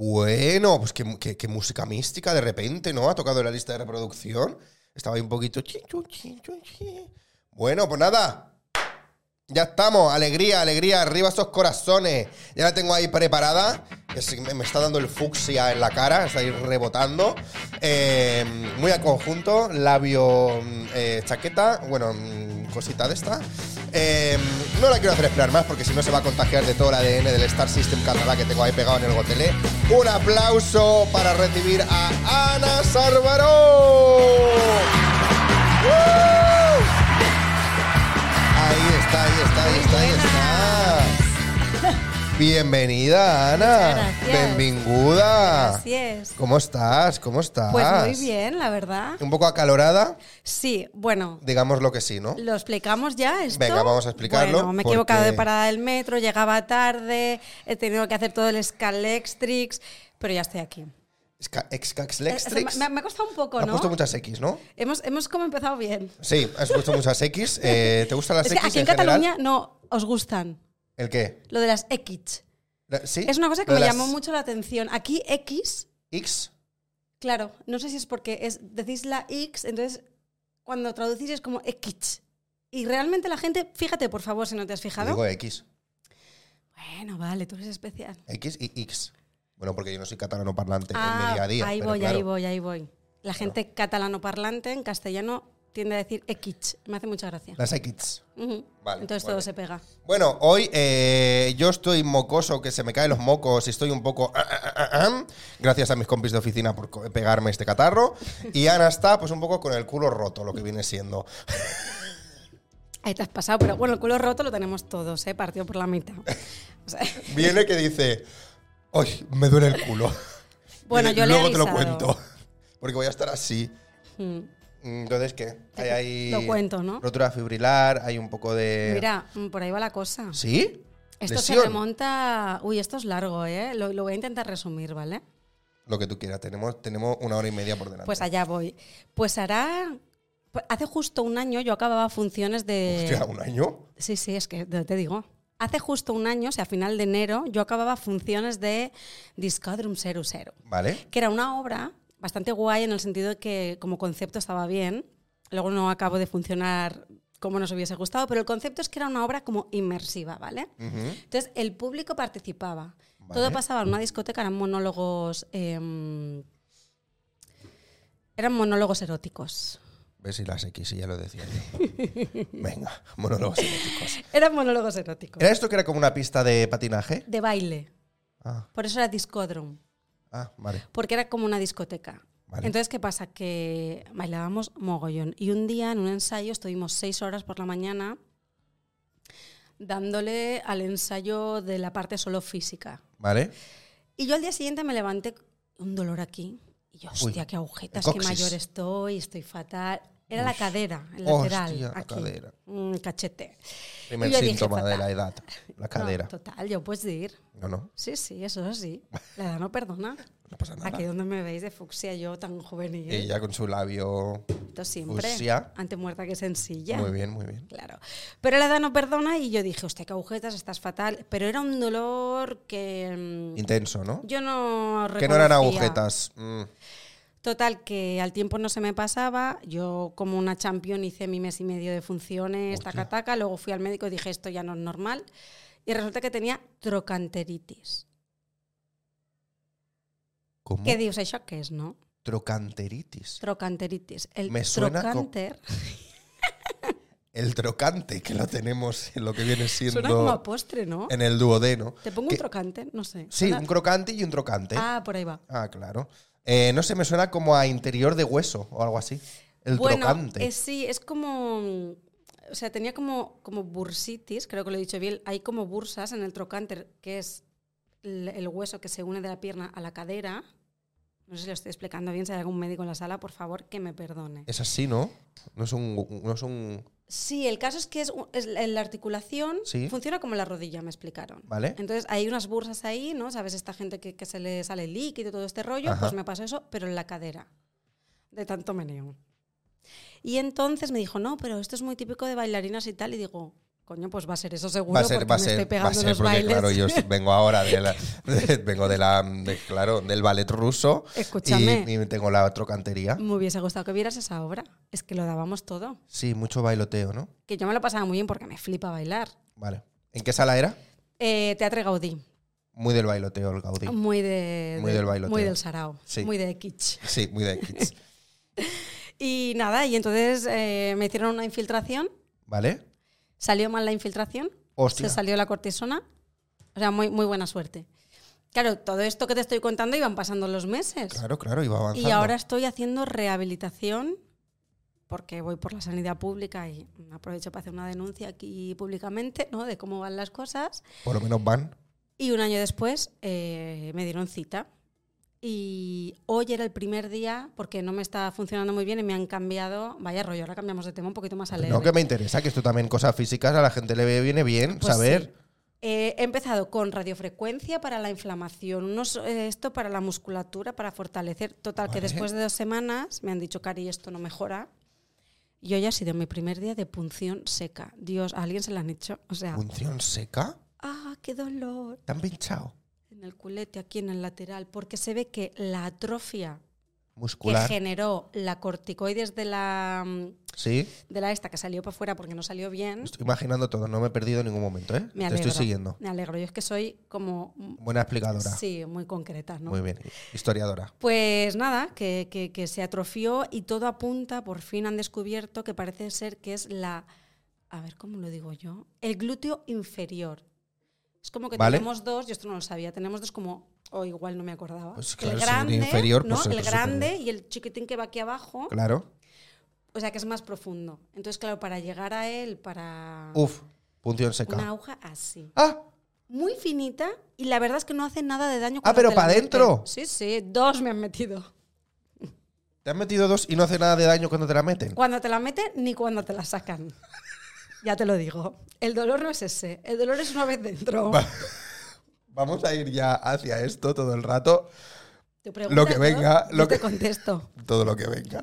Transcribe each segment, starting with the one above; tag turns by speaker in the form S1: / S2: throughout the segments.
S1: Bueno, pues qué, qué- qué música mística de repente, ¿no? Ha tocado en la lista de reproducción. Estaba ahí un poquito. chi, chu, chi, chu, chi. Bueno, pues nada. Ya estamos. Alegría, alegría. Arriba esos corazones. Ya la tengo ahí preparada. Es- me, me está dando el fucsia en la cara. Está ahí rebotando. Eh, muy a conjunto. Labio, mm, eh, chaqueta. Bueno, mm, cosita de esta. Eh, no la quiero hacer esperar más porque si no se va a contagiar de todo el ADN del Star System catalá que tengo ahí pegado en el gotelé. Un aplauso para recibir a Ana Sarbaró. Ahí está, ahí está, ahí está, ahí está. Bienvenida, Ana.
S2: Muchas gracias.
S1: Bienvenida.
S2: Así es.
S1: ¿Cómo estás? ¿Cómo estás?
S2: Pues muy bien, la verdad.
S1: Un poco acalorada,
S2: Sí, bueno,
S1: digamos lo que sí, ¿no?
S2: ¿lo explicamos ya esto?
S1: Venga, vamos a explicarlo,
S2: Bueno, me he
S1: porque-
S2: equivocado de parada del metro, llegaba tarde, he tenido que hacer todo el Scalextrix, pero ya estoy aquí.
S1: Esca-
S2: Eh,
S1: Excaxlextrix.
S2: se- Me, me ha costado un poco,
S1: Has
S2: ¿no?
S1: puesto muchas X, ¿no?
S2: Hemos, hemos como empezado bien.
S1: Sí, has puesto muchas X. Eh, ¿Te gustan las
S2: es que
S1: X
S2: aquí en,
S1: general?
S2: Cataluña no os gustan
S1: ¿El qué?
S2: lo de las X.
S1: La- ¿Sí?
S2: Es una cosa que
S1: Lo
S2: me
S1: de las
S2: llamó mucho la atención. Aquí X,
S1: X.
S2: claro, no sé si es porque es, decís la X, entonces cuando traducís es como X. Y realmente la gente, fíjate por favor si no te has fijado.
S1: Digo eh, X.
S2: Bueno, vale, tú eres especial.
S1: X y X. Bueno, porque yo no soy catalano parlante en mi
S2: Ah,
S1: día a día.
S2: ahí
S1: pero
S2: voy,
S1: claro.
S2: ahí voy, ahí voy. La gente catalano parlante en castellano tiende a decir X. Me hace mucha gracia.
S1: Las X.
S2: Ujú.
S1: Vale,
S2: Entonces
S1: muy
S2: todo
S1: bien.
S2: se pega.
S1: Bueno, hoy eh, yo estoy mocoso, que se me caen los mocos y estoy un poco... ah, ah, ah, ah, ah, gracias a mis compis de oficina por co- pegarme este catarro. Y Ana está pues un poco con el culo roto, lo que viene siendo.
S2: Ahí te has pasado, pero bueno, el culo roto lo tenemos todos, ¿eh? Partido por la mitad. O sea,
S1: Viene que dice, ¡ay, me duele el culo!
S2: bueno,
S1: Dice,
S2: yo le he
S1: Luego te lo
S2: avisado.
S1: cuento, porque voy a estar así.
S2: Mm.
S1: Entonces, ¿qué? Hay ahí...
S2: Lo cuento, ¿no?
S1: Rotura fibrilar, hay un poco de...
S2: Mira, mm, por ahí va la cosa.
S1: ¿Sí?
S2: Esto
S1: Lesión.
S2: se remonta. Uy, esto es largo, ¿eh? Lo, lo voy a intentar resumir, ¿vale?
S1: Lo que tú quieras, tenemos, tenemos una hora y media por delante.
S2: Pues allá voy. Pues hará. Hace justo un año yo acababa funciones de.
S1: Hostia, ¿un año?
S2: Sí, sí, es que te te digo. Hace justo un año, o sea, a final de enero, yo acababa funciones de Discodrum 00,
S1: Vale.
S2: que era una obra bastante guay en el sentido de que como concepto estaba bien. Luego no acabo de funcionar como nos hubiese gustado, pero el concepto es que era una obra como inmersiva, ¿vale?
S1: Ujú.
S2: Entonces, el público participaba.
S1: Vale.
S2: Todo pasaba en una discoteca, eran monólogos... em, eran monólogos eróticos.
S1: ¿Ves si las X? Sí, ya lo decía yo. Venga, monólogos eróticos.
S2: Eran monólogos eróticos.
S1: ¿Era esto que era como una pista de patinaje?
S2: De baile.
S1: Ah,
S2: Por eso era discodrum.
S1: ah vale.
S2: porque era como una discoteca.
S1: Vale.
S2: Entonces, ¿qué pasa? Que bailábamos mogollón. Y un día en un ensayo estuvimos seis horas por la mañana dándole al ensayo de la parte solo física.
S1: Vale.
S2: Y yo al día siguiente me levanté con un dolor aquí. Y yo, hostia, qué agujetas,
S1: el
S2: qué
S1: coxis.
S2: mayor estoy, estoy fatal. Era la cadera, el
S1: Hostia,
S2: lateral.
S1: la
S2: aquí.
S1: cadera.
S2: Mm, cachete.
S1: Primer
S2: Y yo dije,
S1: síntoma de
S2: fatal.
S1: la edad. La
S2: No,
S1: cadera.
S2: total, yo puedes ir.
S1: No, no.
S2: Sí, sí, eso sí. La edad no perdona.
S1: No pasa nada.
S2: Aquí donde me veis de fucsia yo tan juvenil.
S1: Ella con su labio.
S2: Esto siempre.
S1: Fucsia.
S2: Ante muerta que sencilla.
S1: Muy bien, muy bien.
S2: Claro. Pero la edad no perdona y yo dije, hostia, qué agujetas, estás fatal. Pero era un dolor que mm,
S1: Intenso, ¿no?
S2: yo no
S1: Que no eran
S2: reconocía.
S1: agujetas. Mm.
S2: Total, que al tiempo no se me pasaba. Yo, como una champion, hice mi mes y medio de funciones,
S1: Hostia.
S2: taca, taca. Luego fui al médico y dije, esto ya no es normal. Y resulta que tenía trocanteritis.
S1: ¿Cómo?
S2: ¿Qué dios eso qué es, no?
S1: Trocanteritis.
S2: Trocanteritis. El
S1: Me suena co-
S2: trocanter
S1: El trocante que lo tenemos en lo que viene
S2: suena como a
S1: siendo
S2: postre, ¿no?
S1: en el duodeno.
S2: Te pongo
S1: que-
S2: un trocante, no sé.
S1: Sí,
S2: Suena-
S1: un crocante y un trocante.
S2: Ah, por ahí va.
S1: Ah, claro. Eh, no sé, me suena como a interior de hueso o algo así. El
S2: bueno,
S1: trocante.
S2: es- sí, es como. O sea, tenía como, como bursitis, creo que lo he dicho bien. Hay como bursas en el trocánter, que es el, el hueso que se une de la pierna a la cadera. No sé si lo estoy explicando bien. Si hay algún médico en la sala, por favor, que me perdone.
S1: Es así, ¿no? No es un. No es un
S2: Sí, el caso es que es, un- es la la articulación
S1: Sí.
S2: funciona como la rodilla, me explicaron.
S1: Vale.
S2: Entonces hay unas bursas ahí, ¿no? Sabes, esta gente que, que se le sale líquido y todo este rollo,
S1: Ajá.
S2: pues me pasó eso, pero en la cadera, de tanto meneo. Y entonces me dijo, no, pero esto es muy típico de bailarinas y tal, y digo, Coño, pues va a ser eso seguro.
S1: Va a ser,
S2: porque
S1: va a
S2: me
S1: ser, va
S2: estoy
S1: a
S2: pegando
S1: ser,
S2: los
S1: porque
S2: bailes.
S1: claro, yo vengo ahora de la, de- vengo de la, de- claro, del ballet ruso
S2: Escúchame, Mm.
S1: y, y tengo la trocantería.
S2: me hubiese gustado que vieras esa obra. Es que lo dábamos todo.
S1: Sí, mucho bailoteo, ¿no?
S2: Que yo me lo pasaba muy bien porque me flipa bailar.
S1: Vale. ¿En qué sala era?
S2: Eh, Teatro Gaudí.
S1: Muy del bailoteo, el Gaudí.
S2: Muy, de,
S1: Muy del bailoteo.
S2: Muy del sarao.
S1: Sí.
S2: Muy de kitsch.
S1: Sí, muy de kids.
S2: Y nada, y entonces eh, me hicieron una infiltración.
S1: ¿Vale?
S2: Salió mal la infiltración.
S1: Hostia.
S2: Se salió la cortisona. O sea, muy, muy buena suerte. Claro, todo esto que te estoy contando iban pasando los meses.
S1: Claro, claro, iba avanzando.
S2: Y ahora estoy haciendo rehabilitación porque voy por la sanidad pública y aprovecho para hacer una denuncia aquí públicamente ¿no? de cómo van las cosas.
S1: Por lo menos van.
S2: Y un año después eh, me dieron cita. Y hoy era el primer día porque no me está funcionando muy bien y me han cambiado. Vaya rollo, ahora cambiamos de tema un poquito más alegre.
S1: No, que me interesa, que esto también cosas físicas a la gente le viene bien
S2: Pues
S1: saber.
S2: sí. Eh, he empezado con radiofrecuencia para la inflamación, unos, eh, esto para la musculatura, para fortalecer. Total, que
S1: Vale.
S2: después de dos semanas me han dicho, Cari, esto no mejora. Y hoy ha sido mi primer día de punción seca. Dios, ¿a alguien se la han hecho? O sea,
S1: ¿Punción seca?
S2: ¡ah, qué dolor!
S1: ¿Te han pinchado?
S2: En el culete, aquí en el lateral, porque se ve que la atrofia
S1: Muscular.
S2: que generó la corticoides de la, mm,
S1: Sí.
S2: de la esta que salió para afuera porque no salió bien.
S1: Estoy imaginando todo, no me he perdido en ningún momento, ¿eh?
S2: ¿Mm? Me
S1: Te
S2: alegro.
S1: estoy siguiendo.
S2: Me alegro. Yo es que soy como. mm,
S1: Buena explicadora.
S2: Sí, muy concreta, ¿no?
S1: Muy bien. Historiadora.
S2: Pues nada, que, que- que se atrofió y todo apunta, por fin han descubierto que parece ser que es la, a ver cómo lo digo yo, el glúteo inferior. Es como que
S1: Vale.
S2: tenemos dos, yo esto no lo sabía, tenemos dos como, o igual no me acordaba.
S1: Pues claro,
S2: el
S1: si es
S2: grande,
S1: inferior,
S2: ¿no?
S1: pues es
S2: el
S1: superior.
S2: grande y el chiquitín que va aquí abajo,
S1: Claro.
S2: o sea que es más profundo. Entonces, claro, para llegar a él, para
S1: Uf, punción
S2: una
S1: seca.
S2: aguja así.
S1: ¡Ah!
S2: Muy finita y la verdad es que no hace nada de daño.
S1: Ah,
S2: cuando
S1: pero
S2: te la
S1: pa'
S2: meten.
S1: dentro.
S2: Sí, sí, dos me han metido.
S1: Te han metido dos y no hace nada de daño cuando te la meten.
S2: Cuando te la meten ni cuando te la sacan. Ya te lo digo. El dolor no es ese. El dolor es una vez dentro.
S1: Va- Vamos a ir ya hacia esto todo el rato,
S2: Te
S1: lo que venga,
S2: yo
S1: lo
S2: te
S1: que-
S2: contesto.
S1: todo lo que venga.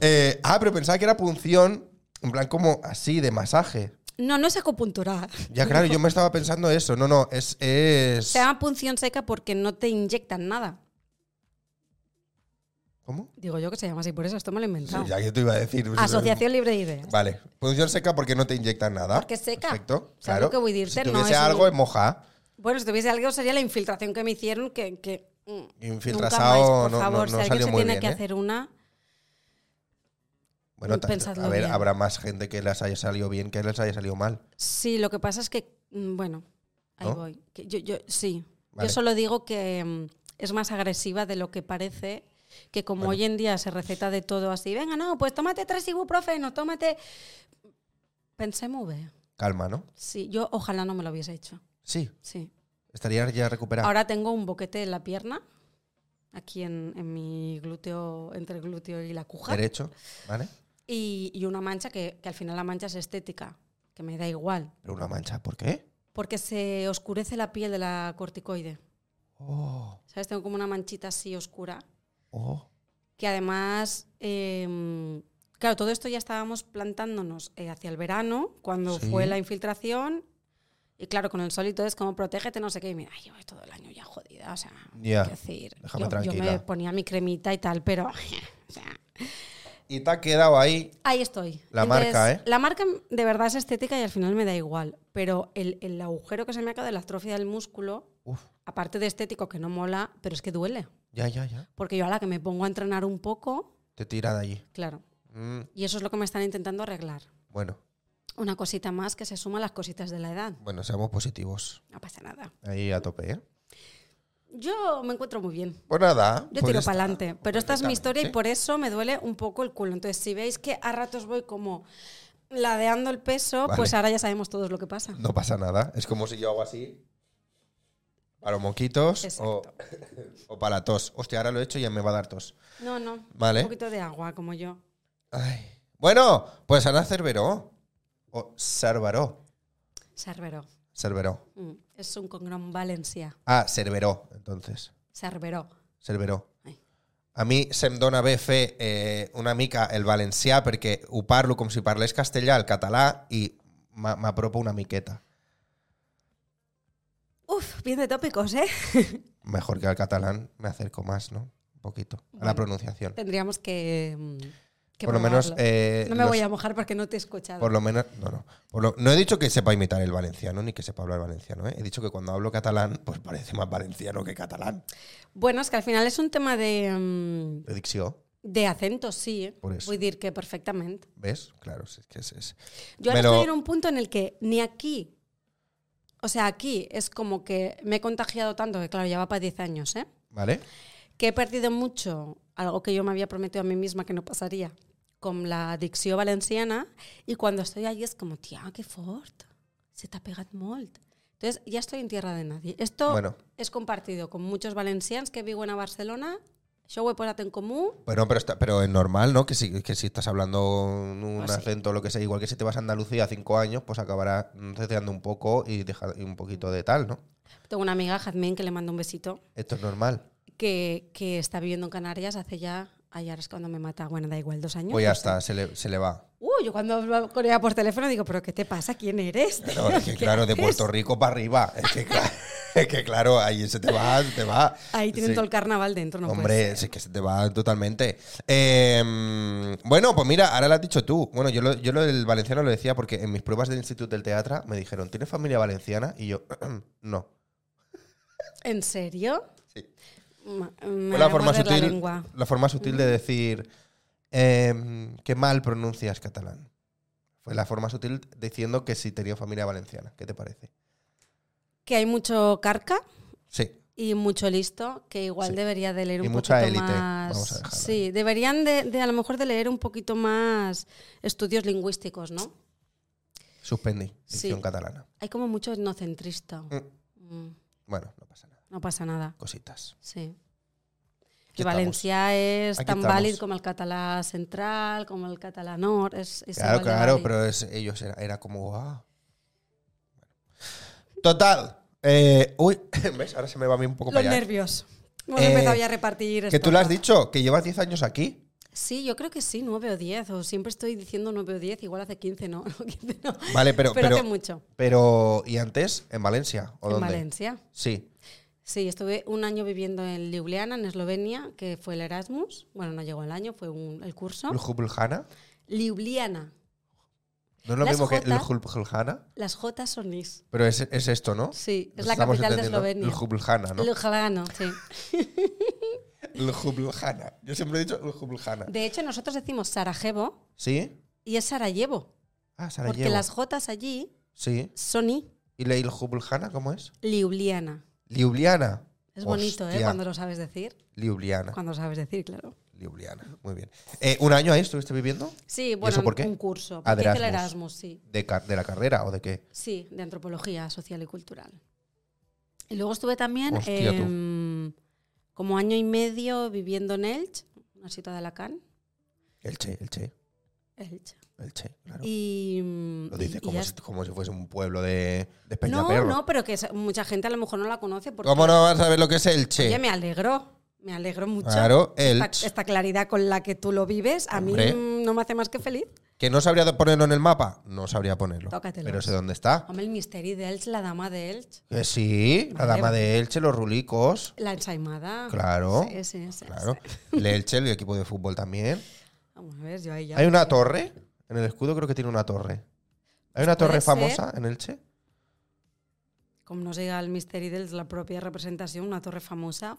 S1: Eh, ah, pero pensaba que era punción, en plan como así, de masaje.
S2: No, no es acupuntura.
S1: Ya, claro, yo me estaba pensando eso. No, no, es. es...
S2: Se llama punción seca porque no te inyectan nada.
S1: ¿Cómo?
S2: Digo yo que se llama así por eso. Esto me lo he inventado.
S1: Ya que te iba a decir. pues,
S2: Asociación Libre de Ideas.
S1: Vale, punción seca porque no te inyectan nada.
S2: Porque es seca.
S1: Perfecto,
S2: O sea,
S1: claro.
S2: lo que voy a decirte
S1: si
S2: no
S1: tuviese
S2: es un-
S1: algo, es moja.
S2: Bueno, si tuviese algo sería la infiltración que me hicieron que... que mm,
S1: Infiltrasao
S2: nunca más, por
S1: no- no-
S2: favor,
S1: no
S2: si alguien
S1: salió
S2: se
S1: muy
S2: tiene
S1: bien,
S2: que
S1: ¿eh?
S2: hacer una...
S1: Bueno, ta-
S2: Pensadlo
S1: a ver,
S2: bien.
S1: habrá más gente que les haya salido bien que les haya salido mal.
S2: Sí, lo que pasa es que, mm, bueno, ahí
S1: ¿No?
S2: voy. Que yo, yo- sí,
S1: Vale.
S2: yo solo digo que mm, es más agresiva de lo que parece, que como
S1: Bueno.
S2: hoy en día se receta de todo así, venga, no, pues tómate tres ibuprofeno, tómate... Pensé muy bien.
S1: Calma, ¿no?
S2: Sí, yo ojalá no me lo hubiese hecho.
S1: Sí,
S2: Sí.
S1: estaría ya recuperado.
S2: Ahora tengo un boquete en la pierna, aquí en, en mi glúteo, entre el glúteo y la cuja.
S1: Derecho, ¿vale?
S2: Y, y una mancha que, que al final la mancha es estética, que me da igual,
S1: Pero una mancha, ¿por qué?
S2: porque se oscurece la piel de la corticoide.
S1: Oh,
S2: ¿Sabes? Tengo como una manchita así oscura.
S1: oh.
S2: Que además, eh, claro, todo esto ya estábamos plantándonos eh, hacia el verano, cuando
S1: Sí.
S2: fue la infiltración. Y claro, con el sol y todo es como protégete, no sé qué. Y mira, llevo todo el año ya jodida. O sea,
S1: Ya,
S2: quiero decir,
S1: déjame
S2: yo, yo me
S1: tranquila.
S2: ponía mi cremita y tal, pero. o sea,
S1: Y te ha quedado ahí.
S2: ahí estoy.
S1: La marca, ¿eh?
S2: La marca de verdad es estética y al final me da igual. Pero el, el agujero que se me ha quedado de la atrofia del músculo,
S1: Uf,
S2: aparte de estético que no mola, pero es que duele.
S1: ya, ya, ya.
S2: Porque yo a la que me pongo a entrenar un poco,
S1: Te tira de allí.
S2: claro.
S1: Mm,
S2: Y eso es lo que me están intentando arreglar.
S1: bueno,
S2: Una cosita más que se suma a las cositas de la edad.
S1: bueno, seamos positivos.
S2: No pasa nada.
S1: Ahí a tope, ¿eh?
S2: Yo me encuentro muy bien.
S1: Pues nada.
S2: Yo
S1: pues
S2: tiro
S1: está.
S2: para adelante. Pero esta es mi historia y
S1: Perfectamente.
S2: por eso me duele un poco el culo. Entonces, si veis que a ratos voy como ladeando el peso,
S1: Vale.
S2: pues ahora ya sabemos todos lo que pasa.
S1: No pasa nada. Es como si yo hago así. Para los moquitos o,
S2: Exacto.
S1: o para la tos. Hostia, ahora lo he hecho y ya me va a dar tos.
S2: No, no.
S1: Vale.
S2: Un poquito de agua, como yo.
S1: Ay. Bueno, pues Ana Cerveró. O Cerveró.
S2: Cerveró.
S1: Cerveró.
S2: Mm. Es un congrom Valencia.
S1: Ah, Cerveró, entonces.
S2: Cerveró.
S1: Cerveró.
S2: Ai.
S1: A mi se'm dona bé fer eh, una mica el valencià perquè ho parlo com si parlés castellà, el català, i me, me apropo una miqueta.
S2: Uf, bien de tópicos, ¿eh?
S1: Mejor que al catalán me acerco más, ¿no? Un poquito. a la
S2: Bueno.
S1: pronunciación.
S2: Tendríamos que. mm, que
S1: Por lo menos.
S2: probarlo.
S1: eh,
S2: no me
S1: los-
S2: voy a mojar porque no te he escuchado.
S1: Por lo menos, no, no. Por lo- no he dicho que sepa imitar el valenciano ni que sepa hablar valenciano. ¿eh? He dicho que cuando hablo catalán, pues parece más valenciano que catalán.
S2: Bueno, es que al final es un tema de, mm,
S1: De dicció,
S2: de acentos, sí. ¿eh?
S1: Por eso.
S2: Vull dir que perfectamente.
S1: ¿ves? Claro, sí, es que es, es-
S2: Yo ahora
S1: Pero-
S2: estoy en un punto en el que ni aquí, o sea, aquí es como que me he contagiado tanto, que claro, ya va para 10 años, ¿eh?
S1: ¿Vale?
S2: que he perdido mucho, algo que yo me había prometido a mí misma que no pasaría, con la adicción valenciana, y cuando estoy allí es como, tía, qué fort, se t'ha pegat molt. Entonces, ya estoy en tierra de nadie. Esto
S1: Bueno.
S2: es compartido con muchos valencians que viven a Barcelona, yo ho he posat en común,
S1: Bueno, pero, está, pero es normal, ¿no? Que si, que si estás hablando un
S2: Pues sí.
S1: acento o lo que sea, igual que si te vas a Andalucía a cinco años, pues acabarás ceteando un poco y dejar y un poquito de tal, ¿no?
S2: tengo una amiga, Jazmín, que le mando un besito,
S1: Esto es normal.
S2: que, que está viviendo en Canarias hace ya, ayer es cuando me mata, bueno, da igual, dos años.
S1: Pues ya
S2: no sé.
S1: está, se le, se le va.
S2: Uh, yo cuando hablo con ella por teléfono digo, pero ¿qué te pasa? ¿Quién eres?
S1: No, es que
S2: ¿Qué
S1: claro, de
S2: haces?".
S1: Puerto Rico para arriba. Es que, claro, es que claro, ahí se te va, se te va.
S2: Ahí tienen
S1: Sí.
S2: todo el carnaval dentro, ¿no? puede
S1: Hombre, sí que se te va totalmente. Eh, bueno, pues mira, ahora lo has dicho tú. Bueno, yo, lo, yo lo del valenciano lo decía porque en mis pruebas del Instituto del Teatro me dijeron, ¿tienes familia valenciana? Y yo, no.
S2: ¿En serio?
S1: Sí.
S2: Ma- Me
S1: Fue
S2: hará
S1: la forma,
S2: morder la
S1: sutil,
S2: lengua.
S1: la forma sutil de decir, eh, qué mal pronuncias catalán. Fue la forma sutil diciendo que si tenía familia valenciana. ¿Qué te parece?
S2: Que hay mucho carca
S1: Sí.
S2: y mucho listo, que igual
S1: Sí.
S2: debería de leer
S1: Y
S2: un
S1: mucha
S2: poquito
S1: élite,
S2: más.
S1: vamos a dejarlo
S2: sí,
S1: ahí.
S2: deberían de, de a lo mejor de leer un poquito más estudios lingüísticos, ¿no?
S1: Suspendí.
S2: Sí.
S1: Dicción catalana.
S2: Hay como mucho etnocentrista. Mm,
S1: Bueno, no pasa nada.
S2: no pasa nada.
S1: Cositas.
S2: Sí.
S1: Aquí
S2: El
S1: estamos.
S2: valencià es
S1: Aquí
S2: tan
S1: estamos.
S2: válido como el catalán central, como el catalán nord. Es, es
S1: Claro,
S2: igual de
S1: claro,
S2: válido.
S1: pero es- ellos era, era como. "Ah". Total. eh, uy, ¿ves? Ahora se me va a mí un poco
S2: Los
S1: para allá.
S2: nervios. Hemos
S1: Eh,
S2: empezado ya a repartir.
S1: Que
S2: esto.
S1: tú lo has dicho, que llevas 10 años aquí.
S2: Sí, yo creo que sí, 9 o 10, o siempre estoy diciendo 9 o 10, igual hace 15, no, no, 15 no.
S1: Vale, pero.
S2: Pero hace
S1: Pero,
S2: mucho,
S1: pero, ¿y antes? ¿En Valencia? ¿O
S2: en
S1: dónde?
S2: Valencia.
S1: Sí.
S2: Sí, estuve un año viviendo en Ljubljana, en Eslovenia, que fue el Erasmus, bueno, no llegó el año, fue un- el curso.
S1: ¿Ljubljana?
S2: Ljubljana,
S1: ¿No es lo
S2: Las
S1: mismo que
S2: J.
S1: Ljubljana?
S2: las J son is.
S1: Pero es, es esto, ¿no?
S2: Sí, es
S1: Nos
S2: la
S1: estamos
S2: capital de
S1: entendiendo.
S2: Eslovenia.
S1: Ljubljana, ¿no?
S2: Ljubljana, sí.
S1: Ljubljana. Yo siempre he dicho Ljubljana.
S2: De hecho, nosotros decimos Sarajevo
S1: ¿Sí?
S2: y es Sarajevo,
S1: Ah, Sarajevo.
S2: porque las J allí
S1: Sí.
S2: son i,
S1: ¿Y la Ljubljana cómo es?
S2: Ljubljana.
S1: Ljubljana.
S2: Es bonito, ¿eh?
S1: Hostia.
S2: Cuando lo sabes decir,
S1: Ljubljana.
S2: cuando lo sabes decir, claro.
S1: Ljubljana, muy bien. Eh, ¿Un año ahí estuviste viviendo?
S2: Sí, bueno,
S1: eso por qué?
S2: un curso.
S1: Ah,
S2: Porque
S1: de
S2: hice el
S1: Erasmus.
S2: Erasmus, sí.
S1: ¿De, ca- de la carrera o de qué?
S2: Sí, de antropología social y cultural. Y luego estuve también
S1: Hostia, tú.
S2: em, como año y medio viviendo en Elche, una ciudad de Alacant,
S1: El Che, el Che,
S2: Elche.
S1: el Che, claro.
S2: Y, mm,
S1: Lo
S2: y-
S1: dices
S2: y ya
S1: como si,
S2: está.
S1: como si fuese un pueblo de, de
S2: No,
S1: Peñaperro.
S2: no, pero que esa- mucha gente a lo mejor no la conoce porque
S1: ¿Cómo no vas a ver lo que es el
S2: oye,
S1: Che?
S2: me alegro, me alegro mucho.
S1: Claro,
S2: Esta,
S1: Elche.
S2: esta claridad con la que tú lo vives a
S1: Hombre.
S2: mí mm, no me hace más que feliz.
S1: ¿Que no sabría ponerlo en el mapa? No sabría ponerlo.
S2: Tócatelos.
S1: Pero sé dónde está.
S2: Hombre, el misterio de Elche, la dama de Elche,
S1: Que sí, la
S2: Vale,
S1: dama
S2: vale.
S1: de Elche, los rulicos.
S2: la ensaimada.
S1: Claro.
S2: Sí, sí, sí,
S1: Claro.
S2: sí.
S1: El Elche, el equipo de fútbol también.
S2: Vamos a ver, yo ahí ya.
S1: ¿Hay una torre? En el escudo creo que tiene una torre. ¿Hay una
S2: Puede
S1: torre
S2: ser.
S1: famosa en Elche?
S2: com no siga el misteri de la pròpia representació, una torre famosa,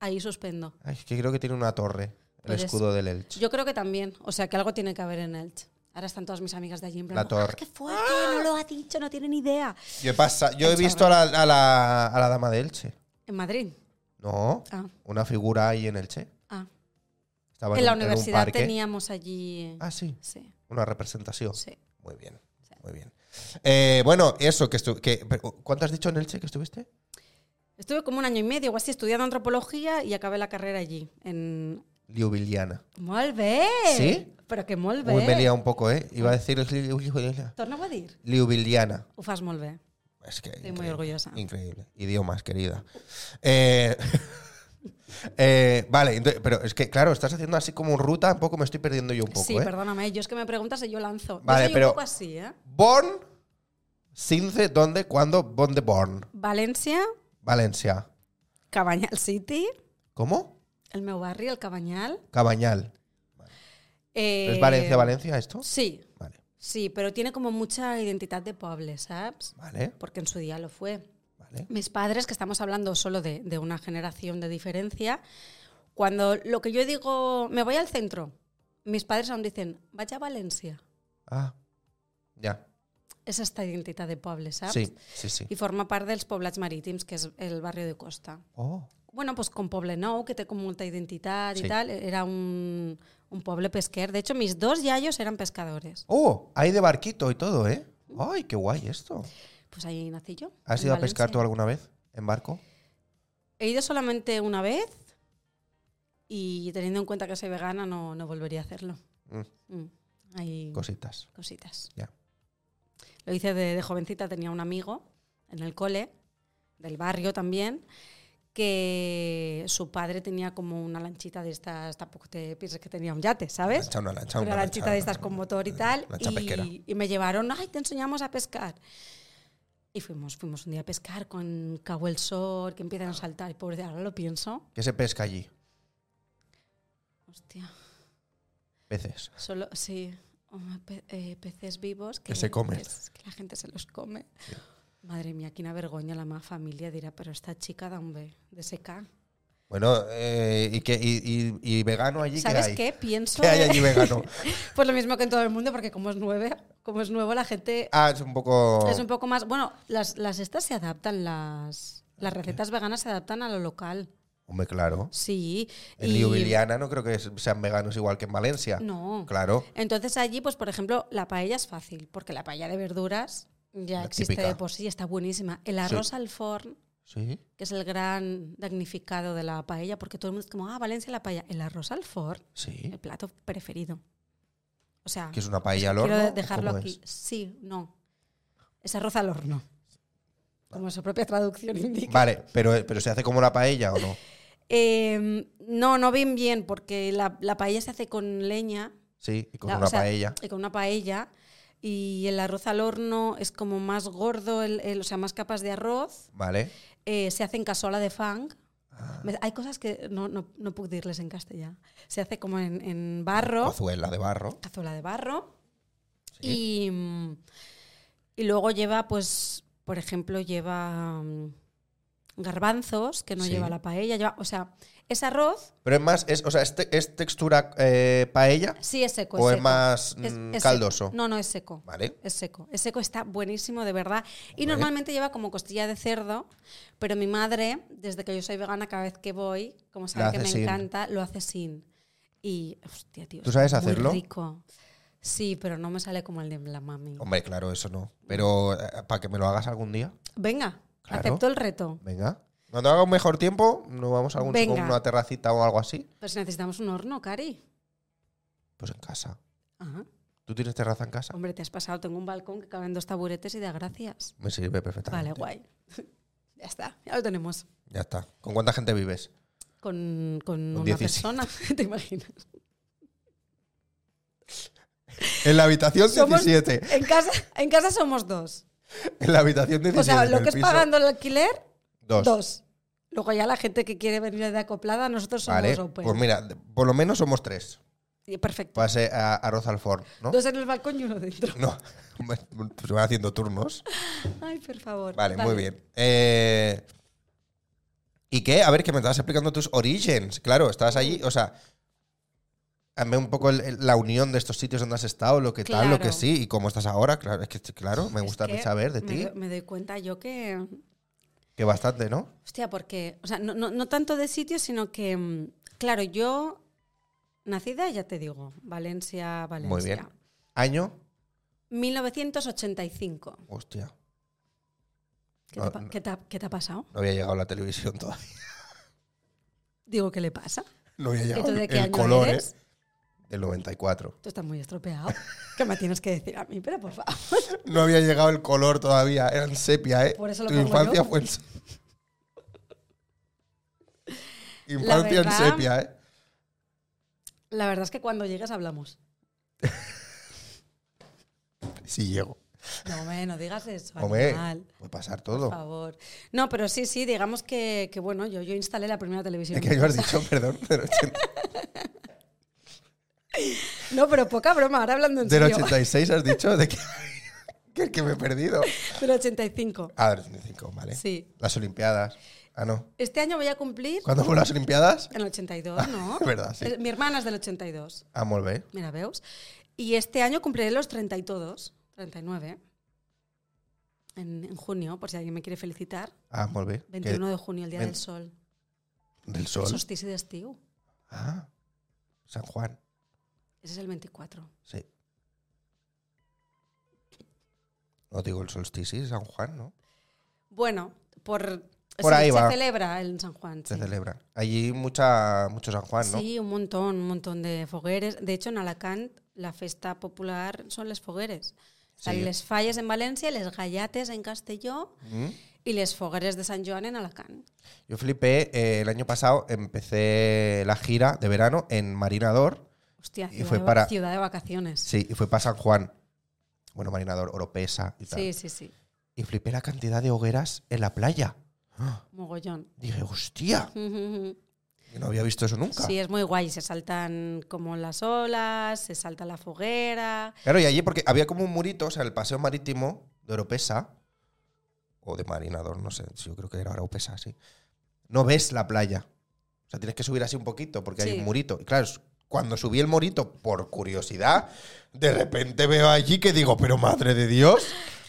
S2: ahí suspendo.
S1: Ay, es que creo que tiene una torre. El
S2: Puede
S1: escudo del Elche.
S2: Yo creo que también, o sea, que algo tiene que haber en Elche. Ahora están todas mis amigas de allí en plan,
S1: La
S2: "Ah,
S1: torre.
S2: qué fuerte, no lo ha dicho, no tiene ni idea.
S1: Yo he, pasa- yo he visto a la, a la- a la dama de Elche.
S2: En Madrid.
S1: No,
S2: Ah,
S1: una figura ahí en Elche.
S2: ah.
S1: Estaba
S2: en la
S1: un- un
S2: universidad
S1: parque.
S2: teníamos allí...
S1: Ah, sí,
S2: Sí,
S1: una representación.
S2: sí.
S1: Muy bien, muy bien. Eh, bueno, eso, que, estu- que pero, ¿cuánto has dicho en Elche que estuviste?
S2: Estuve como un año y medio o así estudiando antropología y acabé la carrera allí, en...
S1: Liubiliana.
S2: Molt bé!
S1: Sí?
S2: Però que molt bé!
S1: Uy, me he liado un poco, ¿eh? Iba a decir Liubiliana.
S2: Torna-ho a dir.
S1: Liubiliana.
S2: Ho fas molt bé.
S1: Es que
S2: Estoy muy
S1: increíble.
S2: orgullosa.
S1: Increíble. Idiomas, querida. Eh, eh, vale, ento- pero es que, claro, estás haciendo así como ruta, un poco me estoy perdiendo yo un poco.
S2: sí,
S1: ¿eh?
S2: perdóname, yo es que me preguntas y yo lanzo.
S1: Vale,
S2: yo soy
S1: pero-
S2: un poco así, ¿eh?
S1: Born Since, ¿dónde? ¿Cuándo? ¿Dónde born?
S2: València,
S1: Valencia.
S2: Cabanyal City,
S1: ¿Cómo?
S2: el meu barri, el Cabanyal.
S1: Cabañal.
S2: Eh,
S1: ¿Es Valencia, Valencia esto?
S2: Sí,
S1: Vale,
S2: sí, pero tiene como mucha identidad de poble, ¿sabes?
S1: vale,
S2: Porque en su día lo fue.
S1: vale.
S2: Mis padres, que estamos hablando solo de, de una generación de diferencia, cuando lo que yo digo, me voy al centro, mis padres aún dicen, vaya a Valencia.
S1: Ah, ya.
S2: És esta identitat de poble, saps?
S1: Sí, sí, sí.
S2: I forma part dels poblats marítims, que és el barri de Costa.
S1: Oh,
S2: Bueno, pues com Poble Nou, que té com molta identitat
S1: Sí.
S2: i tal, era un, un poble pesquer. De hecho, mis dos yayos eran pescadores.
S1: oh, hay de barquito y todo, ¿eh? Ay, qué guay esto.
S2: Pues ahí nací yo.
S1: ¿Has
S2: en
S1: ido a pescar
S2: Valencia.
S1: tú alguna vez en barco?
S2: He ido solamente una vez y teniendo en cuenta que soy vegana no, no volvería a hacerlo.
S1: Mm,
S2: Mm, Hay
S1: cositas.
S2: cositas.
S1: Ya.
S2: Lo hice de, de jovencita, tenía un amigo en el cole, del barrio también, que su padre tenía como una lanchita de estas, tampoco te pienses que tenía un yate, ¿sabes?
S1: Lancha, una lancha,
S2: Una lanchita
S1: lancha,
S2: de estas
S1: una-
S2: con motor y tal.
S1: lancha eh, pesquera.
S2: Y, y me llevaron, ay, te enseñamos a pescar. Y fuimos, fuimos un día a pescar con Cabo el Sol, que empiezan a saltar. Y pobre, ahora lo pienso.
S1: ¿Qué se pesca allí?
S2: Hostia,
S1: Peces.
S2: solo, sí, oh, pe- eh, peces vivos que,
S1: Que se comen.
S2: es- que la gente se los come. Madre mía, quina vergonya la meva família dirà, però esta chica d'on ve? De secar.
S1: Bueno, eh, ¿y, qué, y, y- y vegano allí qué
S2: ¿Sabes
S1: hay?
S2: qué? Pienso...
S1: ¿Qué hay
S2: eh,
S1: allí vegano?
S2: pues lo mismo que en todo el mundo, porque como es nueve, como es nuevo, la gente
S1: Ah, es un poco...
S2: es un poco más... Bueno, las, las estas se adaptan, las, las recetas veganas se adaptan a lo local.
S1: Hombre, claro.
S2: Sí.
S1: En Ljubljana no creo que sean veganos igual que en Valencia.
S2: No.
S1: Claro.
S2: Entonces allí, pues por ejemplo, la paella es fácil, porque la paella de verduras ya
S1: La
S2: existe
S1: típica.
S2: de por sí, está buenísima. El arroz al forn,
S1: Sí.
S2: que es el gran damnificado de la paella, porque todo el mundo es como, ah, Valencia la paella. El arroz al forn,
S1: Sí.
S2: el plato preferido. O sea,
S1: Que es una paella al horno.
S2: Pues quiero
S1: o
S2: dejarlo
S1: cómo
S2: aquí.
S1: es?
S2: Sí, no. Es arroz al horno. Como su propia traducción indica.
S1: Vale, pero, pero ¿se hace como la paella o no?
S2: Eh, no, no bien bien, porque la, la paella se hace con leña.
S1: Sí, y con
S2: La- o
S1: una
S2: sea,
S1: paella.
S2: Y con una paella. Y el arroz al horno es como más gordo, el- el- o sea, más capas de arroz.
S1: Vale.
S2: Eh, se hace en casola de fang.
S1: Ah,
S2: Me- Hay cosas que no, no, no puedo decirles en castellano. Se hace como en, en barro,
S1: Cazuela de barro.
S2: cazuela de barro.
S1: Sí.
S2: Y, mm, y luego lleva, pues, por ejemplo, lleva mm, garbanzos, que no
S1: Sí.
S2: lleva la paella. Lleva, o sea, es arroz,
S1: Pero es más, es, o sea, es, te- es textura eh, paella
S2: sí es seco.
S1: o es
S2: seco.
S1: más
S2: Es-
S1: mm,
S2: es seco.
S1: caldoso.
S2: No, no, es seco.
S1: Vale.
S2: Es seco. Es seco, está buenísimo, de verdad. Y
S1: Hombre.
S2: normalmente lleva como costilla de cerdo, pero mi madre, desde que yo soy vegana, cada vez que voy, como
S1: La
S2: sabe que
S1: hace
S2: me
S1: sin.
S2: encanta, lo hace sin. Y, hostia, tío.
S1: ¿Tú
S2: es
S1: sabes
S2: muy
S1: hacerlo?
S2: rico. Sí, pero no me sale como el de la mami.
S1: Hombre, claro, eso no. Pero eh, para que me lo hagas algún día,
S2: Venga,
S1: Claro.
S2: acepto el reto.
S1: venga. Cuando haga un mejor tiempo, nos vamos a algún
S2: Venga.
S1: con una terracita o algo así.
S2: Pero si necesitamos un horno, Cari.
S1: Pues en casa.
S2: Ah,
S1: ¿Tú tienes terraza en casa?
S2: hombre, te has pasado. Tengo un balcón que caben dos taburetes y da gracias.
S1: Me sirve perfectamente.
S2: Vale, guay. ya está, ya lo tenemos.
S1: Ya está. ¿Con cuánta gente vives?
S2: con, con una
S1: 17.
S2: persona, ¿te imaginas?
S1: En la habitación
S2: Somos-
S1: 17.
S2: En casa, en casa somos dos.
S1: En la habitación 17.
S2: O sea,
S1: en
S2: lo
S1: el
S2: que es
S1: piso,
S2: pagando el alquiler,
S1: Dos.
S2: dos. Luego ya la gente que quiere venir de acoplada, nosotros somos
S1: Vale.
S2: open.
S1: Pues mira, de- por lo menos somos tres.
S2: Y Perfecto.
S1: Pase a arroz al forno, ¿no?
S2: Dos en el balcón y uno dentro.
S1: No. Se van haciendo turnos.
S2: Ay, por favor.
S1: Vale, muy bien. Eh, ¿Y qué? A ver, que me estabas explicando tus orígenes. Claro, estabas allí, o sea, hazme un poco el- el- la unión de estos sitios donde has estado, lo que tal, lo que
S2: Claro.
S1: sí, y cómo estás ahora. Claro, es que, este, claro, me
S2: Es
S1: gusta a mí
S2: que
S1: saber de
S2: me
S1: ti,
S2: do- Me doy cuenta yo que.
S1: que bastante, ¿no?
S2: Hostia, porque. O sea, no, no, no tanto de sitio, sino que. mm, Claro, yo. Nacida, ya te digo, Valencia, Valencia.
S1: Muy bien. Año,
S2: 1985.
S1: hostia,
S2: ¿Qué,
S1: No,
S2: te, pa-
S1: Ah, no.
S2: qué te ha- qué te ha pasado?
S1: no había llegado la televisión todavía.
S2: Digo, ¿qué le pasa?
S1: No había llegado
S2: ¿Tú de qué
S1: el
S2: año
S1: color,
S2: eres?
S1: ¿eh? Del 94.
S2: Tú estás muy estropeado. ¿Qué me tienes que decir a mí? Pero por favor.
S1: No había llegado el color todavía, eran sepia, ¿eh?
S2: Por eso lo
S1: tu
S2: pongo
S1: infancia
S2: yo.
S1: fue en se- Infancia en
S2: verdad-
S1: sepia, ¿eh?
S2: La verdad es que cuando llegas hablamos.
S1: Sí llego.
S2: No, hombre, no digas eso.
S1: Hombre, Oh.
S2: animal,
S1: puede pasar
S2: por
S1: todo.
S2: favor. No, pero sí, sí, digamos que, que bueno, yo, yo instalé la primera televisión.
S1: Es que lo has dicho, perdón, del ochenta-
S2: No, pero poca broma, ahora hablando en
S1: del
S2: serio.
S1: 86 has dicho de que, que el que me he perdido.
S2: Del 85.
S1: Ah, del 85, vale.
S2: Sí.
S1: Las Olimpiadas. Ah, no.
S2: Este año voy a cumplir
S1: ¿Cuándo fueron las Olimpiadas?
S2: en el 82, ¿no?
S1: es verdad, sí.
S2: Eh, Mi hermana es del 82,
S1: Ah, molt bé.
S2: mira, veus. Y este año cumpliré los 32, 39, en, en junio, por si alguien me quiere felicitar.
S1: Ah, molt bé.
S2: 21 de junio, el Día
S1: ven-
S2: del Sol.
S1: Que- Del sol.
S2: Solstici d'estiu.
S1: Ah, San Juan.
S2: Ese es el 24.
S1: Sí. No digo el solstici, San Juan, ¿no?
S2: Bueno, por,
S1: Por
S2: se-
S1: ahí
S2: se
S1: va.
S2: celebra en San Juan.
S1: Se
S2: sí.
S1: celebran. Allí mucha, mucho San Juan, ¿no?
S2: Sí, un montón, un montón de fogueres. De hecho, en Alacant la festa popular son les fogueres.
S1: Sí.
S2: Sí. Les falles en València, les gallates en Castelló
S1: Mm.
S2: y les fogueres de Sant Joan en Alacant.
S1: Yo flipé, eh, el año pasado empecé la gira de verano en Marinador.
S2: Hostia,
S1: Y
S2: ciudad,
S1: fue
S2: de, va-
S1: para-
S2: ciudad de vacaciones. Sí.
S1: Sí, y fue para San Juan. Bueno, Marinador, Oropesa y tal.
S2: sí, sí, sí.
S1: Y flipé la cantidad de hogueras en la playa. ¡Ah!
S2: Mogollón.
S1: Dije, hostia, yo no había visto eso nunca.
S2: Sí, es muy guay. Se saltan como las olas, se salta la foguera.
S1: Claro, y allí porque había como un murito, o sea, el paseo marítimo de Oropesa, o de Marinador, no sé, yo creo que era Oropesa, sí. No ves la playa. O sea, tienes que subir así un poquito porque hay
S2: Sí.
S1: un murito. Y claro, es- cuando subí el murito, por curiosidad, de repente veo allí que digo, pero madre de Dios,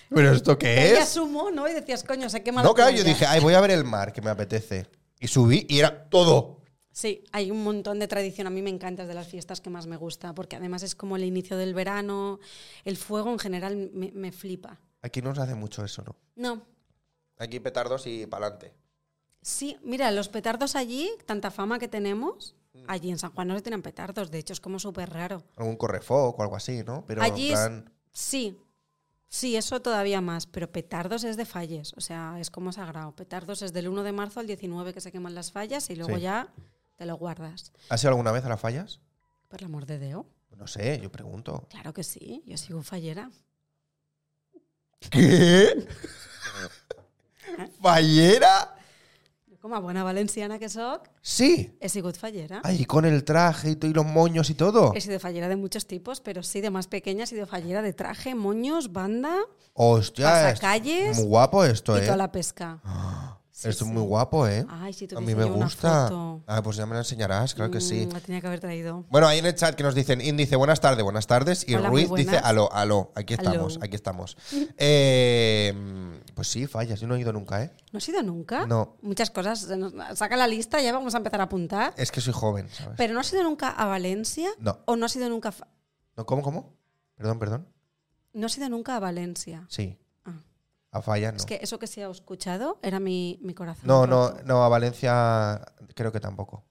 S1: ¿pero esto qué
S2: Y
S1: es?
S2: asumo, ¿no? Y decías, coño, se quema la
S1: No, claro, yo
S2: playa.
S1: dije, ah. ay, voy a ver el mar, que me apetece. Y subí y era todo.
S2: Sí, hay un montón de tradición. A mí me encanta, es de las fiestas que más me gusta, porque además es como el inicio del verano. El fuego en general me, me flipa.
S1: Aquí no se hace mucho eso, ¿no?
S2: No,
S1: Aquí petardos y pa'lante.
S2: sí, mira, los petardos allí, tanta fama que tenemos,
S1: Mm.
S2: allí en San Juan no se tienen petardos, de hecho es como súper raro.
S1: Algún correfoc o algo así, ¿no? Pero
S2: Allí
S1: en
S2: es-
S1: plan...
S2: Sí, sí, eso todavía más, pero petardos es de falles, o sea, es como sagrado. Petardos es del 1 de marzo al 19 que se queman las fallas y luego
S1: Sí.
S2: ya te lo guardas.
S1: ¿Has ido alguna vez a las fallas?
S2: Por el amor de Dios.
S1: No sé, yo pregunto.
S2: Claro que sí, yo sigo fallera.
S1: ¿Qué? ¿Fallera?
S2: Jo Com a bona valenciana que sóc,
S1: Sí.
S2: he sigut fallera.
S1: Ahí con el traje y todo, y los moños y todo.
S2: He sido fallera de muchos tipos, pero sí, de más pequeña he sido fallera de traje, moños, banda
S1: Hostia, es
S2: pasacalles
S1: muy guapo esto,
S2: y
S1: ¿eh?
S2: toda la pesca. Sí,
S1: Ah, esto es
S2: sí.
S1: muy guapo, ¿eh?
S2: Ay, si
S1: A
S2: tuviese
S1: mí me
S2: yo una
S1: gusta.
S2: foto.
S1: Ah, pues ya me lo enseñarás, claro que sí.
S2: Mm, La tenía que haber traído.
S1: Bueno, ahí en el chat que nos dicen, índice, buenas tardes, buenas tardes. Y
S2: Hola, muy
S1: Ruiz dice,
S2: buenas.
S1: aló, aló, aquí
S2: Aló.
S1: estamos, aquí estamos. Eh, pues sí, fallas, yo no he ido nunca, ¿eh?
S2: ¿No has ido nunca?
S1: No.
S2: Muchas cosas. se nos- Saca la lista, ya vamos a empezar a apuntar.
S1: Es que soy joven, ¿sabes?
S2: ¿Pero no has ido nunca a Valencia?
S1: No.
S2: ¿O no has ido nunca, a fa-
S1: No, ¿Cómo, cómo? Perdón, perdón.
S2: no has ido nunca a Valencia?
S1: Sí.
S2: Ah.
S1: A fallas no.
S2: Es que eso que se ha escuchado era mi, mi corazón.
S1: No, no,
S2: roto.
S1: no, a Valencia creo que tampoco.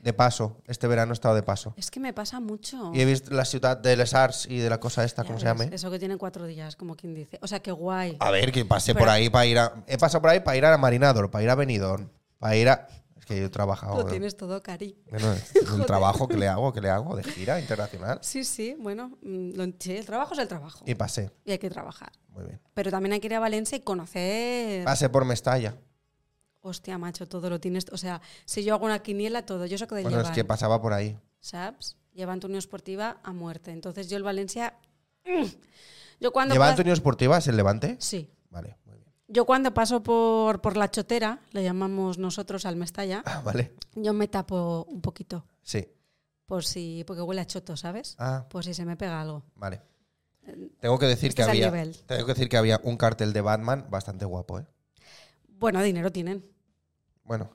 S1: De paso, este verano he estado de paso.
S2: Es que me pasa mucho.
S1: Y he visto la ciudad de Les Arts y de la cosa esta,
S2: Ya
S1: ¿cómo se
S2: ves,
S1: llama? Ah,
S2: Eso que tiene cuatro días, como quien dice. O sea, que guay.
S1: A ver, que pasé
S2: Pero-
S1: por ahí para ir a... He pasado por ahí para ir a Marinador, para ir a Benidorm, para ir a... Es que yo he trabajado...
S2: Lo
S1: ¿no?
S2: tienes todo, Cari.
S1: Bueno, es un trabajo que le hago, que le hago de gira internacional.
S2: Sí, sí, bueno, mm, lo- sí, el trabajo es el trabajo.
S1: Y pasé.
S2: Y hay que trabajar.
S1: Muy bien.
S2: Pero también hay que ir a Valencia y conocer.
S1: Pasé por Mestalla.
S2: Hostia, macho, todo lo tienes. O sea, si yo hago una quiniela, todo. Yo soy de
S1: Bueno, es
S2: llevar,
S1: que pasaba por ahí.
S2: ¿sabes? Llevan tu Unión Esportiva a muerte. Entonces yo el Valencia. mm, Yo cuando.
S1: ¿Lleva
S2: pas-
S1: Antonio Esportiva, el Levante?
S2: Sí.
S1: Vale, muy bien.
S2: Yo cuando paso por, por la chotera, le llamamos nosotros al Mestalla,
S1: Ah, vale.
S2: yo me tapo un poquito.
S1: Sí.
S2: Por si. Porque huele a choto, ¿sabes?
S1: Ah,
S2: Por si se me pega algo.
S1: Vale. Tengo que decir
S2: este
S1: que
S2: es el
S1: había.
S2: nivel.
S1: Tengo que decir que había un cartel de Batman bastante guapo, ¿eh?
S2: Bueno, dinero tienen.
S1: Bueno,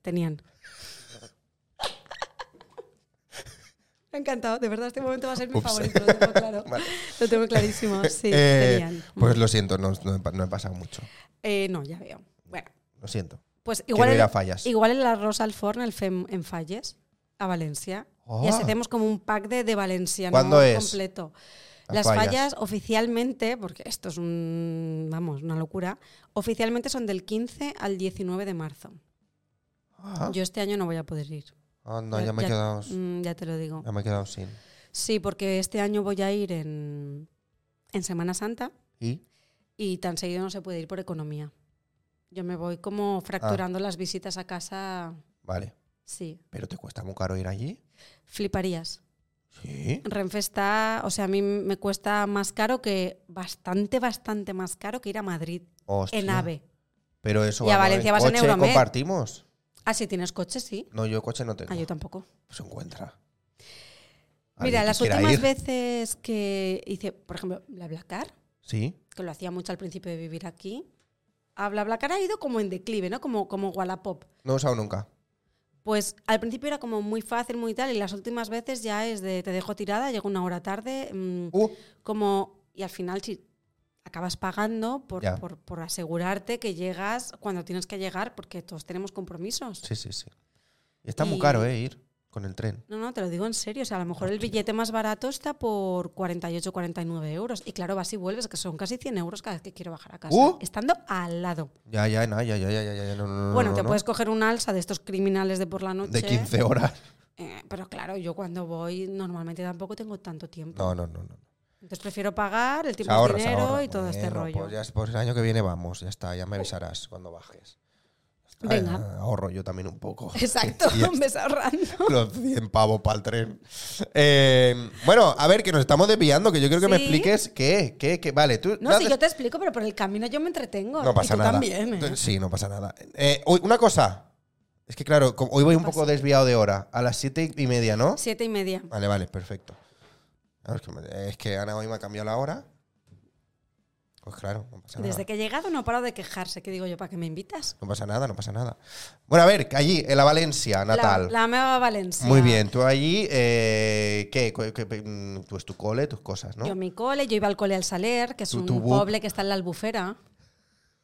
S2: Tenían. Me ha encantado, de verdad, este momento va a ser mi
S1: Ups.
S2: favorito, lo tengo claro.
S1: Vale.
S2: Lo tengo clarísimo, sí,
S1: Eh,
S2: tenían.
S1: pues lo siento, no, no he pa- no he pasado mucho.
S2: Eh, no, ya veo. Bueno,
S1: Lo siento.
S2: pues
S1: Quiero
S2: igual
S1: ir a
S2: el,
S1: fallas.
S2: igual el arroz al forn el fem en Falles, a Valencia. Y así
S1: Ah.
S2: hacemos como un pack de, de Valencia
S1: ¿Cuándo es?
S2: completo.
S1: Las
S2: Las
S1: fallas.
S2: fallas. oficialmente, porque esto es un, vamos, una locura, oficialmente son del 15 al 19 de marzo.
S1: Ah,
S2: Yo este año no voy a poder ir.
S1: anda, ya me he quedado.
S2: mm, ya te lo digo.
S1: Ya me he quedado sin.
S2: Sí, porque este año voy a ir en, en Semana Santa
S1: ¿Y?
S2: y tan seguido no se puede ir por economía. Yo me voy
S1: Ah.
S2: como fracturando las visitas a casa.
S1: Vale.
S2: Sí,
S1: ¿Pero te cuesta muy caro ir allí?
S2: fliparías.
S1: Sí.
S2: Renfe está, o sea, a mí me cuesta más caro que, bastante, bastante más caro que ir a Madrid
S1: Hostia.
S2: en AVE.
S1: Pero eso
S2: Y a
S1: vamos, ¿eh?
S2: Valencia vas en
S1: coche
S2: Euromed.
S1: compartimos.
S2: Ah, si tienes coche, sí.
S1: No, yo coche no tengo.
S2: Ah, yo tampoco.
S1: Se encuentra.
S2: Mira,
S1: Alguien que
S2: las
S1: quiera
S2: últimas
S1: ir.
S2: veces que hice, por ejemplo, BlaBlaCar,
S1: Sí.
S2: que lo hacía mucho al principio de vivir aquí, a BlaBlaCar ha ido como en declive, ¿no? Como, como Wallapop.
S1: No he usado nunca.
S2: Pues al principio era como muy fácil, muy tal, y las últimas veces ya es de te dejo tirada, llego una hora tarde, mm,
S1: Uh,
S2: como y al final si acabas pagando por,
S1: Ya.
S2: por- por asegurarte que llegas cuando tienes que llegar, porque todos tenemos compromisos.
S1: sí, sí, sí. Y está muy
S2: Y-
S1: caro, ¿eh? Ir con el tren.
S2: No, no, te lo digo en serio. O sea, a lo mejor el billete más barato está por 48, 49 euros. Y claro, vas y vuelves, que son casi 100 euros cada vez que quiero bajar a casa.
S1: ¡Uh!
S2: Estando al lado.
S1: Ya, ya, na, ya, ya, ya, ya, ya, no, no, no,
S2: bueno,
S1: no,
S2: te
S1: no.
S2: puedes coger un alza de estos criminales de por la noche.
S1: De 15 horas.
S2: eh, pero claro, yo cuando voy normalmente tampoco tengo tanto tiempo.
S1: No, no, no, no.
S2: Entonces prefiero pagar el
S1: Se
S2: tiempo
S1: ahorra,
S2: de
S1: se
S2: dinero
S1: ahorra.
S2: y todo este
S1: Bueno,
S2: rollo.
S1: Pues, ya, pues el año que viene vamos, ya está, ya me avisarás cuando bajes. Ya está,
S2: Venga.
S1: eh, ahorro yo también un poco.
S2: Exacto,
S1: Y ya
S2: me ves ahorrando.
S1: Los 100 pavos para el tren. Eh, bueno, a ver, que nos estamos desviando, que yo quiero que me
S2: Sí.
S1: expliques qué, qué, qué. Vale, tú.
S2: No, si yo te explico, pero por el camino yo me entretengo.
S1: No pasa
S2: y tú
S1: nada.
S2: también, ¿eh?
S1: Sí, no pasa nada. Eh, hoy- una cosa. Es que claro, como hoy voy un poco desviado de hora. A las siete y media, ¿no?
S2: Siete y media.
S1: Vale, vale, perfecto. Claro, Es que, me- es que Ana hoy me ha cambiado la hora. Pues claro, no pasa nada.
S2: Desde que he llegado no paro de quejarse. ¿Qué digo yo? ¿Para qué me invitas?
S1: No pasa nada, no pasa nada. Bueno, a ver, que allí, en la Valencia, Natal.
S2: La, la amaba Valencia.
S1: Muy bien, tú allí, eh, ¿qué? ¿Qué- qué- mm, Pues tu cole, tus cosas, ¿no?
S2: Yo mi cole, yo iba al cole al Saler, que es
S1: Tu-
S2: un
S1: tu bu-
S2: pueblo que está en la albufera.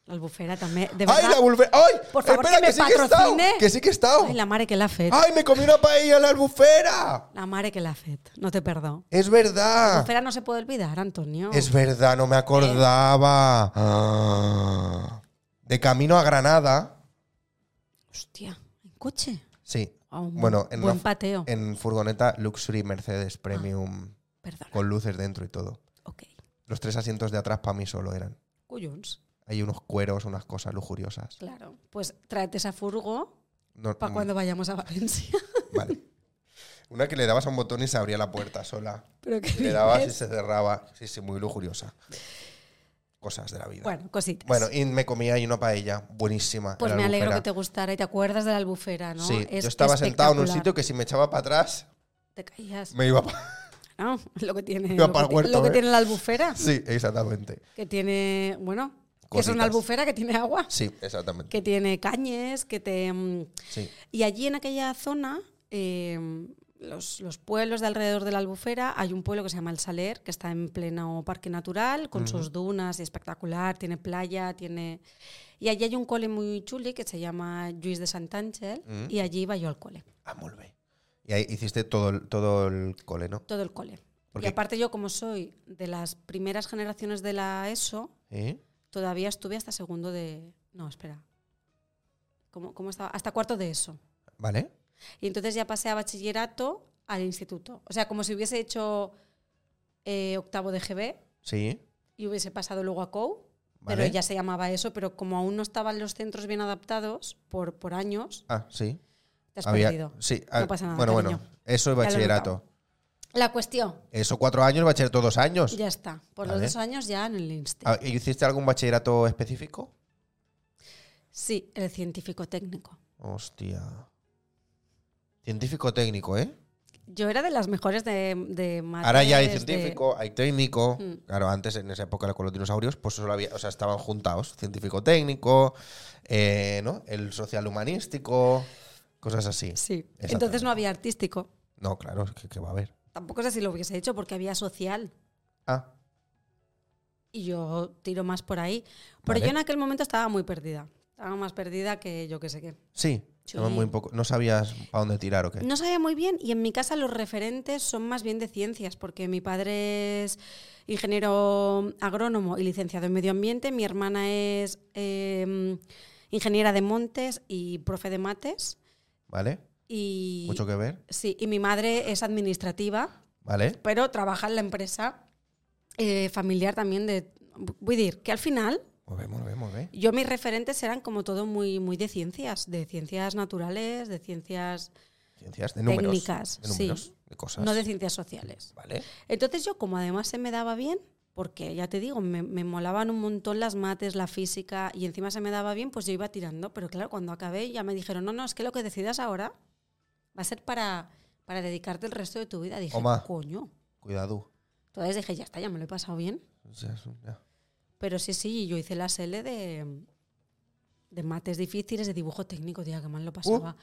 S2: La albufera también. De
S1: ¡Ay,
S2: verdad.
S1: la bulfe- ¡Ay!
S2: Por favor,
S1: Espera,
S2: que me
S1: sí que he estado!
S2: patrocine.
S1: ¡Que sí que he estado!
S2: Ay, la mare que la fet.
S1: ¡Ay, me comí una paella en la albufera!
S2: La mare que la fet. No te perdó.
S1: ¡Es verdad!
S2: Albufera no se puede olvidar, Antonio.
S1: Es verdad, no me acordaba. Ah. De camino a Granada.
S2: Hostia, en coche.
S1: Sí.
S2: Guau, un
S1: Bueno, en,
S2: buen
S1: una-
S2: pateo.
S1: en furgoneta Luxury Mercedes Premium
S2: Perdón.
S1: con luces dentro y todo.
S2: Ok.
S1: Los tres asientos de atrás para mí solo eran.
S2: Cuyuns.
S1: Hay unos cueros, unas cosas lujuriosas.
S2: Claro. Pues tráete esa furgo
S1: No- mm,
S2: para cuando vayamos a Valencia.
S1: Vale. Una que le dabas a un botón y se abría la puerta sola.
S2: Pero que
S1: Le dabas y se cerraba. Sí, sí, muy lujuriosa. Cosas de la vida.
S2: Bueno, cositas.
S1: Bueno, y me comía ahí una paella buenísima.
S2: pues
S1: en
S2: me
S1: la
S2: alegro
S1: albufera.
S2: que te gustara y te acuerdas de la albufera, ¿no?
S1: Sí,
S2: Es
S1: yo estaba sentado en un
S2: espectacular.
S1: sitio que si me echaba para atrás,
S2: Te caías.
S1: me iba para...
S2: No, es lo que tiene,
S1: Iba
S2: lo
S1: pa'l
S2: que, ti-
S1: huerto,
S2: lo que
S1: ¿eh?
S2: tiene la albufera.
S1: Sí, exactamente.
S2: Que tiene, bueno, que es
S1: Cositas.
S2: una albufera que tiene agua,
S1: Sí, exactamente.
S2: que tiene cañes, que te... mm,
S1: Sí.
S2: Y allí en aquella zona, eh, los, los pueblos de alrededor de la albufera, hay un pueblo que se llama El Saler, que está en pleno parque natural, con sus dunas, y espectacular, tiene playa, tiene... Y allí hay un cole muy chuli que se llama Lluís de Sant'Àngel, y allí iba yo al cole,
S1: Ah, molt bé. Y ahí hiciste todo el, todo el cole, ¿no?
S2: todo el cole.
S1: ¿Por
S2: Y
S1: qué?
S2: aparte yo, como soy de las primeras generaciones de la ESO,
S1: ¿Eh?
S2: todavía estuve hasta segundo de... No, espera. ¿Cómo, cómo estaba? Hasta cuarto de ESO.
S1: ¿Vale?
S2: Y entonces ya pasé a bachillerato al instituto. O sea, como si hubiese hecho eh, octavo de GB
S1: Sí.
S2: y hubiese pasado luego a COU,
S1: Vale.
S2: pero ya se llamaba eso, pero como aún no estaban los centros bien adaptados por, por años,
S1: Ah, sí.
S2: te has
S1: Había-
S2: perdido.
S1: Sí. ah,
S2: No pasa nada,
S1: Bueno,
S2: cariño.
S1: bueno. Eso es
S2: lo he
S1: bachillerato.
S2: La cuestión,
S1: Eso cuatro años, bachillerato dos años.
S2: ya está. Por
S1: Vale.
S2: los dos años ya en el INSTE.
S1: Ah, ¿y ¿Hiciste algún bachillerato específico?
S2: Sí, el científico técnico.
S1: Hostia. Científico técnico, ¿eh?
S2: Yo era de las mejores de, de mates,
S1: Ahora ya hay
S2: de-
S1: científico, hay técnico.
S2: Mm.
S1: Claro, antes en esa época con los dinosaurios, pues solo había, o sea, estaban juntados. Científico técnico, eh, ¿no? El social humanístico, cosas así.
S2: Sí.
S1: Exactamente.
S2: Entonces no había artístico.
S1: No, claro, es que, que va a haber.
S2: Tampoco sé si lo hubiese hecho porque había social.
S1: Ah,
S2: y yo tiro más por ahí. Pero
S1: Vale.
S2: yo en aquel momento estaba muy perdida. Estaba más perdida que yo que sé qué.
S1: sí.
S2: Sí. Mm.
S1: No, muy poco, no sabías para dónde tirar o qué.
S2: No sabía muy bien y en mi casa los referentes son más bien de ciencias, porque mi padre es ingeniero agrónomo y licenciado en medio ambiente, mi hermana es eh, ingeniera de montes y profe de mates.
S1: ¿Vale?
S2: Y,
S1: Mucho que ver.
S2: Sí, y mi madre es administrativa,
S1: ¿Vale?
S2: pero trabaja en la empresa eh, familiar también de... Voy a decir, que al final
S1: Muy bien, muy bien, muy bien.
S2: yo mis referentes eran como todo muy, muy de ciencias, de ciencias naturales, de ciencias,
S1: Ciencias de números.
S2: Técnicas,
S1: de números,
S2: sí.
S1: de cosas.
S2: no de ciencias sociales.
S1: Vale.
S2: Entonces yo como además se me daba bien, porque ya te digo, me, me molaban un montón las mates, la física, y encima se me daba bien, pues yo iba tirando. Pero claro, cuando acabé ya me dijeron, no, no, es que lo que decidas ahora va a ser para, para dedicarte el resto de tu vida. Dije,
S1: Oma.
S2: coño.
S1: Cuidado.
S2: Entonces dije, ya está, ya me lo he pasado bien.
S1: Ya, ya.
S2: Pero sí, sí, yo hice la SL de, de mates difíciles, de dibujo técnico, tía, que mal lo pasaba.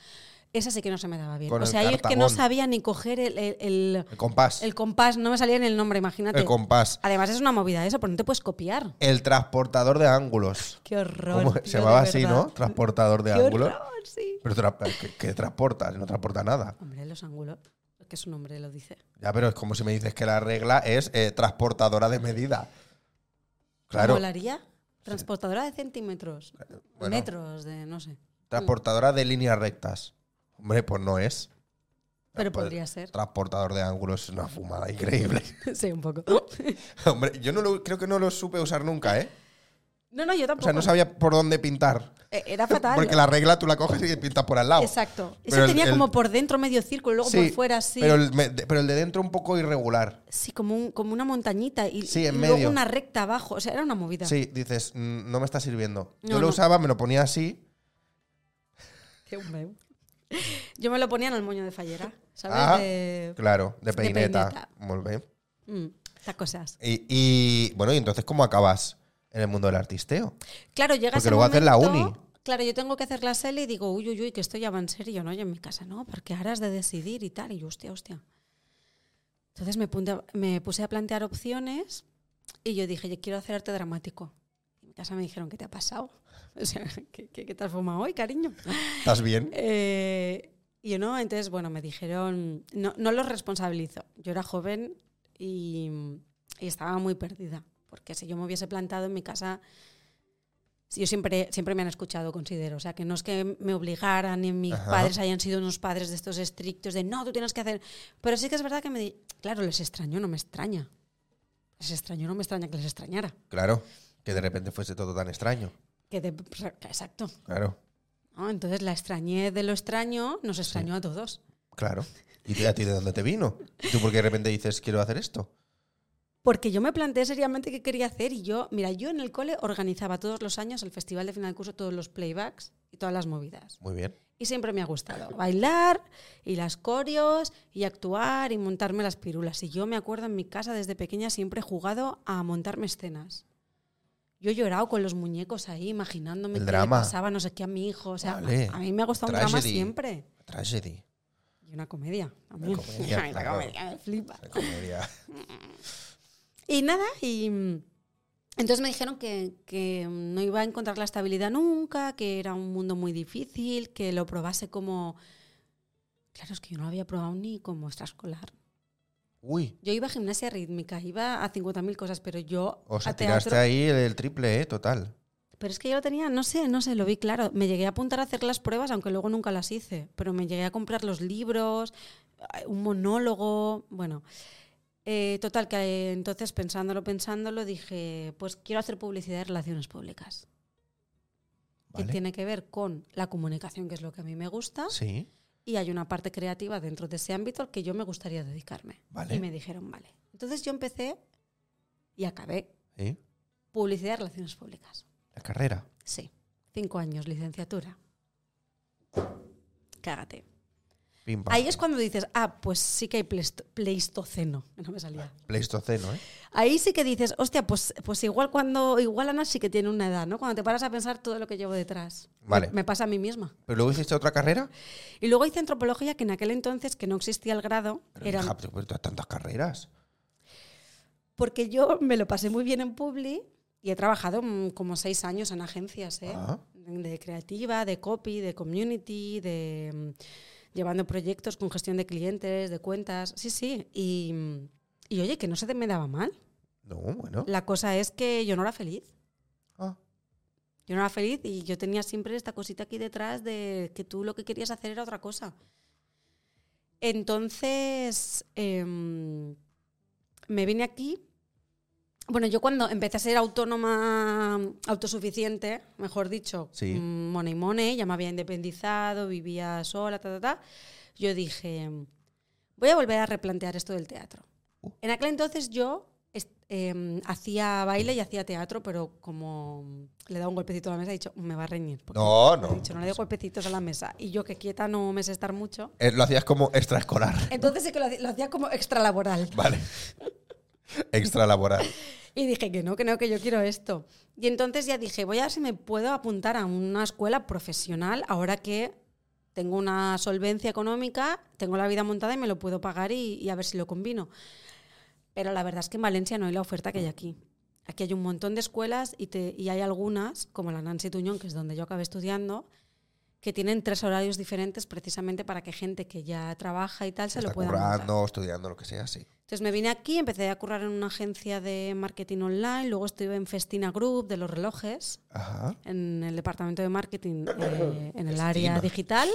S2: Esa sí que no se me daba bien.
S1: Uh. Con
S2: o
S1: el
S2: sea, yo es que no
S1: cartabón.
S2: sabía ni coger el, el- el-
S1: El compás.
S2: el compás, no me salía ni el nombre, imagínate.
S1: el compás.
S2: Además es una movida eso, porque no te puedes copiar.
S1: El transportador de ángulos.
S2: Qué horror.
S1: ¿Cómo?
S2: tío,
S1: se
S2: de
S1: llamaba así,
S2: verdad.
S1: ¿no? Transportador de
S2: Qué
S1: ángulos.
S2: horror, sí.
S1: Pero tra- ¿qué, qué transporta? No transporta nada.
S2: Hombre, los ángulos, es que su nombre lo dice.
S1: Ya, pero es como si me dices que la regla es eh, transportadora de medida. Claro. Eh,
S2: Volaría transportadora de centímetros,
S1: Bueno.
S2: metros, de no sé.
S1: Transportadora de líneas rectas. Hombre, pues no es.
S2: Pero
S1: Pues,
S2: podría ser.
S1: Transportador de ángulos es una fumada increíble.
S2: sí, un poco.
S1: Hombre, yo no lo- creo que no lo supe usar nunca, ¿eh?
S2: No, no, yo
S1: O
S2: tampoco.
S1: sea, no sabía por dónde pintar.
S2: Eh, Era fatal.
S1: Porque la regla tú la coges y pintas por al lado.
S2: Exacto. Eso
S1: Pero el-
S2: tenía
S1: el-
S2: como por dentro medio círculo, luego
S1: Sí,
S2: por fuera así.
S1: Pero el, me- de- pero el de dentro un poco irregular.
S2: Sí, como, un- como una montañita y,
S1: Sí, en
S2: y luego
S1: medio.
S2: una recta abajo. O sea, era una movida.
S1: Sí, dices, "Mm, no me está sirviendo. Yo
S2: No,
S1: lo
S2: no.
S1: usaba, me lo ponía así.
S2: Qué humeu. Yo me lo ponía en el moño de fallera, ¿sabes?
S1: Ah,
S2: De-
S1: claro, de
S2: de
S1: peineta.
S2: peineta.
S1: Muy bien.
S2: Mm, estas cosas.
S1: Y, y, bueno, ¿y entonces cómo acabas en el mundo del artisteo?
S2: Claro, llega
S1: Porque
S2: ese
S1: luego haces la
S2: momento-
S1: uni.
S2: Claro, yo tengo que hacer la SEL y digo, uy, uy, uy, que esto ya va en serio, ¿no? Y en mi casa, no, porque ahora has de decidir y tal. Y yo, hostia, hostia. Entonces me, punte a- me puse a plantear opciones y yo dije, yo quiero hacer arte dramático. Y en mi casa me dijeron, ¿qué te ha pasado? O sea, ¿qué, qué, qué te has fumado hoy, cariño?
S1: ¿Estás bien?
S2: Eh, y yo no, entonces, bueno, me dijeron, no, no los responsabilizo. Yo era joven y, y estaba muy perdida, porque si yo me hubiese plantado en mi casa, si yo siempre, siempre me han escuchado, considero, o sea, que no es que me obligaran ni mis
S1: Ajá.
S2: padres hayan sido unos padres de estos estrictos, de no, tú tienes que hacer, pero sí que es verdad que me, di- claro, les extrañó, no me extraña. Les extrañó, no me extraña que les extrañara.
S1: Claro, que de repente fuese todo tan extraño.
S2: Que de- exacto.
S1: Claro,
S2: ¿no? Entonces la extrañez de lo extraño nos extrañó a todos.
S1: claro. ¿Y tú- a ti de dónde te vino? ¿Y tú por qué de repente dices, quiero hacer esto?
S2: Porque yo me planteé seriamente qué quería hacer y yo, mira, yo en el cole organizaba todos los años el festival de final de curso, todos los playbacks y todas las movidas.
S1: Muy bien.
S2: Y siempre me ha gustado bailar y las coreos y actuar y montarme las pirulas. Y yo me acuerdo en mi casa desde pequeña siempre he jugado a montarme escenas. Yo he llorado con los muñecos ahí,
S1: El
S2: imaginándome qué le
S1: drama.
S2: pasaba no sé qué a mi hijo. O sea,
S1: Vale.
S2: a, a mí me ha gustado un drama
S1: Tragedy.
S2: siempre.
S1: Tragedy.
S2: Y una comedia. también.
S1: comedia,
S2: Ay, la
S1: claro.
S2: comedia me flipa.
S1: La comedia.
S2: Y nada, y mm, entonces me dijeron que, que mm, no iba a encontrar la estabilidad nunca, que era un mundo muy difícil, que lo probase como... Claro, es que yo no lo había probado ni como extraescolar.
S1: Uy,
S2: Yo iba a gimnasia rítmica, iba a 50.000 cosas, pero yo
S1: o sea,
S2: a
S1: tiraste
S2: teatro-
S1: ahí el triple, ¿eh? Total.
S2: Pero es que yo lo tenía, no sé, no sé, lo vi claro. Me llegué a apuntar a hacer las pruebas, aunque luego nunca las hice. Pero me llegué a comprar los libros, eh, un monólogo, bueno. Eh, total, que eh, entonces pensándolo, pensándolo, dije, pues quiero hacer publicidad y relaciones públicas. Que
S1: Vale.
S2: tiene que ver con la comunicación, que es lo que a mí me gusta.
S1: Sí,
S2: Y hay una parte creativa dentro de ese ámbito al que yo me gustaría dedicarme. Y me
S1: vale.
S2: dijeron, vale. Entonces yo empecé y acabé.
S1: Sí,
S2: Publicidad y relaciones públicas.
S1: La carrera.
S2: Sí, cinco años, licenciatura. Cágate.
S1: Pim, pam,
S2: Ahí es
S1: pum.
S2: cuando dices, ah, pues sí que hay pleisto- pleistoceno. No me salía.
S1: Pleistoceno, ¿eh?
S2: Ahí sí que dices, hostia, pues, pues igual cuando. Igual Ana sí que tiene una edad, ¿no? Cuando te paras a pensar todo lo que llevo detrás.
S1: Vale.
S2: Me, me pasa a mí misma.
S1: ¿Pero luego hiciste otra carrera?
S2: Y luego hice antropología, que en aquel entonces, que no existía el grado,
S1: Pero,
S2: era.
S1: hija, pero tú has tantas carreras.
S2: Porque yo me lo pasé muy bien en Publi y he trabajado mm, como seis años en agencias, ¿eh?
S1: Ah.
S2: De creativa, de copy, de community, de mm, llevando proyectos con gestión de clientes, de cuentas. Sí, sí. Y, mm, y oye, que no se te me daba mal.
S1: No, bueno.
S2: La cosa es que yo no era feliz.
S1: Ah,
S2: Yo no era feliz y yo tenía siempre esta cosita aquí detrás de que tú lo que querías hacer era otra cosa. Entonces, em, me vine aquí Bueno, yo cuando empecé a ser autónoma, autosuficiente, mejor dicho,
S1: Sí.
S2: mm, money money, ya me había independizado, vivía sola, ta, ta, ta, yo dije, voy a volver a replantear esto del teatro.
S1: Uh.
S2: En aquel entonces yo est- em, hacía baile y hacía teatro, pero como le he dado un golpecito a la mesa, he dicho, me va a reñir. porque
S1: No,
S2: he
S1: no.
S2: dicho, no le doy golpecitos a la mesa. Y yo que quieta no me sé estar mucho.
S1: Eh, Lo hacías como extraescolar.
S2: Entonces sí que lo hacía, lo hacía como extralaboral.
S1: Vale. Extralaboral.
S2: Y dije que no, que no, que yo quiero esto. Y entonces ya dije, voy a ver si me puedo apuntar a una escuela profesional ahora que tengo una solvencia económica, tengo la vida montada y me lo puedo pagar y, y a ver si lo combino. Pero la verdad es que en Valencia no hay la oferta que hay aquí. Aquí hay un montón de escuelas y, te- y hay algunas, como la Nancy Tuñón, que es donde yo acabé estudiando, que tienen tres horarios diferentes precisamente para que gente que ya trabaja y tal se,
S1: Se
S2: lo
S1: está
S2: pueda montar.
S1: currando, estudiando, lo que sea, sí.
S2: Entonces me vine aquí, empecé a currar en una agencia de marketing online, luego estuve en Festina Group de los relojes,
S1: Ajá.
S2: en el departamento de marketing, eh, en el
S1: Festina.
S2: área digital.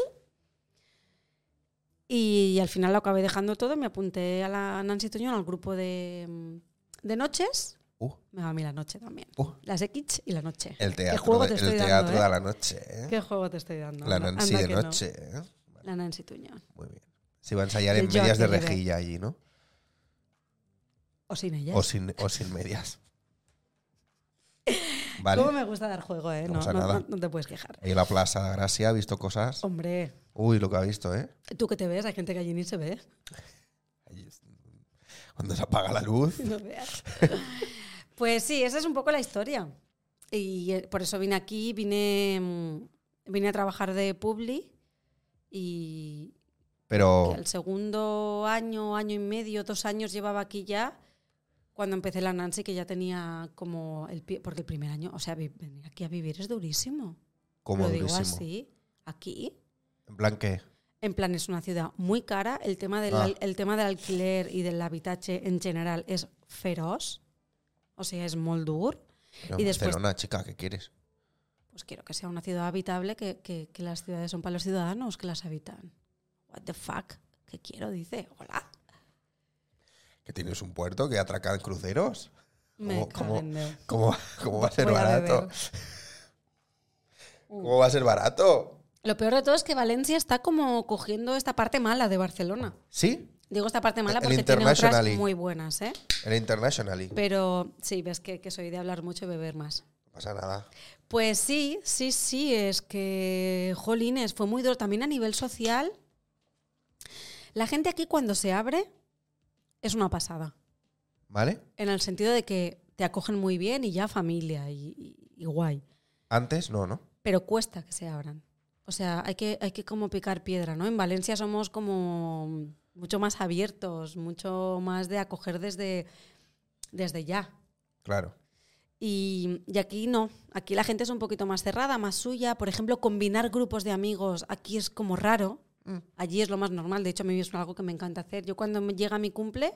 S2: Y, al final lo acabé dejando todo, me apunté a la Nancy Tuñón, al grupo de, mm, de noches.
S1: Uh,
S2: Me va a mí la noche también.
S1: uh.
S2: Las X y la noche.
S1: El
S2: ¿Qué
S1: teatro,
S2: juego
S1: de,
S2: te
S1: el
S2: estoy dando,
S1: teatro
S2: eh?
S1: de la noche, ¿eh?
S2: ¿Qué juego te estoy dando?
S1: La
S2: Anda-
S1: Nancy
S2: anda
S1: de
S2: que no.
S1: noche, ¿eh?
S2: La Nancy Tuñón.
S1: Muy bien. Se iba a ensayar
S2: Y
S1: en
S2: yo
S1: medias de
S2: te llevé.
S1: rejilla allí, ¿no?
S2: O sin ella.
S1: O sin, o sin medias. Vale.
S2: ¿Cómo me gusta dar juego, eh?
S1: No
S2: No,
S1: pasa
S2: no-
S1: nada.
S2: no- no te puedes quejar.
S1: Ahí en la plaza de Gracia ha visto cosas.
S2: Hombre,
S1: Uy, lo que ha visto, ¿eh?
S2: ¿Tú que te ves? Hay gente que allí ni se ve.
S1: Ahí es- Cuando se apaga la luz.
S2: No veas. Pues sí, esa es un poco la historia. Y eh, por eso vine aquí, vine, mm, vine a trabajar de Publi y
S1: Pero
S2: que el segundo año, año y medio, dos años llevaba aquí ya cuando empecé la Nancy, que ya tenía como el pie, porque el primer año, o sea, vi- venir aquí a vivir es durísimo.
S1: como
S2: Lo digo
S1: durísimo.
S2: así, aquí.
S1: En plan, ¿qué?
S2: En plan, es una ciudad muy cara. El tema del,
S1: Ah.
S2: al- el tema del alquiler y del habitache en general es feroz. O sea, es molt dur.
S1: Pero
S2: Y
S1: en
S2: después-
S1: Barcelona, chica, ¿qué quieres?
S2: Pues quiero que sea una ciudad habitable, que, que- que las ciudades son para los ciudadanos que las habitan. What the fuck? ¿Qué quiero? Dice, hola.
S1: ¿Que tienes un puerto que atracan cruceros?
S2: Me
S1: ¿Cómo- cómo-
S2: cago en Déu.
S1: ¿Cómo, cómo va a ser
S2: Voy a
S1: barato?
S2: beber. Uh.
S1: ¿Cómo va a ser barato?
S2: Lo peor de todo es que Valencia está como cogiendo esta parte mala de Barcelona.
S1: ¿Sí?
S2: Digo esta parte mala
S1: El
S2: porque tiene otras
S1: Internationally.
S2: muy buenas, ¿eh?
S1: El International. No
S2: Pero sí, ves que- que soy de hablar mucho y beber más.
S1: pasa nada.
S2: Pues sí, sí, sí, es que, jolines, fue muy duro. También a nivel social, la gente aquí cuando se abre es una pasada,
S1: ¿Vale?
S2: en el sentido de que te acogen muy bien y ya familia y, y- y guay,
S1: Antes no, ¿no?
S2: pero cuesta que se abran. O sea, hay que, hay que como picar piedra, ¿no? En Valencia somos como mucho más abiertos, mucho más de acoger desde, desde ya.
S1: Claro.
S2: Y, y aquí no, aquí la gente es un poquito más cerrada, más suya. Por ejemplo, combinar grupos de amigos aquí es como raro.
S1: Mm.
S2: Allí es lo más normal, de hecho a mí es algo que me encanta hacer. Yo cuando me llega mi cumple,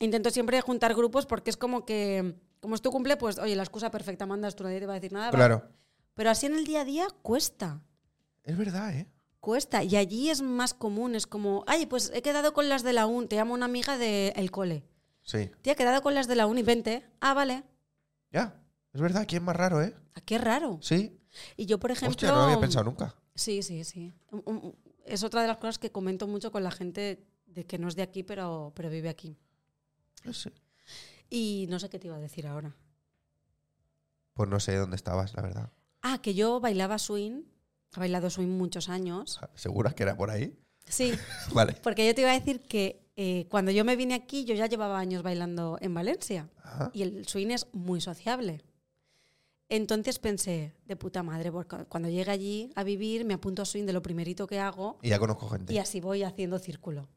S2: intento siempre juntar grupos porque es como que, como es tu cumple, pues oye, la excusa perfecta, mandas tú, nadie te va a decir nada. va.
S1: Claro.
S2: Pero así en el día a día cuesta,
S1: Es verdad, ¿eh?
S2: cuesta. Y allí es más común, es como, ay, pues he quedado con las de la UN, te llamo una amiga del cole.
S1: Sí.
S2: Tía, he quedado con las de la UN y vente. Ah, vale,
S1: Ya. Es verdad, aquí es más raro, ¿eh?
S2: aquí es raro.
S1: Sí.
S2: Y yo, por ejemplo...
S1: Hostia, no lo había pensado nunca.
S2: Sí, sí, sí. Un- un- Es otra de las cosas que comento mucho con la gente de que no es de aquí, pero, pero vive aquí.
S1: No sé.
S2: Y no sé qué te iba a decir ahora.
S1: Pues no sé dónde estabas, la verdad.
S2: Ah, que yo bailaba swing. He bailado swing muchos años.
S1: ¿Segura que era por ahí?
S2: Sí,
S1: Vale.
S2: porque yo te iba a decir que eh, cuando yo me vine aquí, yo ya llevaba años bailando en Valencia.
S1: Ajá.
S2: Y el swing es muy sociable. Entonces pensé, de puta madre, porque cuando llegue allí a vivir, me apunto a swing de lo primerito que hago
S1: Y ya conozco gente.
S2: Y así voy haciendo círculo.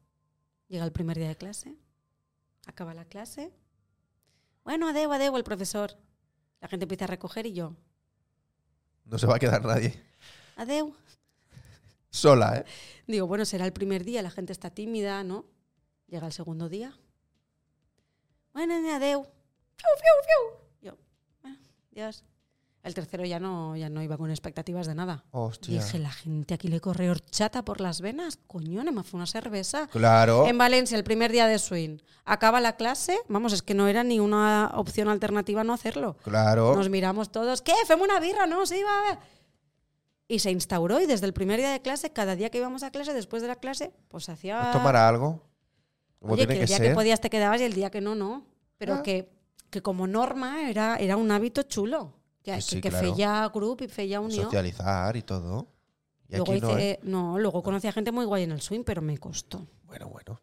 S2: Llega el primer día de clase, acaba la clase. Bueno, adeu, adeu, el profesor. La gente empieza a recoger y yo,
S1: No se va a quedar nadie.
S2: adeu.
S1: Sola, ¿eh?
S2: Digo, bueno, será el primer día, la gente está tímida, ¿no? Llega el segundo día. Bueno, adeu. Fiu, fiu, fiu. Yo, "Ah, Dios. El tercero ya no, ya no iba con expectativas de nada.
S1: Hostia.
S2: Dije, la gente aquí le corre horchata por las venas. Coño, me fue una cerveza.
S1: Claro.
S2: En Valencia, el primer día de swing. Acaba la clase. Vamos, es que no era ni una opción alternativa no hacerlo.
S1: Claro. pues
S2: Nos miramos todos. ¿Qué? ¿Femos una birra? No, sí, va, va. Y se instauró y desde el primer día de clase, cada día que íbamos a clase, después de la clase, pues hacía...
S1: Tomar algo. Como
S2: Oye,
S1: tiene
S2: que
S1: que
S2: el día
S1: ser.
S2: que podías te quedabas y el día que no, no. Pero
S1: Ah.
S2: que, que como norma era, era un hábito chulo. Que,
S1: Sí, sí,
S2: que
S1: claro.
S2: feía grup y feía unión.
S1: Socializar y todo. Y
S2: Luego
S1: aquí no,
S2: hice-
S1: ¿eh?
S2: no, luego conocí a gente muy guay en el swing, pero me costó.
S1: Bueno, bueno.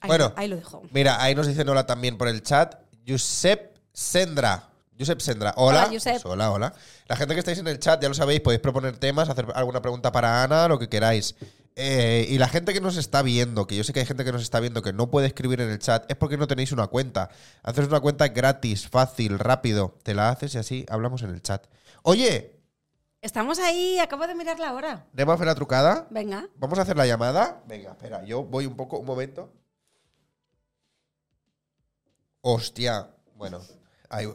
S2: Ahí,
S1: Bueno.
S2: ahí lo dejo.
S1: Mira, ahí nos dicen hola también por el chat. Josep Sendra. Josep Sendra. Hola.
S2: Hola, Josep.
S1: Pues hola, hola. La gente que estáis en el chat, ya lo sabéis, podéis proponer temas, hacer alguna pregunta para Ana, lo que queráis. Eh, y la gente que nos está viendo, que yo sé que hay gente que nos está viendo que no puede escribir en el chat, es porque no tenéis una cuenta. Haces una cuenta gratis, fácil, rápido. Te la haces y así hablamos en el chat. Oye,
S2: Estamos ahí, acabo de mirar la hora.
S1: Nema la Trucada,
S2: Venga.
S1: vamos a hacer la llamada. Venga, espera, yo voy un poco, un momento. Hostia, bueno, ahí,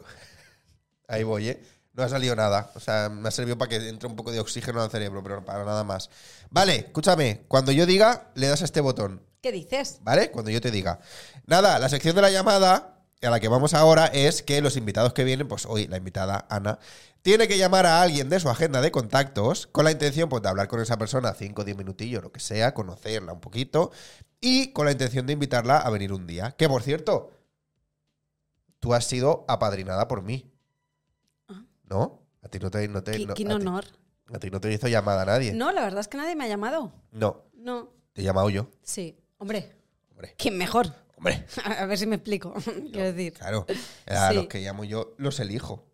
S1: ahí voy, ¿eh? No ha salido nada. O sea, me ha servido para que entre un poco de oxígeno al cerebro, pero para nada más. Vale, escúchame, cuando yo diga, le das a este botón.
S2: ¿Qué dices?
S1: ¿vale? Cuando yo te diga. Nada, la sección de la llamada a la que vamos ahora es que los invitados que vienen, pues hoy la invitada Ana, tiene que llamar a alguien de su agenda de contactos con la intención pues, de hablar con esa persona 5 o 10 minutillos, lo que sea, conocerla un poquito y con la intención de invitarla a venir un día. Que por cierto, tú has sido apadrinada por mí.
S2: Ah.
S1: ¿No? A ti no te, no te-
S2: Qué,
S1: Eh, no-
S2: qué
S1: a ti-
S2: honor.
S1: a ti no te hizo llamada nadie.
S2: No, la verdad es que nadie me ha llamado.
S1: No,
S2: No.
S1: te he llamado yo.
S2: Sí. Hombre,
S1: Hombre,
S2: ¿quién mejor?
S1: hombre.
S2: A ver si me explico. Quiero decir,
S1: Claro, a
S2: Sí.
S1: los que llamo yo los elijo.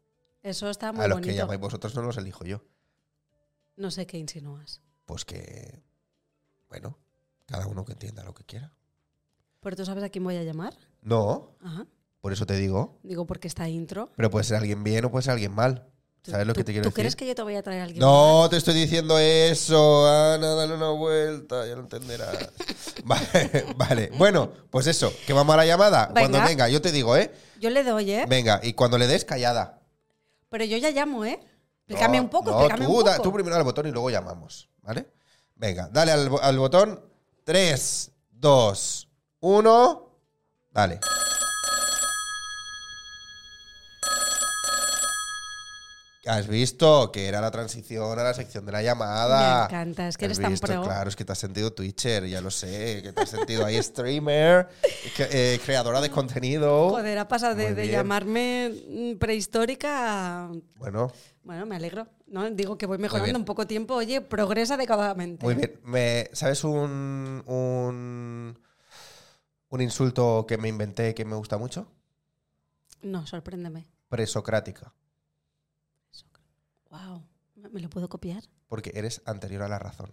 S2: eso está muy
S1: a los que
S2: bonito.
S1: llamáis vosotros no los elijo yo.
S2: No sé qué insinúas.
S1: Pues que, bueno, cada uno que entienda lo que quiera.
S2: ¿Pero tú sabes a quién voy a llamar?
S1: No,
S2: Ajá.
S1: por eso te digo.
S2: Digo, porque está intro.
S1: Pero puede ser alguien bien o puede ser alguien mal.
S2: ¿Tú-
S1: ¿Sabes lo
S2: tú-
S1: que te quiero
S2: ¿Tú
S1: decir?
S2: crees que yo te voy a traer a alguien?
S1: No, te estoy diciendo eso. Ana, dale una vuelta, ya lo entenderás. vale, vale. Bueno, pues eso, que vamos a la llamada. Cuando
S2: Venga.
S1: venga, yo te digo, ¿eh?
S2: Yo le doy, ¿eh?
S1: Venga, y cuando le des, callada.
S2: Pero yo ya llamo, ¿eh? Explícame
S1: No,
S2: un poco,
S1: no,
S2: explícame
S1: tú,
S2: un
S1: da-
S2: poco.
S1: tú primero al botón y luego llamamos, ¿vale? Venga, dale al, bo- al botón. 3, 2, 1. Dale. Has visto que era la transición a la sección de la llamada.
S2: Me encanta, es que
S1: Has
S2: eres tan
S1: visto,
S2: pro.
S1: Claro, es que te has sentido Twitcher, ya lo sé, que te has sentido ahí streamer, que- eh, creadora de contenido.
S2: Joder, ha pasado de,
S1: Muy
S2: de
S1: bien.
S2: llamarme mm, prehistórica a...
S1: Bueno,
S2: Bueno, me alegro. ¿no? Digo que voy mejorando
S1: bien.
S2: un poco tiempo. Oye, progresa decadamente.
S1: Muy bien. Me, ¿Sabes un, un, un insulto que me inventé que me gusta mucho?
S2: No, sorpréndeme.
S1: Presocrática.
S2: Wow. ¿Me lo puedo copiar?
S1: Porque eres anterior a la razón.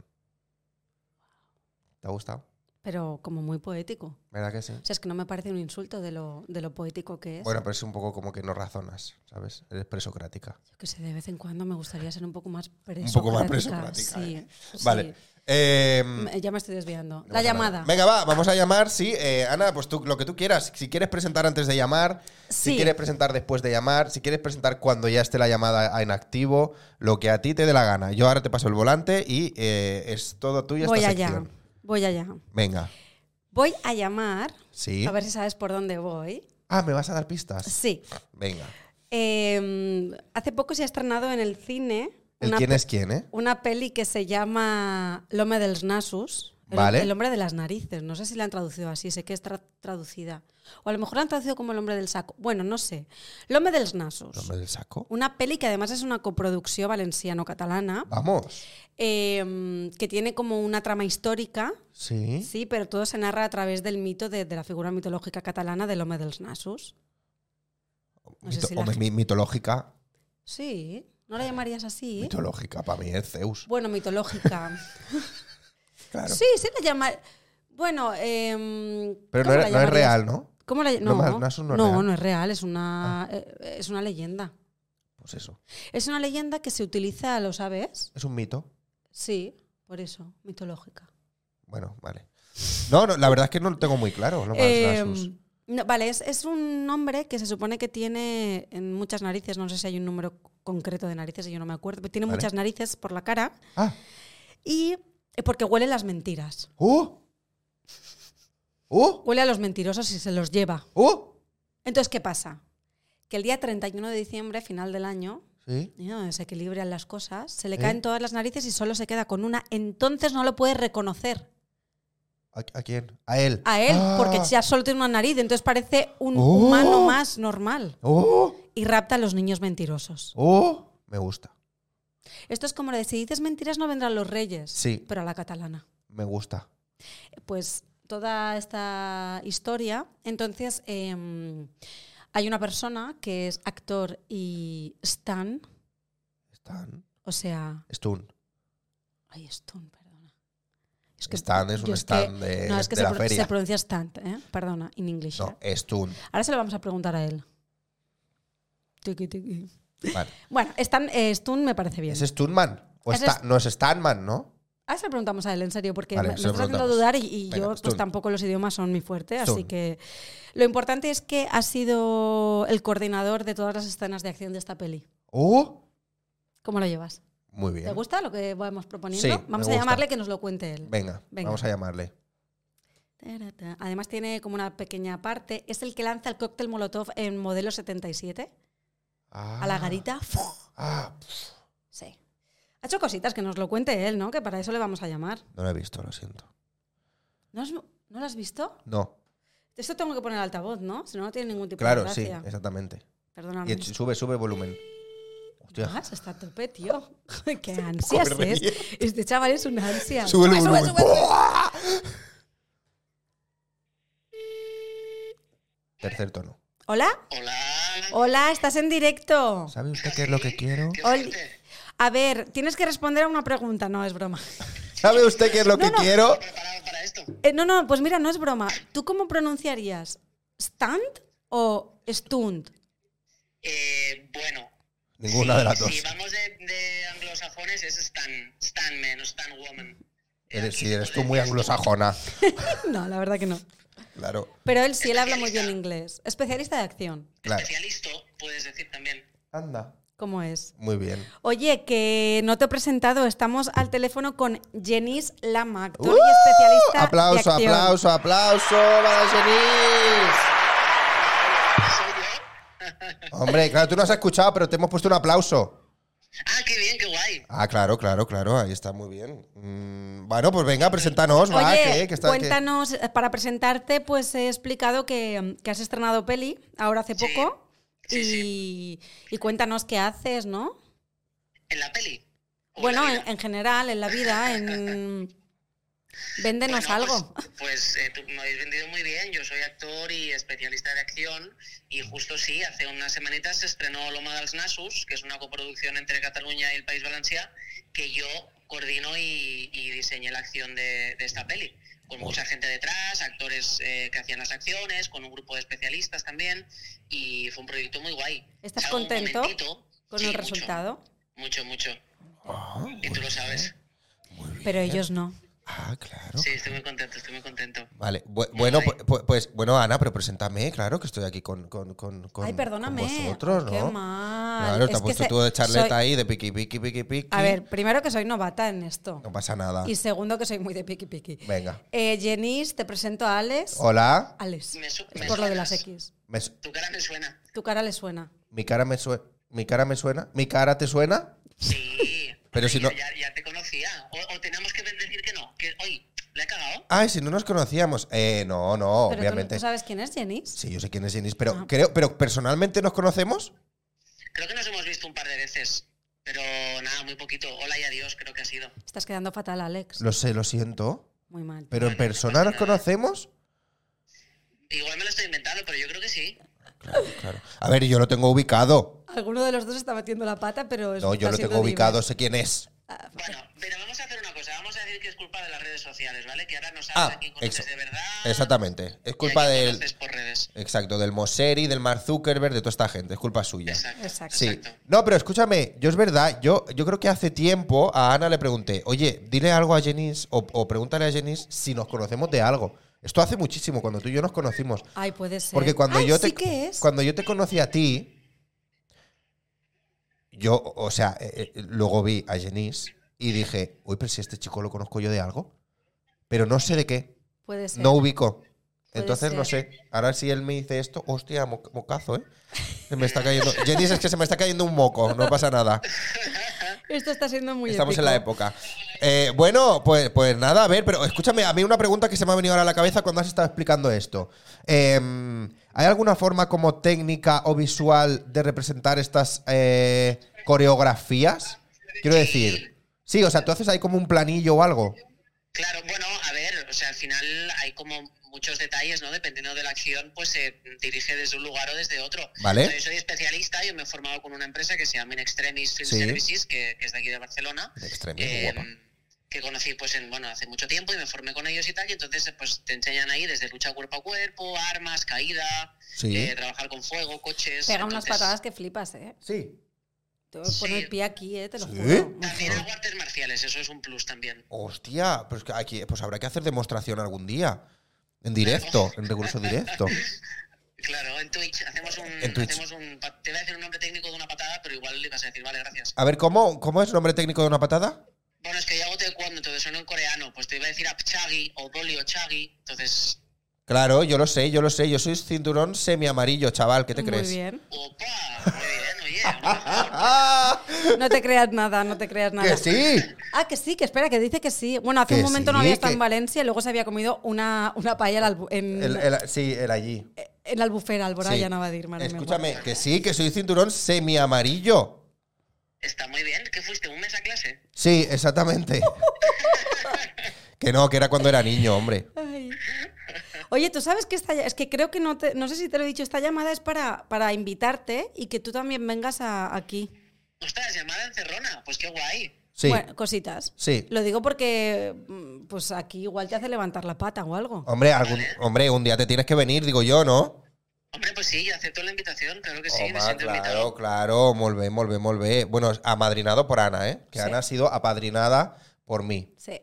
S1: ¿Te ha gustado?
S2: Pero como muy poético.
S1: ¿Verdad que sí?
S2: O sea, es que no me parece un insulto de lo, de lo poético que es.
S1: Bueno, pero es un poco como que no razonas, ¿sabes? Eres presocrática.
S2: Yo que sé, de vez en cuando me gustaría ser un poco más presocrática.
S1: poco más presocrática,
S2: Sí, sí.
S1: Vale. Eh,
S2: Me- Ya me estoy desviando.
S1: no
S2: La
S1: pasa
S2: llamada.
S1: nada. Venga, va, vamos a llamar, sí. eh, Ana, pues tú lo que tú quieras. Si quieres presentar antes de llamar, si
S2: Sí.
S1: quieres presentar después de llamar, si quieres presentar cuando ya esté la llamada en activo, lo que a ti te dé la gana. Yo ahora te paso el volante y eh, es todo tuyo
S2: Voy
S1: esta
S2: allá.
S1: sección.
S2: Voy allá.
S1: Venga,
S2: Voy a llamar.
S1: sí.
S2: A ver si sabes por dónde voy.
S1: Ah, ¿me vas a dar pistas?
S2: Sí.
S1: Venga.
S2: Eh, hace poco se ha estrenado en el cine
S1: ¿El
S2: una,
S1: quién
S2: pe-
S1: es quién, eh?
S2: una peli que se llama L'Home dels Nasus. El,
S1: Vale.
S2: el hombre de las narices. No sé si la han traducido así, sé que es tra- traducida. O a lo mejor la han traducido como el hombre del saco. Bueno, no sé. L'Home dels Nasus.
S1: ¿Nombre del saco?
S2: Una peli que además es una coproducción valenciano-catalana,
S1: Vamos.
S2: eh, que tiene como una trama histórica,
S1: Sí.
S2: sí, pero todo se narra a través del mito de, de la figura mitológica catalana del hombre dels Nasus. No sé
S1: Mito-
S2: si la
S1: hombre,
S2: gen-
S1: mi- mitológica.
S2: Sí, ¿no la llamarías así?
S1: Mitológica, para mí es Zeus.
S2: Bueno, mitológica.
S1: Claro.
S2: Sí, sí la llama. Bueno, em,
S1: Pero no,
S2: ¿cómo
S1: era-
S2: la
S1: no es
S2: llamarías?
S1: real, ¿no?
S2: ¿Cómo la ll-
S1: No,
S2: no,
S1: ma- no es un no
S2: no,
S1: real. Ah.
S2: no es real, es una, eh, es una leyenda.
S1: Pues eso.
S2: Es una leyenda que se utiliza, ¿lo sabes?
S1: Es un mito.
S2: Sí, por eso, mitológica.
S1: Bueno, vale. No, no, la verdad es que no lo tengo muy claro. Lo más,
S2: Em,
S1: Nasus.
S2: No, vale, es, es un nombre que se supone que tiene en muchas narices, no sé si hay un número concreto de narices, yo no me acuerdo, pero tiene
S1: Vale.
S2: muchas narices por la cara
S1: Ah.
S2: y eh, porque huele las mentiras.
S1: ¡Oh! ¡Oh!
S2: Huele a los mentirosos y se los lleva.
S1: ¡Oh!
S2: Entonces, ¿qué pasa? Que el día 31 de diciembre, final del año,
S1: Sí.
S2: y no, se equilibran las cosas, se le
S1: ¿Eh?
S2: caen todas las narices y solo se queda con una, entonces no lo puede reconocer
S1: ¿A, a quién? A él.
S2: a él,
S1: Ah.
S2: porque ya solo tiene una nariz, entonces parece un
S1: Oh.
S2: humano más normal.
S1: ¡Oh!
S2: Y rapta a los niños mentirosos.
S1: ¡Oh! Me gusta.
S2: Esto es como lo de si dices mentiras no vendrán los reyes,
S1: Sí.
S2: pero a la catalana.
S1: Me gusta.
S2: Pues toda esta historia, entonces em, hay una persona que es actor y Stan,
S1: Stan.
S2: o sea,
S1: Stun.
S2: ay, Stun, perdona. Es
S1: Stan es
S2: yo
S1: un
S2: que-
S1: stand de,
S2: no, es que
S1: de
S2: se,
S1: la
S2: pro-
S1: feria.
S2: se pronuncia Stan, ¿eh? perdona, en inglés.
S1: No, Stun.
S2: Ahora se lo vamos a preguntar a él. Tiki, tiki.
S1: Vale.
S2: Bueno, Stan, eh, Stun me parece bien.
S1: ¿Es Stunman? ¿O
S2: Es
S1: Sta-
S2: St-
S1: no es Stanman, ¿no?
S2: Ahora se lo preguntamos a él, en serio, porque
S1: Vale, pues
S2: me, me
S1: se lo
S2: estás haciendo
S1: preguntamos.
S2: dudar y, y
S1: Venga,
S2: yo
S1: pues
S2: pues
S1: tú.
S2: tampoco los idiomas son mi fuerte,
S1: Tú.
S2: así que lo importante es que ha sido el coordinador de todas las escenas de acción de esta peli.
S1: ¡Oh!
S2: ¿Cómo lo llevas?
S1: Muy
S2: ¿Te
S1: bien.
S2: gusta lo que vamos proponiendo?
S1: Sí, me
S2: vamos a
S1: gusta.
S2: llamarle que nos lo cuente él.
S1: Venga,
S2: Venga.
S1: vamos a llamarle.
S2: Tarata. Además tiene como una pequeña parte, es el que lanza el cóctel Molotov en modelo 77
S1: Ah.
S2: a la garita. ¡Fu!
S1: Ah,
S2: Sí. Ha hecho cositas que nos lo cuente él, ¿no? Que para eso le vamos a llamar.
S1: no lo he visto, lo siento.
S2: ¿No, has- no lo has visto?
S1: No,
S2: Esto tengo que poner el altavoz, ¿no? Si no, no tiene ningún tipo
S1: claro,
S2: de
S1: sí,
S2: gracia.
S1: exactamente.
S2: Perdóname.
S1: Y ch- sube, sube el volumen. Hostia.
S2: Más, Ah, está a tope, tío. Qué ansias
S1: Corre,
S2: es.
S1: bien.
S2: Este chaval es una ansia.
S1: Sube el
S2: Ah,
S1: volumen.
S2: sube, sube.
S1: ¡Buah! Tercer tono.
S2: Hola,
S3: Hola.
S2: hola, estás en directo.
S1: ¿Sabe usted qué es lo que quiero?
S3: ¿qué
S2: Oli-
S3: sientes?
S2: A ver, tienes que responder a una pregunta, no es broma.
S1: ¿Sabe usted qué es lo que
S2: no.
S1: quiero?
S3: ¿Preparado para esto?
S2: Eh, no, no, pues mira, no es broma. ¿Tú cómo pronunciarías? ¿Stand o stunt?
S3: Eh, bueno.
S1: Ninguna de las dos.
S3: Si vamos de, de anglosajones es Stan, Stan Man o Stan Woman. Eh,
S1: Eres, sí, eres tú muy anglosajona.
S2: No, la verdad que no.
S1: Claro,
S2: Pero él sí, él habla muy bien inglés. Especialista de acción,
S1: claro.
S3: Especialista, puedes decir también.
S1: Anda.
S2: ¿cómo es?
S1: Muy bien.
S2: Oye, que no te he presentado, estamos al teléfono con Jenis Lama, actor y especialista
S1: ¡Uh! Aplauso,
S2: de acción.
S1: aplauso, aplauso para Jenny.
S3: ¿Soy yo?
S1: Hombre, claro, tú no has escuchado, pero te hemos puesto un aplauso.
S3: Ah, qué bien, qué guay.
S1: Ah, claro, claro, claro, ahí está muy bien. Mm, bueno, pues venga, preséntanos, va,
S2: Oye,
S1: que, que está que-
S2: cuéntanos, eh, para presentarte, pues he explicado que, mm, que has estrenado peli ahora hace
S3: Sí.
S2: poco
S3: Sí,
S2: y, y cuéntanos qué haces, ¿no?
S3: ¿En la peli? ¿O
S2: Bueno,
S3: en la
S2: en,
S3: vida?
S2: en general, en la vida, en... Véndenos
S3: Bueno,
S2: algo.
S3: Pues, pues, eh, tú me habéis vendido muy bien. Yo soy actor y especialista de acción. Y justo sí, hace unas semanitas se estrenó Loma dels Nassos, que es una coproducción entre Cataluña y el País Valencià, que yo coordino y, y diseñé la acción de, de esta peli. Con mucha gente detrás, actores eh, que hacían las acciones, con un grupo de especialistas también. Y fue un proyecto muy guay.
S2: ¿Estás
S3: Salgo un
S2: contento
S3: momentito.
S2: Con
S3: Sí,
S2: el
S3: mucho,
S2: resultado.
S3: Mucho, mucho. y tú lo sabes.
S1: pues.
S2: Pero ellos no.
S1: Ah, claro.
S3: Sí, estoy muy contento, estoy muy contento.
S1: Vale, bu- bueno,
S3: Muy
S1: pu- pu- pues, bueno, Ana, pero preséntame, claro, que estoy aquí con, con, con, con-
S2: Ay,
S1: con
S2: perdóname.
S1: vosotros, ¿no?
S2: Qué mal.
S1: Claro, te
S2: Es
S1: has
S2: que
S1: puesto
S2: se-
S1: tú de charleta
S2: soy-
S1: ahí, de piqui, piqui, piqui, piqui.
S2: A ver, primero que soy novata en esto.
S1: No pasa nada.
S2: Y segundo que soy muy de piqui piqui.
S1: Venga. Oh.
S2: Eh, Jenis, te presento a Alex.
S1: Hola.
S2: Alex.
S3: Me su-
S2: es
S3: me
S2: por lo de
S3: suenas.
S2: las X.
S1: Me su-
S3: Tu cara me suena.
S2: Tu cara le suena.
S1: mi cara me suena. ¿Mi cara me suena? ¿Mi cara te suena?
S3: Sí.
S1: Pero si
S3: yo
S1: no-
S3: Ya, ya te conocía. O, o tenemos que decir que no. Que, oye, ¿le he cagado?
S1: Ay, si no nos conocíamos. Eh, no, no,
S2: Pero tú-
S1: obviamente.
S2: ¿tú, sabes quién es Jenis?
S1: Sí, yo sé quién es Jenis, pero
S2: Ah.
S1: creo, pero personalmente nos conocemos.
S3: Creo que nos hemos visto un par de veces. Pero nada, muy poquito. Hola y adiós, creo que ha sido.
S2: Estás quedando fatal, Alex.
S1: Lo sé, lo siento.
S2: Muy mal.
S1: Pero en persona nos conocemos.
S3: Igual me lo estoy inventando, pero yo creo que sí.
S1: Claro, claro. A ver, yo lo tengo ubicado.
S2: Alguno de los dos está metiendo la pata, pero es-
S1: No, yo
S2: Pues está
S1: lo
S2: siendo
S1: tengo ubicado,
S2: divertido.
S1: sé quién es.
S2: Ah,
S3: Bueno, pero vamos a hacer una cosa, vamos a decir que es culpa de las redes sociales, ¿vale? Que ahora no sabes
S1: Ah,
S3: a quién conoces
S1: exa-
S3: de verdad.
S1: Exactamente. Es
S3: y a
S1: culpa
S3: quién
S1: del.
S3: conoces por redes.
S1: Exacto, del Moseri, del Mark Zuckerberg, de toda esta gente. Es culpa suya.
S3: Exacto.
S2: Exacto.
S1: Sí.
S3: exacto.
S1: No, pero escúchame, yo es verdad, yo, yo creo que hace tiempo a Ana le pregunté, oye, dile algo a Jenis o, o pregúntale a Jenis si nos conocemos de algo. Esto hace muchísimo, cuando tú y yo nos conocimos.
S2: Ay, puede ser.
S1: Porque cuando,
S2: Ay,
S1: yo,
S2: sí
S1: te,
S2: que es.
S1: cuando yo te conocí a ti, yo, o sea, eh, eh, luego vi a Jenis y dije, uy, pero si este chico lo conozco yo de algo, pero no sé de qué,
S2: Puede ser.
S1: no ubico.
S2: Puede
S1: Entonces no sé.
S2: ser.
S1: Ahora si él me dice esto, hostia, mo- mocazo, ¿eh? Se me está cayendo. Jenis es que se me está cayendo un moco, no pasa nada.
S2: Esto está siendo muy
S1: Estamos en
S2: épico.
S1: la época. Eh, bueno, pues, pues nada, a ver, pero escúchame, a mí una pregunta que se me ha venido ahora a la cabeza cuando has estado explicando esto. Eh, ¿Hay alguna forma como técnica o visual de representar estas eh, coreografías? Quiero decir, sí, o sea, tú haces ahí como un planillo o algo.
S3: Claro, bueno, a ver, o sea, al final hay como muchos detalles, ¿no? Dependiendo de la acción, pues se dirige desde un lugar o desde otro.
S1: Vale.
S3: Yo soy especialista, yo me he formado con una empresa que se llama In Extremis Film
S1: Sí.
S3: Services, que, que es de aquí de Barcelona.
S1: En extremis,
S3: eh,
S1: guapa.
S3: que conocí pues en, bueno, hace mucho tiempo y me formé con ellos y tal, y entonces eh, pues te enseñan ahí desde lucha cuerpo a cuerpo, armas, caída,
S1: Sí.
S3: eh, trabajar con fuego, coches.
S2: Pega unas
S3: entonces-
S2: patadas que flipas, ¿eh?
S1: Sí.
S2: Te
S3: Sí.
S2: pone el pie aquí, ¿eh? Te lo
S1: ¿Sí?
S2: juro.
S3: También hago artes marciales, eso es un plus también.
S1: Hostia, pues que aquí, pues habrá que hacer demostración algún día. En directo, en recurso directo.
S3: Claro, en Twitch hacemos un,
S1: En Twitch.
S3: hacemos un pa- te voy a decir un nombre técnico de una patada, pero igual le vas a decir, vale, gracias.
S1: A ver, ¿cómo, cómo es el nombre técnico de una patada?
S3: Bueno, es que yo hago taekwondo, entonces suena en coreano, pues te iba a decir apchagi o doli o chagi, entonces
S1: Claro, yo lo sé, yo lo sé. Yo soy cinturón semiamarillo, chaval, ¿qué te crees?
S2: Muy bien.
S3: opa, muy bien, oye, una-
S1: ¡Ah!
S2: No te creas nada, no te creas nada.
S1: ¡Que sí!
S2: Ah, que sí, que espera, que dice que sí. Bueno, hace
S1: Que
S2: un momento no
S1: sí,
S2: había estado
S1: que-
S2: en Valencia y luego se había comido una, una paella en, la albu- en,
S1: El- el- sí, el allí.
S2: en la albufera, Alboraya,
S1: Sí.
S2: no va a decir, madre mía,
S1: Escúchame,
S2: guau.
S1: que sí, que soy cinturón semiamarillo.
S3: está muy bien, ¿qué fuiste? ¿Un mes a clase?
S1: Sí, exactamente. que no, que era cuando era niño, hombre.
S2: Ay. Oye, tú sabes que esta, es que creo que no te, no sé si te lo he dicho, esta llamada es para, para invitarte y que tú también vengas a- aquí.
S3: Ostras, llamada en Cerrona, pues qué guay.
S1: Sí,
S2: Bueno, cositas.
S1: sí.
S2: Lo digo porque mm, pues aquí igual te hace levantar la pata o algo.
S1: Hombre, algún, hombre, un día te tienes que venir, digo yo, ¿no?
S3: Hombre, pues sí, acepto la invitación, claro que sí, me
S1: Home,
S3: siento
S1: claro,
S3: invitado.
S1: claro, molt bé, molt bé, molt bé. Bueno, amadrinado por Ana, ¿eh? Que
S2: Sí.
S1: Ana ha sido apadrinada por mí.
S2: Sí,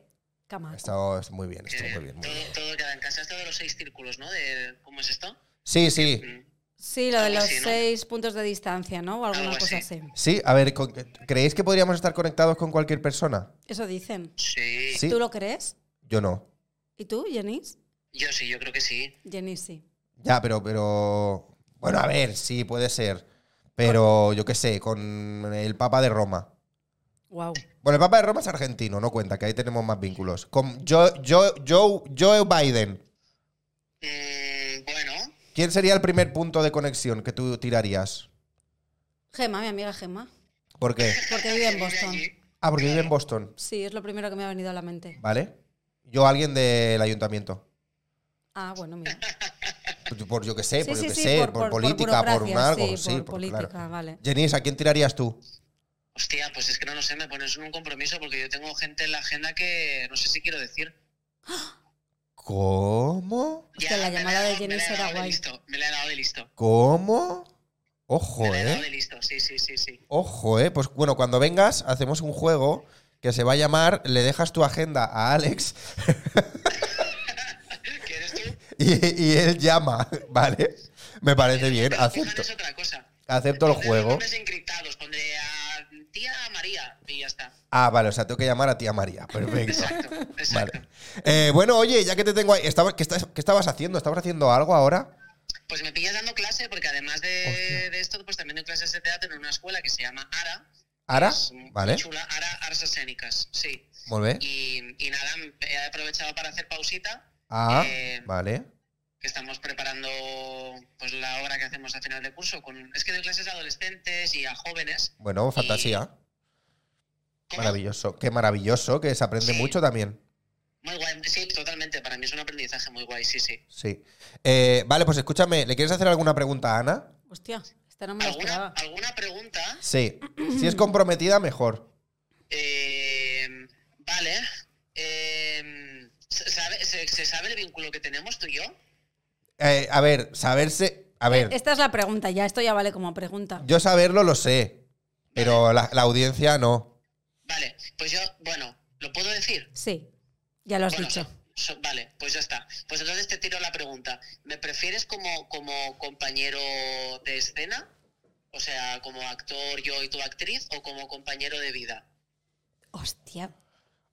S2: cama.
S1: Ha estado es muy bien,
S3: Que
S1: esto muy bien, muy bien.
S3: todo, todo queda en casa, esto de los seis círculos, ¿no? De, ¿Cómo es esto?
S1: Sí, sí.
S3: Mm.
S2: Sí, lo de
S3: Algo
S2: los
S3: así, ¿no?
S2: seis puntos de distancia, ¿no? O alguna
S3: Algo
S2: cosa
S3: así.
S2: así.
S1: Sí, a ver, con- ¿creéis que podríamos estar conectados con cualquier persona?
S2: Eso dicen.
S3: Sí.
S1: Sí.
S2: ¿Tú lo crees?
S1: Yo no.
S2: ¿Y tú, Jenis?
S3: yo sí, yo creo que sí.
S2: Jenis, sí.
S1: Ya, pero, pero. Bueno, a ver, sí, puede ser. Pero yo qué sé, con el Papa de Roma.
S2: Wow.
S1: Bueno, el Papa de Roma es argentino, no cuenta, que ahí tenemos más vínculos. Con Joe, Joe, Joe, Joe Biden.
S3: Mm, bueno,
S1: ¿Quién sería el primer punto de conexión que tú tirarías?
S2: Gema, mi amiga Gema.
S1: ¿Por qué?
S2: Porque vive en
S3: vive
S2: Boston.
S3: allí.
S1: Ah, porque vive en Boston,
S2: Sí, es lo primero que me ha venido a la mente.
S1: ¿vale? Yo, alguien del ayuntamiento.
S2: Ah, bueno, mira.
S1: Por, por yo qué sé, por Eh, pues yo qué sé, por, política, por, un
S2: burocracia,
S1: algo. Sí,
S2: sí, por
S1: por-
S2: política,
S1: claro.
S2: vale.
S1: Jenis, ¿a quién tirarías tú?
S3: Hostia, pues es que no lo sé, me pones en un compromiso porque yo tengo gente en la agenda que no sé si quiero decir.
S1: ¿Cómo?
S2: Hostia, la
S3: me
S2: llamada de
S3: he dado- me
S2: Jenny
S3: la he
S2: será
S3: dado de
S2: guay.
S3: listo, Me la he dado de listo.
S1: ¿Cómo? Ojo,
S3: Me la he dado
S1: ¿eh?
S3: de listo, sí, sí, sí, sí.
S1: Ojo, ¿eh? Pues bueno, cuando vengas, hacemos un juego que se va a llamar Le dejas tu agenda a Alex
S3: ¿Quieres tú?
S1: y, y él llama, ¿vale? Me parece bien,
S3: Pero fijar
S1: acepto,
S3: Es otra cosa.
S1: acepto el
S3: Pondré los
S1: juego.
S3: nombres encriptados, pondré a tía María y ya está.
S1: Ah, vale, o sea, tengo que llamar a tía María, perfecto.
S3: Exacto, exacto.
S1: Vale. Eh, bueno, oye, ya que te tengo ahí, ¿estabas- qué, estás- qué estabas haciendo? ¿Estabas haciendo algo ahora?
S3: Pues me pillas dando clase porque además
S1: Hostia.
S3: de, de esto, pues también doy clases de teatro en una escuela que se llama ARA.
S1: ¿Ara?
S3: Es muy
S1: Ah, ¿Vale?
S3: Chula, ARA, Arts Escénicas, sí.
S1: Muy bien.
S3: Y, y nada, he aprovechado para hacer pausita.
S1: Ah,
S3: eh,
S1: vale.
S3: que estamos preparando pues la obra que hacemos a final de curso con es que doy clases a adolescentes y a jóvenes
S1: Bueno, fantasía.
S3: ¿Cómo?
S1: Maravilloso. Qué maravilloso, que se aprende
S3: Sí.
S1: mucho también.
S3: muy guay sí totalmente para mí es un aprendizaje muy guay sí sí
S1: Sí. Eh, vale, pues escúchame, ¿le quieres hacer alguna pregunta a Ana?
S2: Hostia, esta no me la
S3: alguna
S2: esperaba.
S3: alguna pregunta
S1: Sí. Si es comprometida, mejor.
S3: Eh, Vale. eh, ¿se, sabe- se- se sabe el vínculo que tenemos tú y yo?
S1: Eh, a ver, saberse. A ver,
S2: Esta es la pregunta, ya esto ya vale como pregunta.
S1: yo saberlo lo sé, pero la, la audiencia no.
S3: Vale, pues yo, bueno, ¿lo puedo decir?
S2: Sí, ya lo has
S3: Bueno,
S2: dicho.
S3: so- so- vale, pues ya está. Pues entonces te tiro la pregunta. ¿Me prefieres como, como compañero de escena? O sea, como actor yo y tu actriz o como compañero de vida?
S2: Hostia.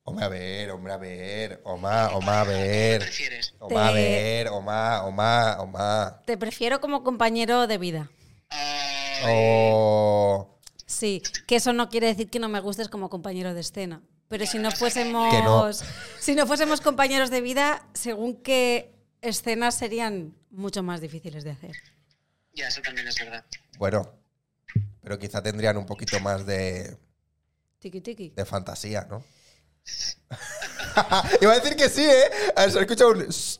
S1: Hombre, a ver, hombre, a ver. Oma, oma, a
S3: ¿Qué
S1: ver.
S3: prefieres?
S1: Oma, a ver. Oma, oma, oma.
S2: Te prefiero como compañero de vida.
S3: Ay,
S1: Oh,
S2: Sí, que eso no quiere decir que no me gustes como compañero de escena. Pero si no fuésemos.
S1: Que no.
S2: Si no fuésemos compañeros de vida, según qué escenas serían mucho más difíciles de hacer.
S3: Ya, eso también es verdad.
S1: bueno. Pero quizá tendrían un poquito más de,
S2: Tiki tiki.
S1: de fantasía, ¿no? Iba a decir que sí, ¿eh? Ah, Se escucha un... s-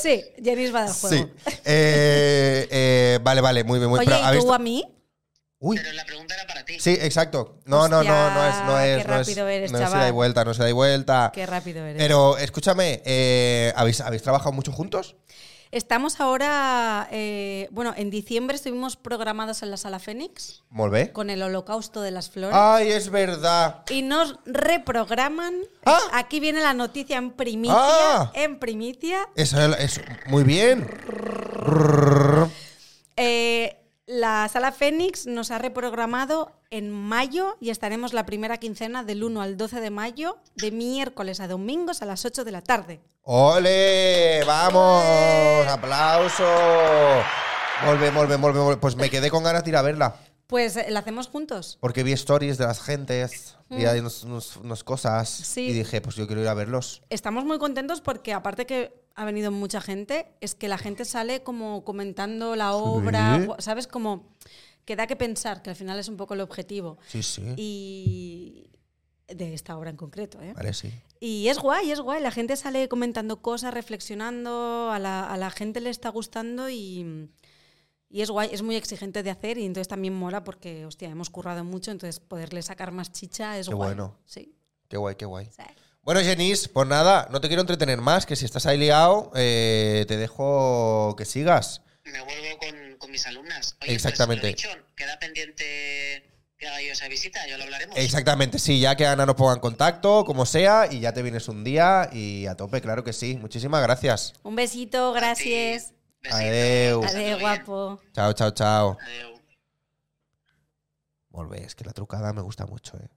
S2: Sí, Janis va a dar
S1: Sí.
S2: juego.
S1: Eh, eh, vale, vale, muy bien, muy bien.
S2: Oye,
S1: Pero,
S2: ¿y
S1: ¿habéis-
S2: tú a mí?
S1: Uy,
S3: Pero la pregunta era para ti.
S1: Sí, exacto. No, no, no, no es, no
S2: Hostia,
S1: es.
S2: qué
S1: no es-
S2: rápido eres,
S1: no se
S2: chaval.
S1: da vuelta, no se da vuelta.
S2: Qué rápido eres.
S1: Pero escúchame, eh, ¿habéis, ¿habéis trabajado mucho juntos?
S2: Estamos ahora. eh, bueno, en diciembre estuvimos programados en la Sala Fénix
S1: Molve.
S2: con el Holocausto de las Flores.
S1: Ay, es verdad.
S2: y nos reprograman.
S1: ¡Ah!
S2: Aquí viene la noticia en primicia.
S1: ¡Ah!
S2: En primicia.
S1: Eso es, es- muy bien.
S2: Eh, la sala Fénix nos ha reprogramado en mayo y estaremos la primera quincena del 1 al 12 de mayo, de miércoles a domingos a las 8 de la tarde.
S1: ¡Ole! ¡Vamos! ¡Aplauso! Molve, molve, molve, molve. Pues me quedé con ganas de ir a verla.
S2: Pues eh, la hacemos juntos.
S1: Porque vi stories de las gentes, vi ahí unos- unos- unas cosas.
S2: Mm. Sí.
S1: Y dije, pues yo quiero ir a verlos.
S2: Estamos muy contentos porque aparte que ha venido mucha gente, es que la gente sale como comentando la obra,
S1: Sí.
S2: o- ¿sabes? Como que da que pensar, que al final es un poco el objetivo.
S1: Sí, sí.
S2: Y de esta obra en concreto, ¿eh?
S1: Vale, sí.
S2: Y es guay, es guay. La gente sale comentando cosas, reflexionando, a la, a la gente le está gustando y, y es guay, es muy exigente de hacer y entonces también mola porque, hostia, hemos currado mucho, entonces poderle sacar más chicha es
S1: Qué
S2: guay.
S1: bueno.
S2: Sí.
S1: Qué guay, qué guay.
S2: sí.
S1: Bueno, Jenis, pues nada, no te quiero entretener más, que si estás ahí liado, eh, te dejo que sigas.
S3: Me vuelvo con, con mis alumnas. Oye,
S1: Exactamente.
S3: pues, lo dicho, queda pendiente que haga yo esa visita, ya lo hablaremos.
S1: Exactamente, sí, ya que Ana nos ponga en contacto, como sea, y ya te vienes un día y a tope, claro que sí. Muchísimas gracias.
S2: Un besito, gracias.
S3: Besito.
S1: Adeu.
S3: Pasadlo
S2: Adiós,
S3: bien.
S2: guapo.
S1: Chao, chao, chao.
S3: Adeu.
S1: Volve, es que la trucada me gusta mucho, eh.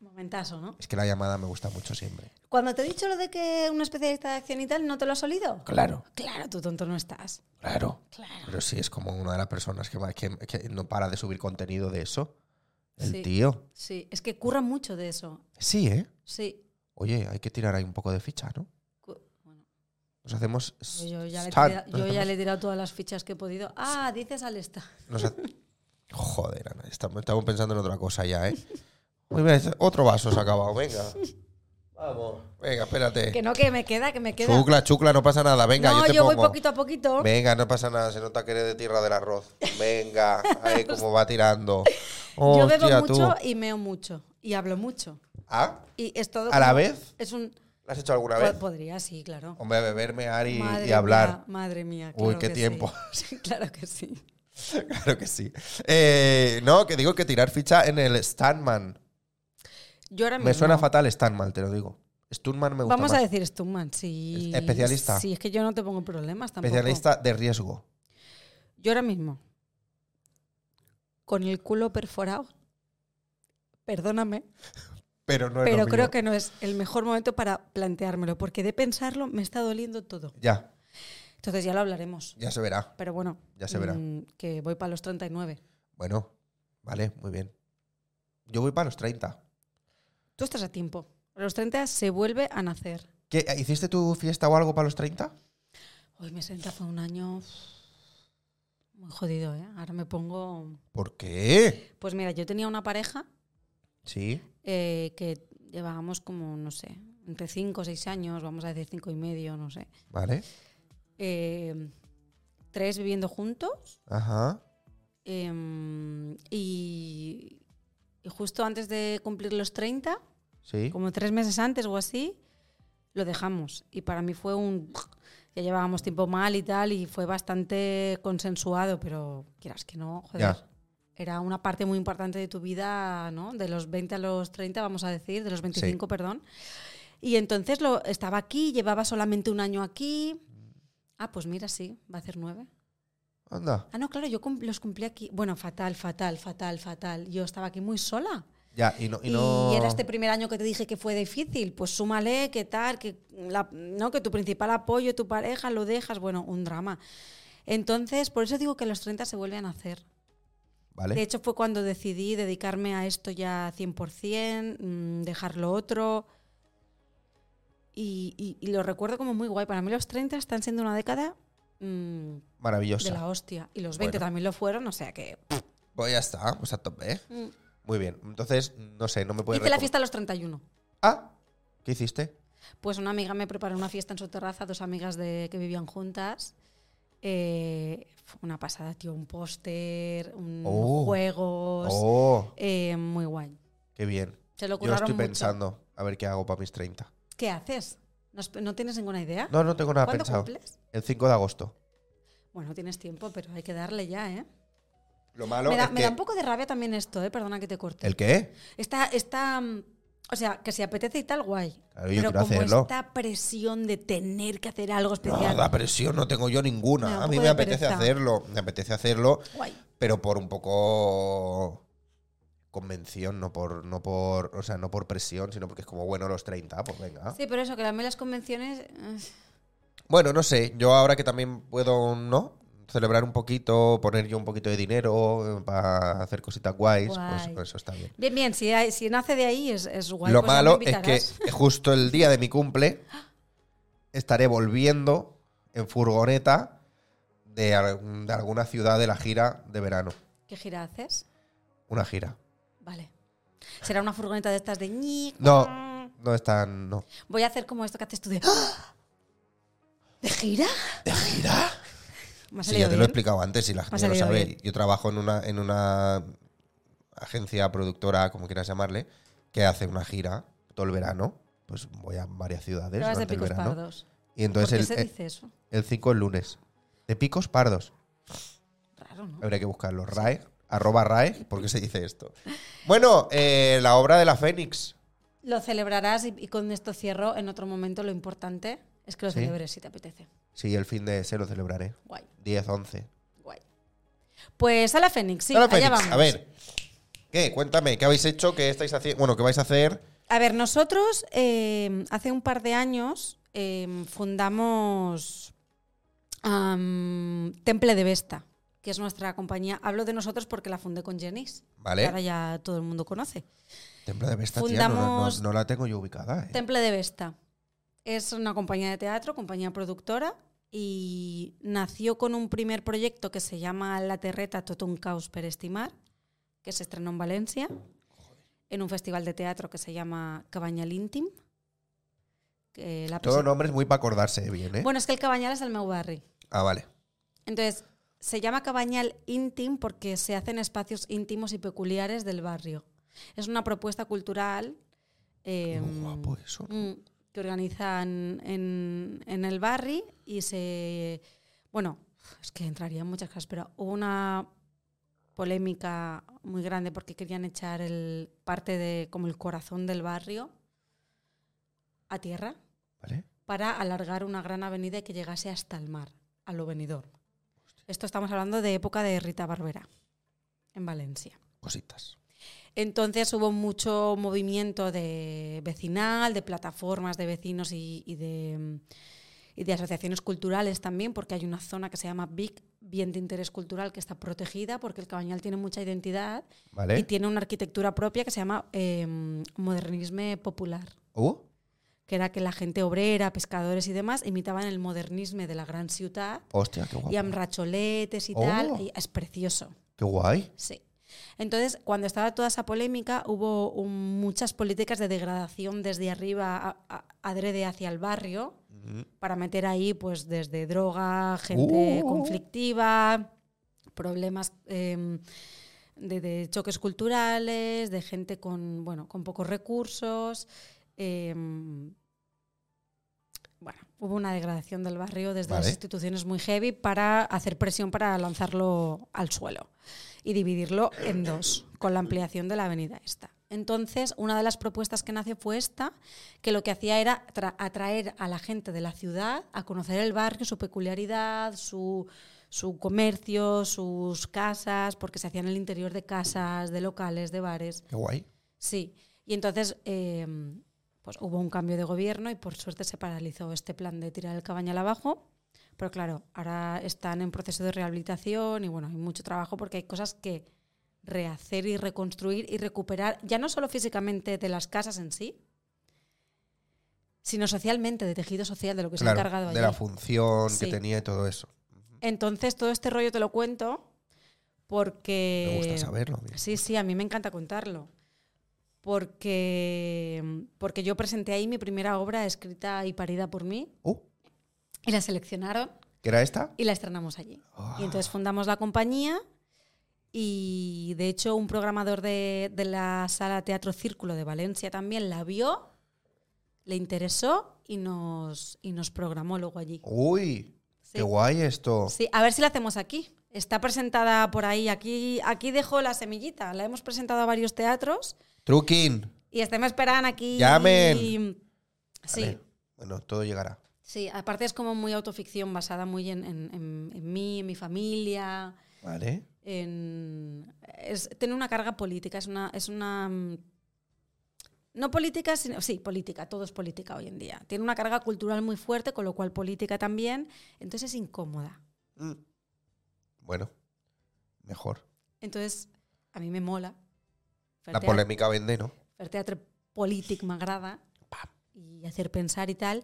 S2: Momentazo, ¿no?
S1: Es que la llamada me gusta mucho siempre.
S2: Cuando te he dicho lo de que un especialista de acción y tal, ¿no te lo has olido?
S1: Claro,
S2: Claro, tú tonto no estás.
S1: claro.
S2: Claro.
S1: Pero sí, es como una de las personas que, más- que- que no para de subir contenido de eso. El
S2: Sí.
S1: tío.
S2: Sí, es que curra mucho de eso.
S1: Sí, ¿eh?
S2: Sí.
S1: Oye, hay que tirar ahí un poco de ficha, ¿no?
S2: Cu- bueno.
S1: Nos hacemos.
S2: Yo- Pues Yo ya, le he
S1: stand.
S2: tirado,
S1: Nos
S2: yo ya
S1: hacemos-
S2: le he tirado todas las fichas que he podido. Ah, dices al esta.
S1: nos ha- Joder, Ana, estamos, estamos pensando en otra cosa ya, ¿eh? Uy, mira, otro vaso se ha acabado, venga. Vamos, venga,
S2: Que
S1: espérate.
S2: no, que me queda, que me queda.
S1: Chucla, chucla, no pasa nada, venga,
S2: no,
S1: yo
S2: yo,
S1: te
S2: voy
S1: pongo.
S2: poquito a poquito.
S1: Venga, no pasa nada, se nota que eres de tierra del arroz. Venga, ahí como va tirando.
S2: yo bebo
S1: Hostia, tú.
S2: mucho y meo mucho. Y hablo mucho.
S1: ¿Ah?
S2: Y es todo.
S1: ¿A la
S2: como-
S1: vez?
S2: Es un.
S1: ¿Lo has hecho alguna
S2: po-
S1: vez?
S2: Podría, sí, claro.
S1: Hombre, beberme, Ari,
S2: Pues, Madre
S1: y hablar.
S2: mía, madre mía.
S1: Uy,
S2: claro
S1: qué
S2: que
S1: tiempo.
S2: Sí. Sí, claro que sí.
S1: Claro que sí. Eh, no, que digo que tirar ficha en el Stanman.
S2: Yo ahora
S1: Me suena
S2: mismo-
S1: fatal Stanman, te lo digo. Stunman me gusta
S2: Vamos
S1: más.
S2: a decir Stuman, sí.
S1: Es- especialista.
S2: Sí, es que yo no te pongo problemas tampoco.
S1: Especialista de riesgo.
S2: Yo ahora mismo, con el culo perforado, perdóname,
S1: Pero no es
S2: pero
S1: lo mío.
S2: creo que no es el mejor momento para planteármelo, porque de pensarlo me está doliendo todo.
S1: Ya,
S2: Entonces ya lo hablaremos.
S1: ya se verá.
S2: Pero bueno,
S1: Ya se verá.
S2: mm, que voy para los 39.
S1: Bueno, vale, muy bien. Yo voy para los 30.
S2: Tú estás a tiempo. A los 30 se vuelve a nacer.
S1: ¿Qué, ¿Hiciste tu fiesta o algo para los 30?
S2: Hoy me senta fue un año muy jodido, ¿eh? Ahora me pongo...
S1: ¿Por qué?
S2: Pues mira, yo tenía una pareja
S1: Sí.
S2: eh, que llevábamos como, no sé, entre 5 o 6 años, vamos a decir 5 y medio, no sé.
S1: Vale.
S2: Eh, tres viviendo juntos
S1: Ajá.
S2: em, y, y justo antes de cumplir los 30
S1: Sí.
S2: Como tres meses antes o así, lo dejamos. Y para mí fue un... Ya llevábamos tiempo mal y tal, y fue bastante consensuado, pero quieras que no, joder.
S1: Ya.
S2: Era una parte muy importante de tu vida, ¿no? De los 20 a los 30, vamos a decir, de los 25, perdón. Y entonces lo, estaba aquí, llevaba solamente un año aquí. Ah, pues mira, sí, va a hacer nueve.
S1: Anda.
S2: Ah, no, claro, yo cum- los cumplí aquí. Bueno, fatal, fatal, fatal, fatal. Yo estaba aquí muy sola.
S1: Ya, y no. Y
S2: Y,
S1: no...
S2: era este primer año que te dije que fue difícil. Pues súmale, que tal, que, la- ¿no? que tu principal apoyo, tu pareja, lo dejas. Bueno, un drama. Entonces, por eso digo que los 30 se vuelven a hacer.
S1: Vale.
S2: De hecho, fue cuando decidí dedicarme a esto ya 100%, mm, dejar lo otro. Y, y- y lo recuerdo como muy guay. Para mí los 30 están siendo una década mm, de
S1: Maravillosa.
S2: la hostia. Y los 20
S1: Bueno.
S2: también lo fueron, o sea que...
S1: Pues ya está, pues a tope. ¿eh?
S2: mm.
S1: Muy bien. Entonces, no sé, no me puede
S2: Hice la fiesta a los 31.
S1: Ah, ¿qué hiciste?
S2: Pues una amiga me preparó una fiesta en su terraza, dos amigas de, que vivían juntas. Eh, fue una pasada, tío. Un póster, un
S1: Oh.
S2: juegos.
S1: Oh,
S2: eh, muy guay.
S1: qué bien.
S2: Se Pues, lo
S1: Yo
S2: curraron
S1: estoy
S2: mucho.
S1: pensando a ver qué hago para mis 30.
S2: ¿Qué haces? ¿No, has- no tienes ninguna idea?
S1: No, no tengo nada
S2: ¿Cuándo
S1: pensado.
S2: cumples?
S1: El 5 de agosto.
S2: Bueno, tienes tiempo, pero hay que darle ya, ¿eh?
S1: Lo malo
S2: me, da,
S1: es
S2: me
S1: que...
S2: da un poco de rabia también esto, ¿eh? Perdona que te corte.
S1: ¿El qué?
S2: Está, está, mm, o sea, que si apetece y tal, guay.
S1: Claro, yo quiero
S2: pero como
S1: hacerlo.
S2: esta presión de tener que hacer algo
S1: No,
S2: especial.
S1: la presión no tengo yo ninguna.
S2: Me da un
S1: a mí
S2: poco
S1: me
S2: de
S1: apetece
S2: pereza.
S1: hacerlo. Me apetece hacerlo,
S2: guay.
S1: pero por un poco convención, no por, no por, o sea, no por presión, sino porque es como bueno los 30, pues venga.
S2: Sí, pero eso, que también las convenciones. eh,
S1: Bueno, no sé, yo ahora que también puedo, ¿no? Celebrar un poquito, poner yo un poquito de dinero eh, para hacer cositas guays, pues
S2: Guay.
S1: pues eso está bien.
S2: Bien, bien, si, hay- si nace de ahí es, es guay.
S1: Lo
S2: pues ya me
S1: malo es
S2: invitarás.
S1: que justo el día de mi cumple estaré volviendo en furgoneta de, al- de alguna ciudad de la gira de verano.
S2: ¿Qué gira haces?
S1: Una gira.
S2: Vale. Será una furgoneta de estas de ñic.
S1: No, no están, no.
S2: Voy a hacer como esto que haces tú de. ¡Ah! ¿De gira?
S1: ¿De gira?
S2: ¿Me ha
S1: Sí,
S2: salido
S1: ya te lo he
S2: bien?
S1: explicado antes y la gente lo
S2: salido
S1: sabe.
S2: bien.
S1: Yo trabajo en una, en una agencia productora, como quieras llamarle, que hace una gira todo el verano. Pues voy a varias ciudades
S2: Pruebas de
S1: durante el
S2: picos
S1: verano.
S2: pardos.
S1: Y
S2: ¿Por qué
S1: entonces
S2: se
S1: el- e
S2: dice eso?
S1: el 5 el lunes. De picos pardos.
S2: Raro, ¿no?
S1: Habría que buscarlo. RAE, arroba RAE, ¿por qué se dice esto? Bueno, eh, la obra de la Fénix.
S2: Lo celebrarás y, y con esto cierro. En otro momento lo importante es que lo
S1: Sí.
S2: celebres si te apetece.
S1: Sí, el fin de se lo celebraré.
S2: Guay,
S1: 10, 11.
S2: guay. Pues a la Fénix, sí,
S1: Hola,
S2: allá
S1: Fénix,
S2: vamos.
S1: A ver, ¿qué? Cuéntame, ¿qué habéis hecho? ¿Qué estáis haciendo? Bueno, ¿qué vais a hacer?
S2: A ver, nosotros eh, hace un par de años eh, fundamos am, Temple de Vesta, que es nuestra compañía. Hablo de nosotros porque la fundé con Jenis.
S1: Vale.
S2: Ahora ya todo el mundo conoce.
S1: Templo de Vesta, tía, no la- no,
S2: Fundamos-
S1: no la tengo yo ubicada. ¿eh?
S2: Temple de Vesta. Es una compañía de teatro, compañía productora, y nació con un primer proyecto que se llama La Terreta Tot un caos per estimar, que se estrenó en Valencia, en un festival de teatro que se llama Cabanyal Íntim. que la
S1: Todo
S2: presen-
S1: nombre es muy para acordarse bien, ¿eh?
S2: Bueno, es que el Cabanyal es el meu barri.
S1: ah, vale.
S2: Entonces, se llama Cabanyal Íntim porque se hacen espacios íntimos y peculiares del barrio. Es una propuesta cultural. eh,
S1: Muy guapo eso. ¿no?
S2: Mm, que organizan en, en el barri y se... Bueno, es que entraría en muchas cosas, pero hubo una polémica muy grande porque querían echar el parte de como el corazón del barrio a tierra
S1: ¿Vale?
S2: para alargar una gran avenida que llegase hasta el mar, a lo venidor. Esto estamos hablando de época de Rita Barbera, en Valencia.
S1: Cositas.
S2: Entonces hubo mucho movimiento de vecinal, de plataformas de vecinos y, y de, y de asociaciones culturales también, porque hay una zona que se llama BIC, Bien de Interés Cultural, que está protegida porque el Cabañal tiene mucha identidad y
S1: ¿Vale?
S2: tiene una arquitectura propia que se llama eh, modernismo popular,
S1: Uh,
S2: que era que la gente obrera, pescadores y demás imitaban el modernismo de la gran ciudad
S1: hostia, qué
S2: y
S1: guapo.
S2: amb racholetes y
S1: Oh.
S2: tal, y es precioso.
S1: Qué guay.
S2: Sí. Entonces, cuando estaba toda esa polémica, hubo un- muchas políticas de degradación desde arriba, a- a- adrede hacia el barrio,
S1: Mm,
S2: para meter ahí, pues, desde droga, gente
S1: Uh.
S2: conflictiva, problemas eh, de, de choques culturales, de gente con, bueno, con pocos recursos. eh, bueno, hubo una degradación del barrio desde las
S1: Vale.
S2: instituciones muy heavy para hacer presión para lanzarlo al suelo y dividirlo en dos con la ampliación de la avenida esta. Entonces, una de las propuestas que nace fue esta, que lo que hacía era tra- atraer a la gente de la ciudad a conocer el barrio, su peculiaridad, su, su comercio, sus casas, porque se hacía en el interior de casas, de locales, de bares.
S1: Qué guay.
S2: Sí, y entonces eh, pues hubo un cambio de gobierno y por suerte se paralizó este plan de tirar el cabañal abajo. Pero claro, ahora están en proceso de rehabilitación y bueno, hay mucho trabajo porque hay cosas que rehacer y reconstruir y recuperar, ya no solo físicamente de las casas en sí, sino socialmente, de tejido social, de lo que se Pues ha encargado
S1: Claro, de la
S2: allí.
S1: función
S2: Sí.
S1: que tenía y todo eso.
S2: Entonces, todo este rollo te lo cuento porque...
S1: Me gusta saberlo. mira.
S2: Eh, Sí, sí, a mí me encanta contarlo. Porque, porque yo presenté ahí mi primera obra escrita y parida por mí
S1: Uh,
S2: y la seleccionaron
S1: ¿Qué era esta?
S2: y la estrenamos allí.
S1: Ah.
S2: Y entonces fundamos la compañía y de hecho un programador de, de la sala Teatro Círculo de Valencia también la vio, le interesó y nos, y nos programó luego allí.
S1: Uy, Oh,
S2: Sí.
S1: qué guay esto.
S2: Sí, a ver si la hacemos aquí. Está presentada por ahí. Aquí, aquí dejo la semillita. La hemos presentado a varios teatros.
S1: Truquín.
S2: Y estem esperant aquí.
S1: Llamen.
S2: Sí,
S1: Vale. Bueno, todo llegará.
S2: sí. Aparte es como muy autoficción basada muy en, en- en- en mí, en mi familia.
S1: Vale.
S2: En, es- tiene una carga política. Es una, es una mm, no política, sino sí política. Todo es política hoy en día. Tiene una carga cultural muy fuerte, con lo cual política también. Entonces es incómoda.
S1: Mm. Bueno, mejor.
S2: Entonces a mí me mola. Fer
S1: La
S2: teatre-
S1: polémica vende, ¿no?
S2: fer teatre polític m'agrada y hacer pensar y tal,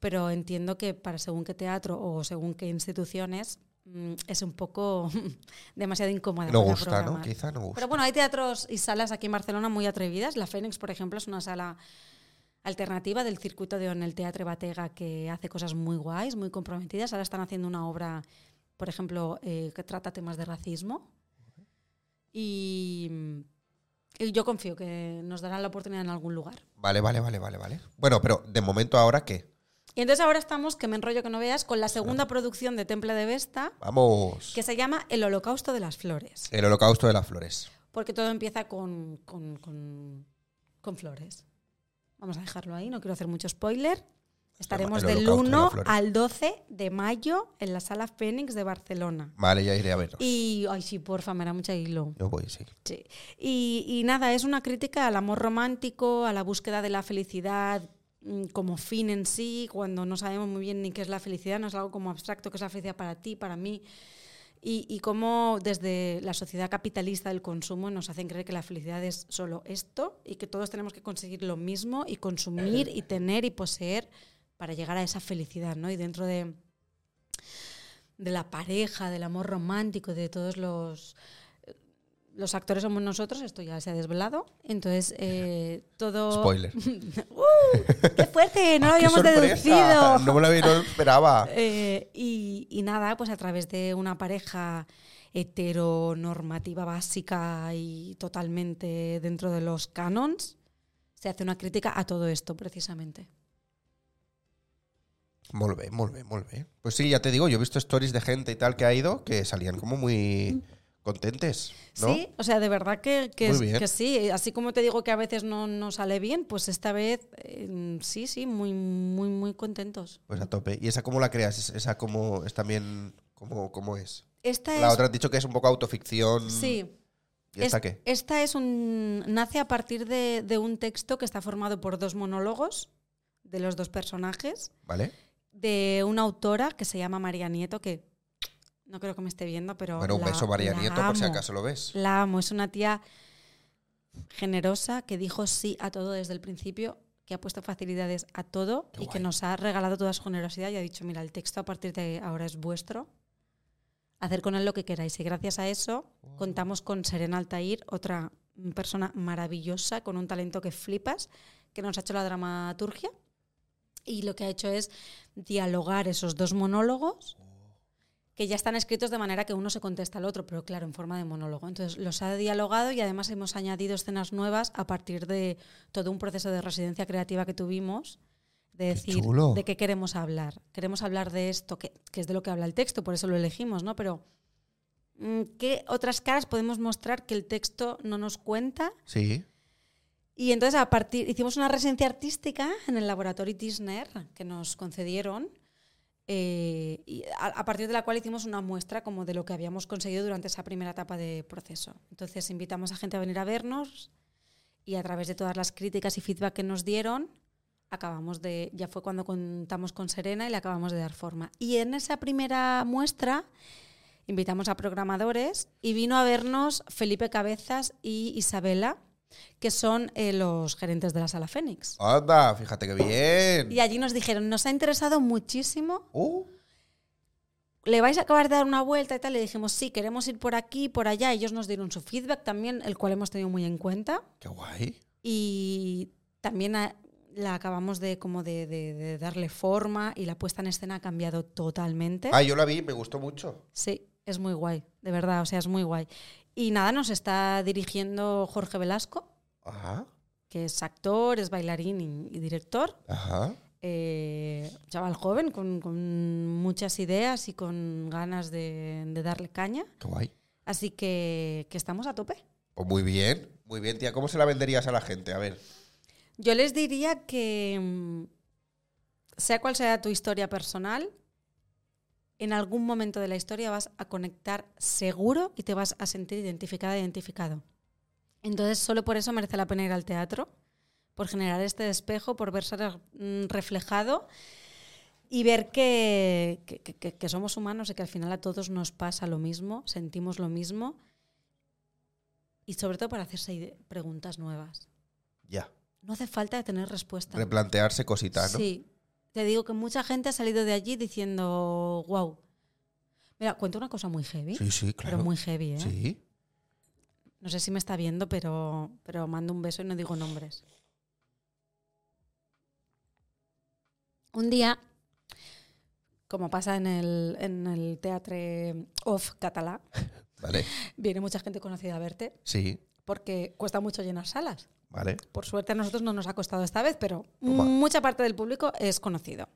S2: pero entiendo que para según qué teatro o según qué instituciones mm, es un poco demasiado incómoda.
S1: No
S2: para
S1: gusta, ¿no?
S2: programar.
S1: Quizá no gusta.
S2: Pero bueno, hay teatros y salas aquí en Barcelona muy atrevidas. La Fénix, por ejemplo, es una sala alternativa del circuito de Onel Teatre Batega que hace cosas muy guays, muy comprometidas. Ahora están haciendo una obra, por ejemplo, eh, que trata temas de racismo. Y, y yo confío que nos darán la oportunidad en algún lugar.
S1: Vale, vale, vale, vale, vale. Bueno, pero de momento ahora qué?
S2: Y entonces ahora estamos, que me enrollo que no veas, con la segunda producción de Temple de Vesta,
S1: Vamos.
S2: que se llama El Holocausto de las Flores.
S1: El holocausto de las flores.
S2: Porque todo empieza con, con, con- con flores. Vamos a dejarlo ahí, no quiero hacer mucho spoiler. Estaremos
S1: El
S2: del
S1: Holocausto de las
S2: 1
S1: Flores.
S2: al 12 de mayo en la sala Fénix de Barcelona.
S1: Vale, ya iré a verlo.
S2: Y, ay, sí, porfa, me hará mucha hilo.
S1: Yo voy, sí.
S2: Sí. Y, y nada, es una crítica al amor romántico, a la búsqueda de la felicidad mm, como fin en sí, cuando no sabemos muy bien ni qué es la felicidad, no es algo como abstracto, qué es la felicidad para ti, para mí. Y, y cómo desde la sociedad capitalista del consumo nos hacen creer que la felicidad es solo esto y que todos tenemos que conseguir lo mismo y consumir y tener y poseer para llegar a esa felicidad, ¿no? Y dentro de, de la pareja, del amor romántico, de todos los, los actores somos nosotros, esto ya se ha desvelado. Entonces, eh, todo.
S1: Spoiler.
S2: ¡Uh! ¡Qué fuerte! No lo
S1: ¡Ah, qué
S2: habíamos
S1: sorpresa!
S2: deducido.
S1: No me lo, había- no lo esperaba.
S2: Eh, y, y nada, pues a través de una pareja heteronormativa básica y totalmente dentro de los canons, se hace una crítica a todo esto, precisamente.
S1: Molt bé, molt bé, molt bé. Pues sí, ya te digo, yo he visto stories de gente y tal que ha ido que salían como muy contentes, ¿no?
S2: Sí, o sea, de verdad que, que,
S1: Muy
S2: es-
S1: bien.
S2: que sí. Eh, Así como te digo que a veces no, no sale bien, pues esta vez eh, sí, sí, muy, muy, muy contentos.
S1: Pues a tope. ¿Y esa cómo la creas? ¿Es- ¿Esa cómo es también, cómo, cómo es?
S2: Esta
S1: La
S2: es.
S1: otra has dicho que es un poco autoficción.
S2: Sí.
S1: ¿Y esta
S2: Es-
S1: qué?
S2: Esta es un. nace a partir de, de un texto que está formado por dos monólogos de los dos personajes,
S1: ¿Vale?
S2: de una autora que se llama María Nieto, que no creo que me esté viendo, pero.
S1: Bueno, un
S2: la-
S1: beso María
S2: la
S1: Nieto, por si
S2: amo.
S1: acaso lo ves.
S2: La amo, es una tía generosa que dijo sí a todo desde el principio, que ha puesto facilidades a todo
S1: Qué
S2: y que
S1: guay.
S2: nos ha regalado toda su generosidad y ha dicho, mira, el texto a partir de ahora es vuestro, hacer con él lo que queráis. Y gracias a eso contamos con Serena Altair, otra persona maravillosa, con un talento que flipas, que nos ha hecho la dramaturgia. Y lo que ha hecho es dialogar esos dos monólogos que ya están escritos de manera que uno se contesta al otro, pero claro, en forma de monólogo. Entonces los ha dialogado y además hemos añadido escenas nuevas a partir de todo un proceso de residencia creativa que tuvimos, de decir
S1: chulo.
S2: de qué queremos hablar. Queremos hablar de esto, que, que es de lo que habla el texto, por eso lo elegimos, ¿no? Pero mm, ¿qué otras caras podemos mostrar que el texto no nos cuenta?
S1: Sí.
S2: Y entonces a partir hicimos una residencia artística en el laboratorio Tisner que nos concedieron eh, y a, a partir de la cual hicimos una muestra como de lo que habíamos conseguido durante esa primera etapa de proceso. Entonces invitamos a gente a venir a vernos y a través de todas las críticas y feedback que nos dieron acabamos de ya fue cuando contamos con Serena y le acabamos de dar forma. Y en esa primera muestra invitamos a programadores y vino a vernos Felipe Cabezas y Isabela, que son eh, los gerentes de la sala Fénix.
S1: Ah. Anda, fíjate que bien.
S2: Y allí nos dijeron, nos ha interesado muchísimo,
S1: Uh,
S2: le vais a acabar de dar una vuelta y tal. Le dijimos, sí, queremos ir por aquí, por allá. Ellos nos dieron su feedback también, el cual hemos tenido muy en cuenta.
S1: qué guay.
S2: Y también a- la acabamos de, como de, de- de darle forma y la puesta en escena ha cambiado totalmente.
S1: Ah, yo la vi, me gustó mucho.
S2: Sí, es muy guay, de verdad, o sea, es muy guay. Y nada, nos está dirigiendo Jorge Velasco,
S1: Ajá.
S2: que es actor, es bailarín y- y director.
S1: Ajá.
S2: eh, chaval joven con, con muchas ideas y con ganas de, de darle caña.
S1: Qué guay.
S2: Así que, que estamos a tope.
S1: Pues muy bien. Muy bien, tía. ¿Cómo se la venderías a la gente? A ver.
S2: Yo les diría que, mm, sea cual sea tu historia personal, en algún momento de la historia vas a conectar seguro y te vas a sentir identificada, identificado. Entonces, solo por eso merece la pena ir al teatro, por generar este espejo, por verse re- mm, reflejado y ver que, que- que- que somos humanos y que al final a todos nos pasa lo mismo, sentimos lo mismo y sobre todo para hacerse ide- preguntas nuevas.
S1: Ya.
S2: No hace falta tener respuesta.
S1: Replantearse cositas, ¿no?
S2: Sí. Te digo que mucha gente ha salido de allí diciendo, wow. Mira, cuento una cosa muy heavy.
S1: sí, sí, claro.
S2: Pero muy heavy, ¿eh?
S1: Sí.
S2: No sé si me está viendo, pero, pero mando un beso y no digo nombres. Un día, como pasa en el, en el teatro off catalá,
S1: Vale.
S2: viene mucha gente conocida a verte
S1: Sí.
S2: porque cuesta mucho llenar salas.
S1: Vale.
S2: Por suerte a nosotros no nos ha costado esta vez, pero
S1: Toma.
S2: mucha parte del público es conocido.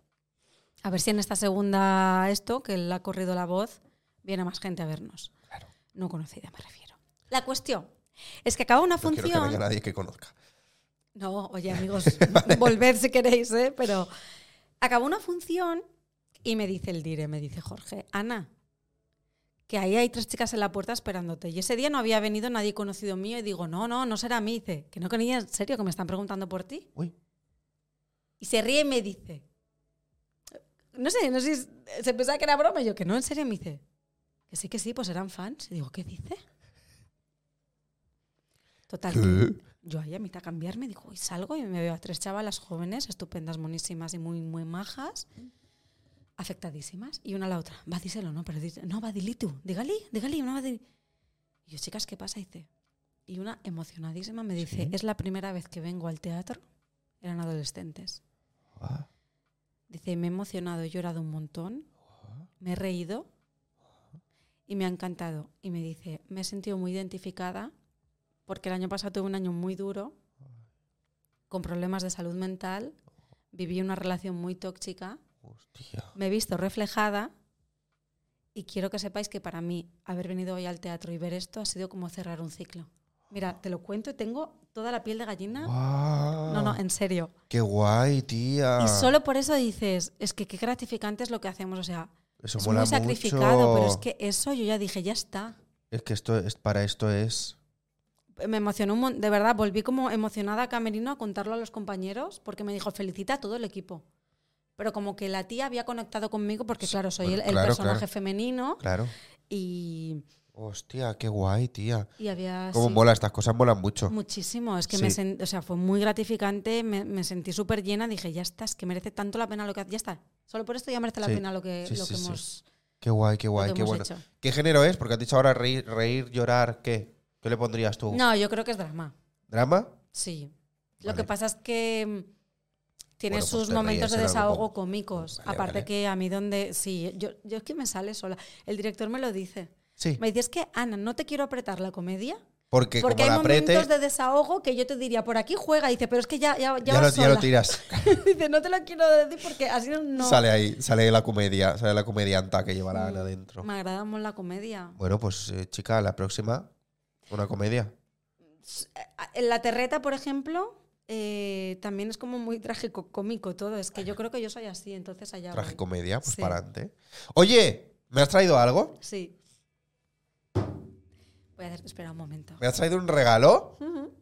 S2: A ver si en esta segunda esto, que le ha corrido la voz, viene más gente a vernos.
S1: Claro.
S2: No conocida, me refiero. La cuestión es que acaba una
S1: No quiero que
S2: función.
S1: venga nadie que conozca.
S2: No, oye, amigos, volved si queréis, ¿eh? Pero acabó una función y me dice el dire, me dice Jorge, Ana, que ahí hay tres chicas en la puerta esperándote. Y ese día no había venido nadie conocido mío y digo, no, no, no será a mí. Dice, que no, que niña, en serio, que me están preguntando por ti.
S1: Uy.
S2: Y se ríe y me dice, no sé, no sé, si es- se pensaba que era broma. Y yo, que no, en serio, me dice, que sí, que sí, pues eran fans. Y digo, ¿qué dice? Total, que
S1: ¿Qué?
S2: yo ahí a mitad de cambiarme, digo, y salgo y me veo a tres chavalas jóvenes, estupendas, monísimas y muy, muy majas, afectadísimas. Y una a la otra, va, díselo, no, pero dice, no, va, dili tú, dígale, dígale, no, va, dili". Y yo, chicas, ¿qué pasa? Y dice, y una emocionadísima me dice,
S1: Sí.
S2: es la primera vez que vengo al teatro, eran adolescentes.
S1: Ah,
S2: Dice, me he emocionado, he llorado un montón,
S1: ah,
S2: me he reído y me ha encantado. Y me dice, me he sentido muy identificada porque el año pasado tuve un año muy duro, con problemas de salud mental, viví una relación muy tóxica,
S1: hostia.
S2: me he visto reflejada y quiero que sepáis que para mí haber venido hoy al teatro y ver esto ha sido como cerrar un ciclo. Mira, te lo cuento y tengo toda la piel de gallina.
S1: Guau.
S2: Ah. No, no, en serio.
S1: Qué guay, tía.
S2: Y solo por eso dices, es que qué gratificante es lo que hacemos, o sea,
S1: Eso
S2: es
S1: mola
S2: muy sacrificado,
S1: mucho.
S2: pero es que eso yo ya dije, ya está.
S1: Es que esto es, para esto es.
S2: Me emocionó, un mon- de verdad, volví como emocionada a Camerino a contarlo a los compañeros porque me dijo, felicita a todo el equipo. Pero como que la tía había conectado conmigo porque, claro, soy
S1: bueno,
S2: el, el
S1: claro,
S2: personaje
S1: claro.
S2: femenino
S1: Claro.
S2: y,
S1: Hostia, qué guay, tía.
S2: y había...
S1: Cómo
S2: Ah, sí,
S1: mola, estas cosas molan mucho.
S2: Muchísimo, es que me
S1: Sí.
S2: sen- o sea, fue muy gratificante, me, me sentí súper llena, dije, ya está, es que merece tanto la pena lo que... ha- Ya está, solo por esto ya merece la
S1: Sí,
S2: pena lo que,
S1: sí,
S2: lo
S1: sí,
S2: que
S1: sí.
S2: hemos...
S1: Qué guay, qué guay,
S2: que
S1: qué
S2: hemos
S1: bueno.
S2: hecho.
S1: ¿Qué género es? Porque has dicho ahora reír, reír, llorar, ¿qué? ¿Qué le pondrías tú?
S2: No, yo creo que es drama.
S1: ¿Drama?
S2: Sí. Lo
S1: Vale.
S2: que pasa es que mm, Tiene
S1: Bueno, pues
S2: sus
S1: te
S2: momentos
S1: ríes
S2: de
S1: en algo
S2: desahogo
S1: con-
S2: cómicos.
S1: Vale,
S2: Aparte
S1: vale.
S2: que a mí donde... Sí, yo, yo es que me sale sola. El director me lo dice.
S1: Sí.
S2: Me dice, es que, Ana, no te quiero apretar la comedia.
S1: Porque,
S2: porque
S1: como
S2: hay
S1: la apriete,
S2: momentos de desahogo que yo te diría, por aquí juega. Y dice, pero es que ya, ya, ya,
S1: ya, lo,
S2: vas
S1: ya lo
S2: sola".
S1: tiras.
S2: dice, no te lo quiero decir porque así no... Mm.
S1: Sale ahí, sale ahí la comedia, sale la comedianta que lleva la Ana dentro.
S2: Me agradamos la comedia.
S1: Bueno, pues eh, chica, la próxima, una comedia.
S2: En la terreta, por ejemplo, eh, también es como muy trágico, cómico todo. Es que yo creo que yo soy así, entonces allá. voy.
S1: Tragicomedia, pues
S2: Sí.
S1: para adelante. Oye, ¿me has traído algo?
S2: Sí. Voy a hacer, espera un momento.
S1: ¿Me has traído un regalo?
S2: Ujú.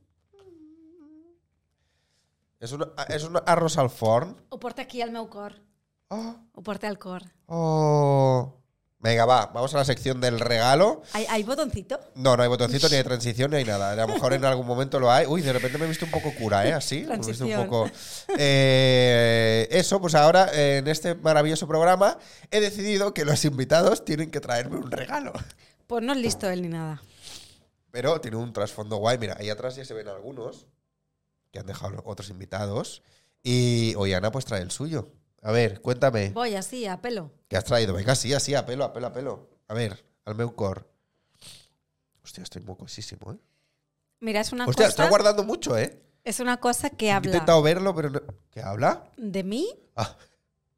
S1: ¿Es un, es un arroz al forn?
S2: O porte aquí al meu cor.
S1: Oh,
S2: O porte al cor.
S1: oh. Venga, va, vamos a la sección del regalo.
S2: ¿Hay, hay botoncito?
S1: No, no hay botoncito, ni hay transición, ni hay nada. A lo mejor en algún momento lo hay. Uy, de repente me he visto un poco cura, ¿eh? Así. Me he visto un
S2: Transición.
S1: poco. Eh, eso, pues ahora eh, en este maravilloso programa he decidido que los invitados tienen que traerme un regalo.
S2: Pues no es listo él ni nada.
S1: Pero tiene un trasfondo guay. Mira, ahí atrás ya se ven algunos que han dejado otros invitados. Y hoy Ana pues trae el suyo. A ver, cuéntame.
S2: Voy así, a pelo.
S1: ¿Qué has traído? Venga, sí, así, a pelo, a pelo, a pelo. A ver, al meu cor. Hostia, estoy mocosísimo, ¿eh?
S2: Mira, es una,
S1: Hostia, está
S2: cosa,
S1: guardando mucho, ¿eh?
S2: es una cosa que
S1: He
S2: habla
S1: intentado verlo, pero no... ¿Qué habla?
S2: de mí.
S1: Ah.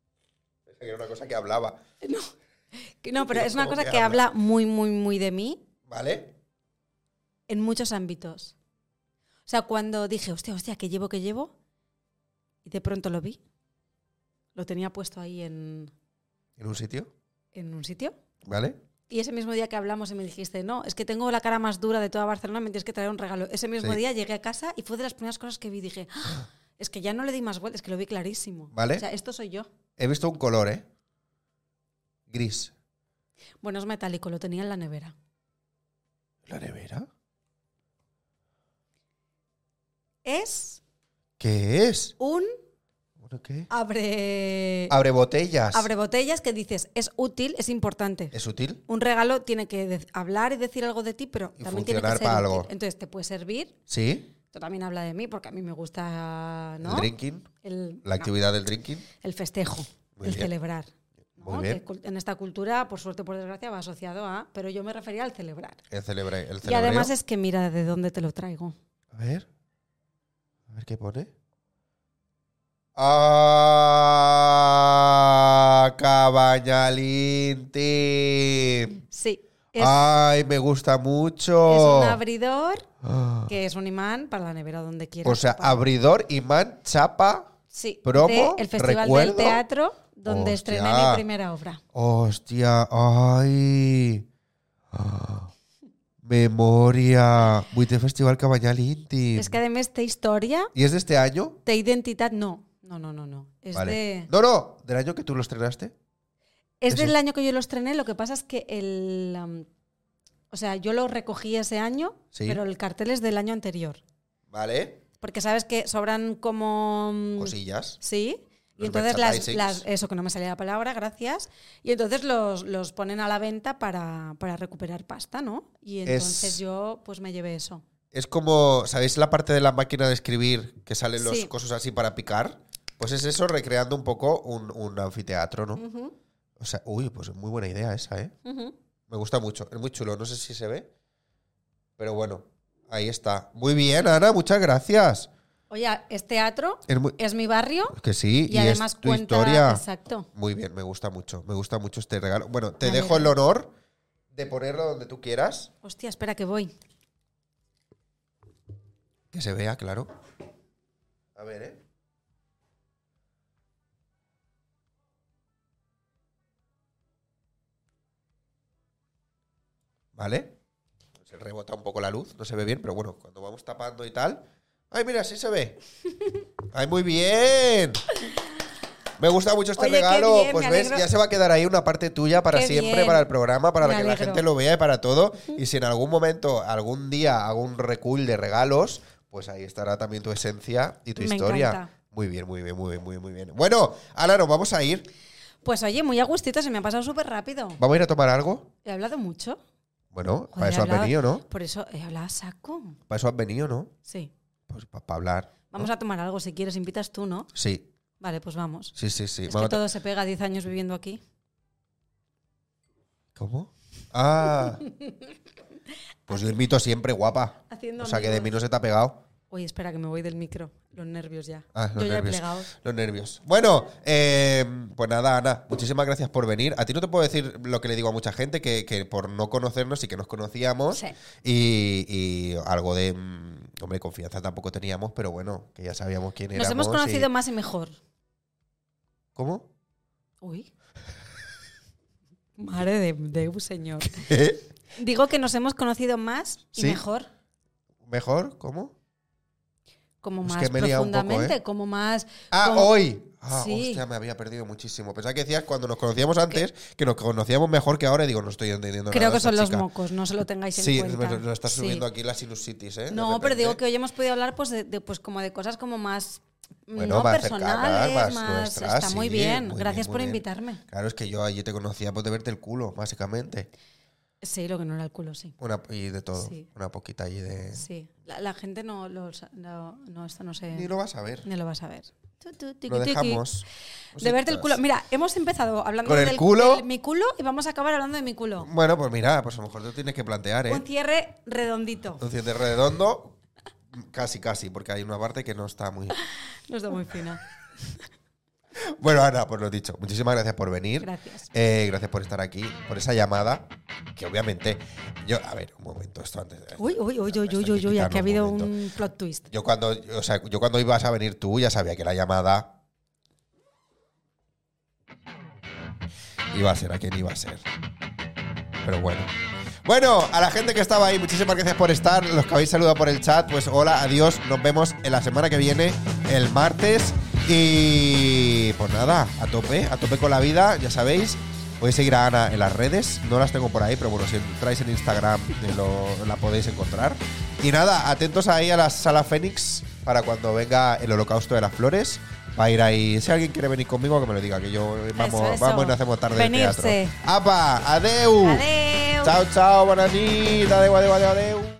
S1: Pensé que Era una cosa que hablaba,
S2: que- No, pero
S1: Pero
S2: es una
S1: ¿cómo
S2: cosa
S1: que
S2: que habla muy, muy, muy de mí.
S1: ¿vale?
S2: en muchos ámbitos. O sea, cuando dije, hostia, hostia, ¿qué llevo, qué llevo? Y de pronto lo vi. Lo tenía puesto ahí en,
S1: En un sitio,
S2: en un sitio.
S1: ¿vale?
S2: Y ese mismo día que hablamos y me dijiste, no, es que tengo la cara más dura de toda Barcelona, me tienes que traer un regalo. Ese mismo
S1: Sí.
S2: día llegué a casa y fue de las primeras cosas que vi. Dije, "Ah, es que ya no le di más vueltas, es que lo vi clarísimo.
S1: Vale.
S2: O sea, esto soy yo.
S1: He visto un color, ¿eh? Gris.
S2: Bueno, es metálico, lo tenía en la nevera.
S1: ¿La nevera?
S2: Es
S1: ¿Qué es?
S2: un
S1: Bueno, ¿qué?
S2: abre,
S1: Abre botellas.
S2: abre botellas que dices, es útil, es importante.
S1: ¿Es útil?
S2: un regalo tiene que de- hablar y decir algo de ti, pero
S1: Y
S2: también tiene que
S1: funcionar
S2: ser
S1: para
S2: útil.
S1: algo.
S2: Entonces te puede servir.
S1: Sí.
S2: Esto también habla de mí porque a mí me gusta, ¿no?
S1: El drinking.
S2: El-
S1: La
S2: no,
S1: actividad del drinking.
S2: el festejo,
S1: Muy
S2: el
S1: bien.
S2: celebrar. ¿no?
S1: Muy bien.
S2: Que cul- en esta cultura, por suerte o por desgracia, va asociado a, pero yo me refería al celebrar.
S1: El celebre. El
S2: Y
S1: celebreo.
S2: además es que mira de dónde te lo traigo.
S1: A ver. A ver qué pone. ¡Ah! Cabañalín Team.
S2: Sí, es,
S1: Ah. ¡Ay, me gusta
S2: es
S1: mucho!
S2: un abridor
S1: Ah.
S2: que es un imán para la nevera donde quieras.
S1: O sea,
S2: para-
S1: abridor, imán, chapa.
S2: sí,
S1: promo,
S2: de el Festival
S1: recuerdo.
S2: del Teatro donde
S1: Hostia.
S2: estrené mi primera obra.
S1: ¡Hostia! ¡Ay! Ah. Memoria. Vull de Festival Cabañalín Team.
S2: Es que además esta historia
S1: ¿Y es de este año?
S2: De identidad, no. No, no, no, no. Es,
S1: Vale.
S2: de-
S1: No, no, del año que tú lo estrenaste.
S2: es
S1: eso.
S2: del año que yo lo estrené. Lo que pasa es que el. um, o sea, yo lo recogí ese año,
S1: Sí.
S2: pero el cartel es del año anterior.
S1: Vale.
S2: Porque sabes que sobran como. mm,
S1: Cosillas.
S2: Sí. Y
S1: Los
S2: entonces las,
S1: merchandisings.
S2: las- Eso que no me salía la palabra, gracias. Y entonces los, los ponen a la venta para, para recuperar pasta, ¿no? Y
S1: Es-
S2: entonces yo pues me llevé eso.
S1: Es como, ¿sabéis la parte de la máquina de escribir que salen los
S2: Sí.
S1: cosas así para picar? Pues es eso, recreando un poco un, un anfiteatro, ¿no?
S2: Ujú,
S1: O sea, uy, pues es muy buena idea esa, ¿eh?
S2: ujú.
S1: Me gusta mucho, es muy chulo, no sé si se ve, pero bueno, ahí está. Muy bien, Ana, muchas gracias.
S2: Oye, es teatro,
S1: Es muy-
S2: es mi barrio
S1: que sí,
S2: y,
S1: y,
S2: además
S1: es tu
S2: cuenta.
S1: historia.
S2: Exacto.
S1: Muy bien, me gusta mucho, me gusta mucho este regalo. Bueno, te
S2: Me
S1: dejo el
S2: alegro.
S1: honor de ponerlo donde tú quieras,
S2: Hostia, espera que voy.
S1: que se vea, claro. A ver, ¿eh? ¿Vale? Se rebota un poco la luz, no se ve bien, pero bueno, cuando vamos tapando y tal. ¡Ay, mira, sí se ve! ¡Ay, muy bien! Me gusta mucho este
S2: Oye, qué
S1: regalo.
S2: bien,
S1: pues
S2: me
S1: ves,
S2: alegro.
S1: ya se va a quedar ahí una parte tuya para
S2: Qué
S1: siempre,
S2: bien.
S1: para el programa, para
S2: Me
S1: que la
S2: alegro.
S1: gente lo vea y para todo. Y si en algún momento, algún día, hago un recul de regalos, pues ahí estará también tu esencia y tu
S2: Me
S1: historia.
S2: encanta.
S1: Muy bien, muy bien, muy bien, muy bien, muy bien. Bueno, Ana, nos vamos a ir.
S2: Pues oye, muy a gustito, se me ha pasado súper rápido.
S1: ¿Vamos a ir a tomar algo?
S2: He hablado mucho.
S1: Bueno,
S2: Joder,
S1: para
S2: he
S1: eso has
S2: hablado-
S1: venido, ¿no?
S2: Por eso he hablado a saco.
S1: Para eso has venido, ¿no?
S2: Sí.
S1: Pues para hablar.
S2: Vamos a tomar algo si quieres, invitas tú, ¿no?
S1: Sí.
S2: Vale, pues vamos.
S1: Sí, sí, sí.
S2: Es
S1: Bueno,
S2: que
S1: ta-
S2: todo se pega 10 años viviendo aquí.
S1: ¿Cómo? Ah. Pues yo invito siempre, guapa.
S2: Haciendo
S1: o sea que de
S2: amigos.
S1: mí no se te ha pegado.
S2: Oye, espera, que me voy del micro. Los nervios ya.
S1: Ah, los
S2: Yo ya he
S1: nervios.
S2: plegado.
S1: Los nervios. Bueno, eh, pues nada, Ana, muchísimas gracias por venir. A ti no te puedo decir lo que le digo a mucha gente, que, que por no conocernos y que nos conocíamos.
S2: Sí.
S1: Y, y algo de, mm, hombre, confianza tampoco teníamos, pero bueno, que ya sabíamos quién
S2: Nos
S1: éramos.
S2: hemos conocido
S1: y-
S2: más y mejor.
S1: ¿Cómo?
S2: Uy. Madre de Deus, señor. Digo que nos hemos conocido más y
S1: Sí.
S2: mejor.
S1: ¿Mejor? ¿Cómo?
S2: Como
S1: Es
S2: más
S1: que me he liado un poco, ¿eh?
S2: profundamente, como más.
S1: Ah,
S2: como-
S1: hoy. Ah,
S2: Sí.
S1: hostia, me había perdido muchísimo. Pensaba que decías cuando nos conocíamos antes que nos conocíamos mejor que ahora y digo, no estoy entendiendo
S2: Creo
S1: nada de
S2: que
S1: esta
S2: son los
S1: chica.
S2: mocos, no se lo tengáis
S1: Sí,
S2: en cuenta.
S1: nos está
S2: Sí.
S1: subiendo aquí la sinusitis, ¿eh? De
S2: No, pero
S1: repente.
S2: digo que hoy hemos podido hablar pues de, de, pues como de cosas como más mm,
S1: Bueno,
S2: no
S1: más
S2: personales,
S1: cercanas, más
S2: más,
S1: nuestras,
S2: está muy
S1: sí,
S2: bien.
S1: muy
S2: Gracias
S1: bien,
S2: por
S1: muy bien.
S2: invitarme.
S1: Claro, es que yo allí te conocía por de verte el culo, básicamente.
S2: Sí, lo que no era el culo, sí.
S1: Una, y de todo.
S2: Sí.
S1: Una poquita allí de.
S2: Sí. La, la gente no lo sa- no, no, esto no sé.
S1: Ni lo vas a ver.
S2: ni lo vas a ver. Tu, tu, tiqui,
S1: Lo
S2: tiqui.
S1: dejamos.
S2: De verte el culo. Mira, hemos empezado hablando
S1: Con el
S2: del
S1: culo.
S2: del mi culo y vamos a acabar hablando de mi culo.
S1: Bueno, pues mira, pues a lo mejor te tienes que plantear, ¿eh?
S2: Un cierre redondito.
S1: Un de redondo, casi, casi, porque hay una parte que no está muy.
S2: No está muy fina.
S1: Bueno, Ana, pues lo dicho. Muchísimas gracias por venir.
S2: Gracias.
S1: Eh, gracias por estar aquí, por esa llamada, que obviamente. Yo, a ver, un momento, esto antes. de-
S2: Uy, uy, uy, uy,
S1: Esto hay
S2: uy,
S1: que
S2: uy, uy, aquí
S1: quitarlo
S2: ha habido
S1: momento.
S2: un plot twist.
S1: Yo cuando, o sea, yo cuando ibas a venir tú ya sabía que la llamada iba a ser a quien iba a ser. Pero bueno. Bueno, a la gente que estaba ahí, muchísimas gracias por estar. Los que habéis saludado por el chat, pues hola, adiós. Nos vemos en la semana que viene, el martes. Y pues nada, a tope, a tope con la vida, ya sabéis. Podéis seguir a Ana en las redes, no las tengo por ahí, pero bueno, si entráis en Instagram eh, lo- la podéis encontrar. Y nada, atentos ahí a la sala Fénix para cuando venga el Holocausto de las Flores. Va a ir ahí. Si alguien quiere venir conmigo, que me lo diga, que yo vamos,
S2: Eso, eso.
S1: vamos y no hacemos tarde de
S2: Venirse.
S1: teatro. ¡Apa! ¡Adeu!
S2: Adeu.
S1: Chao, chao, buenas noches. Adeu, adeu, adeu, adeu.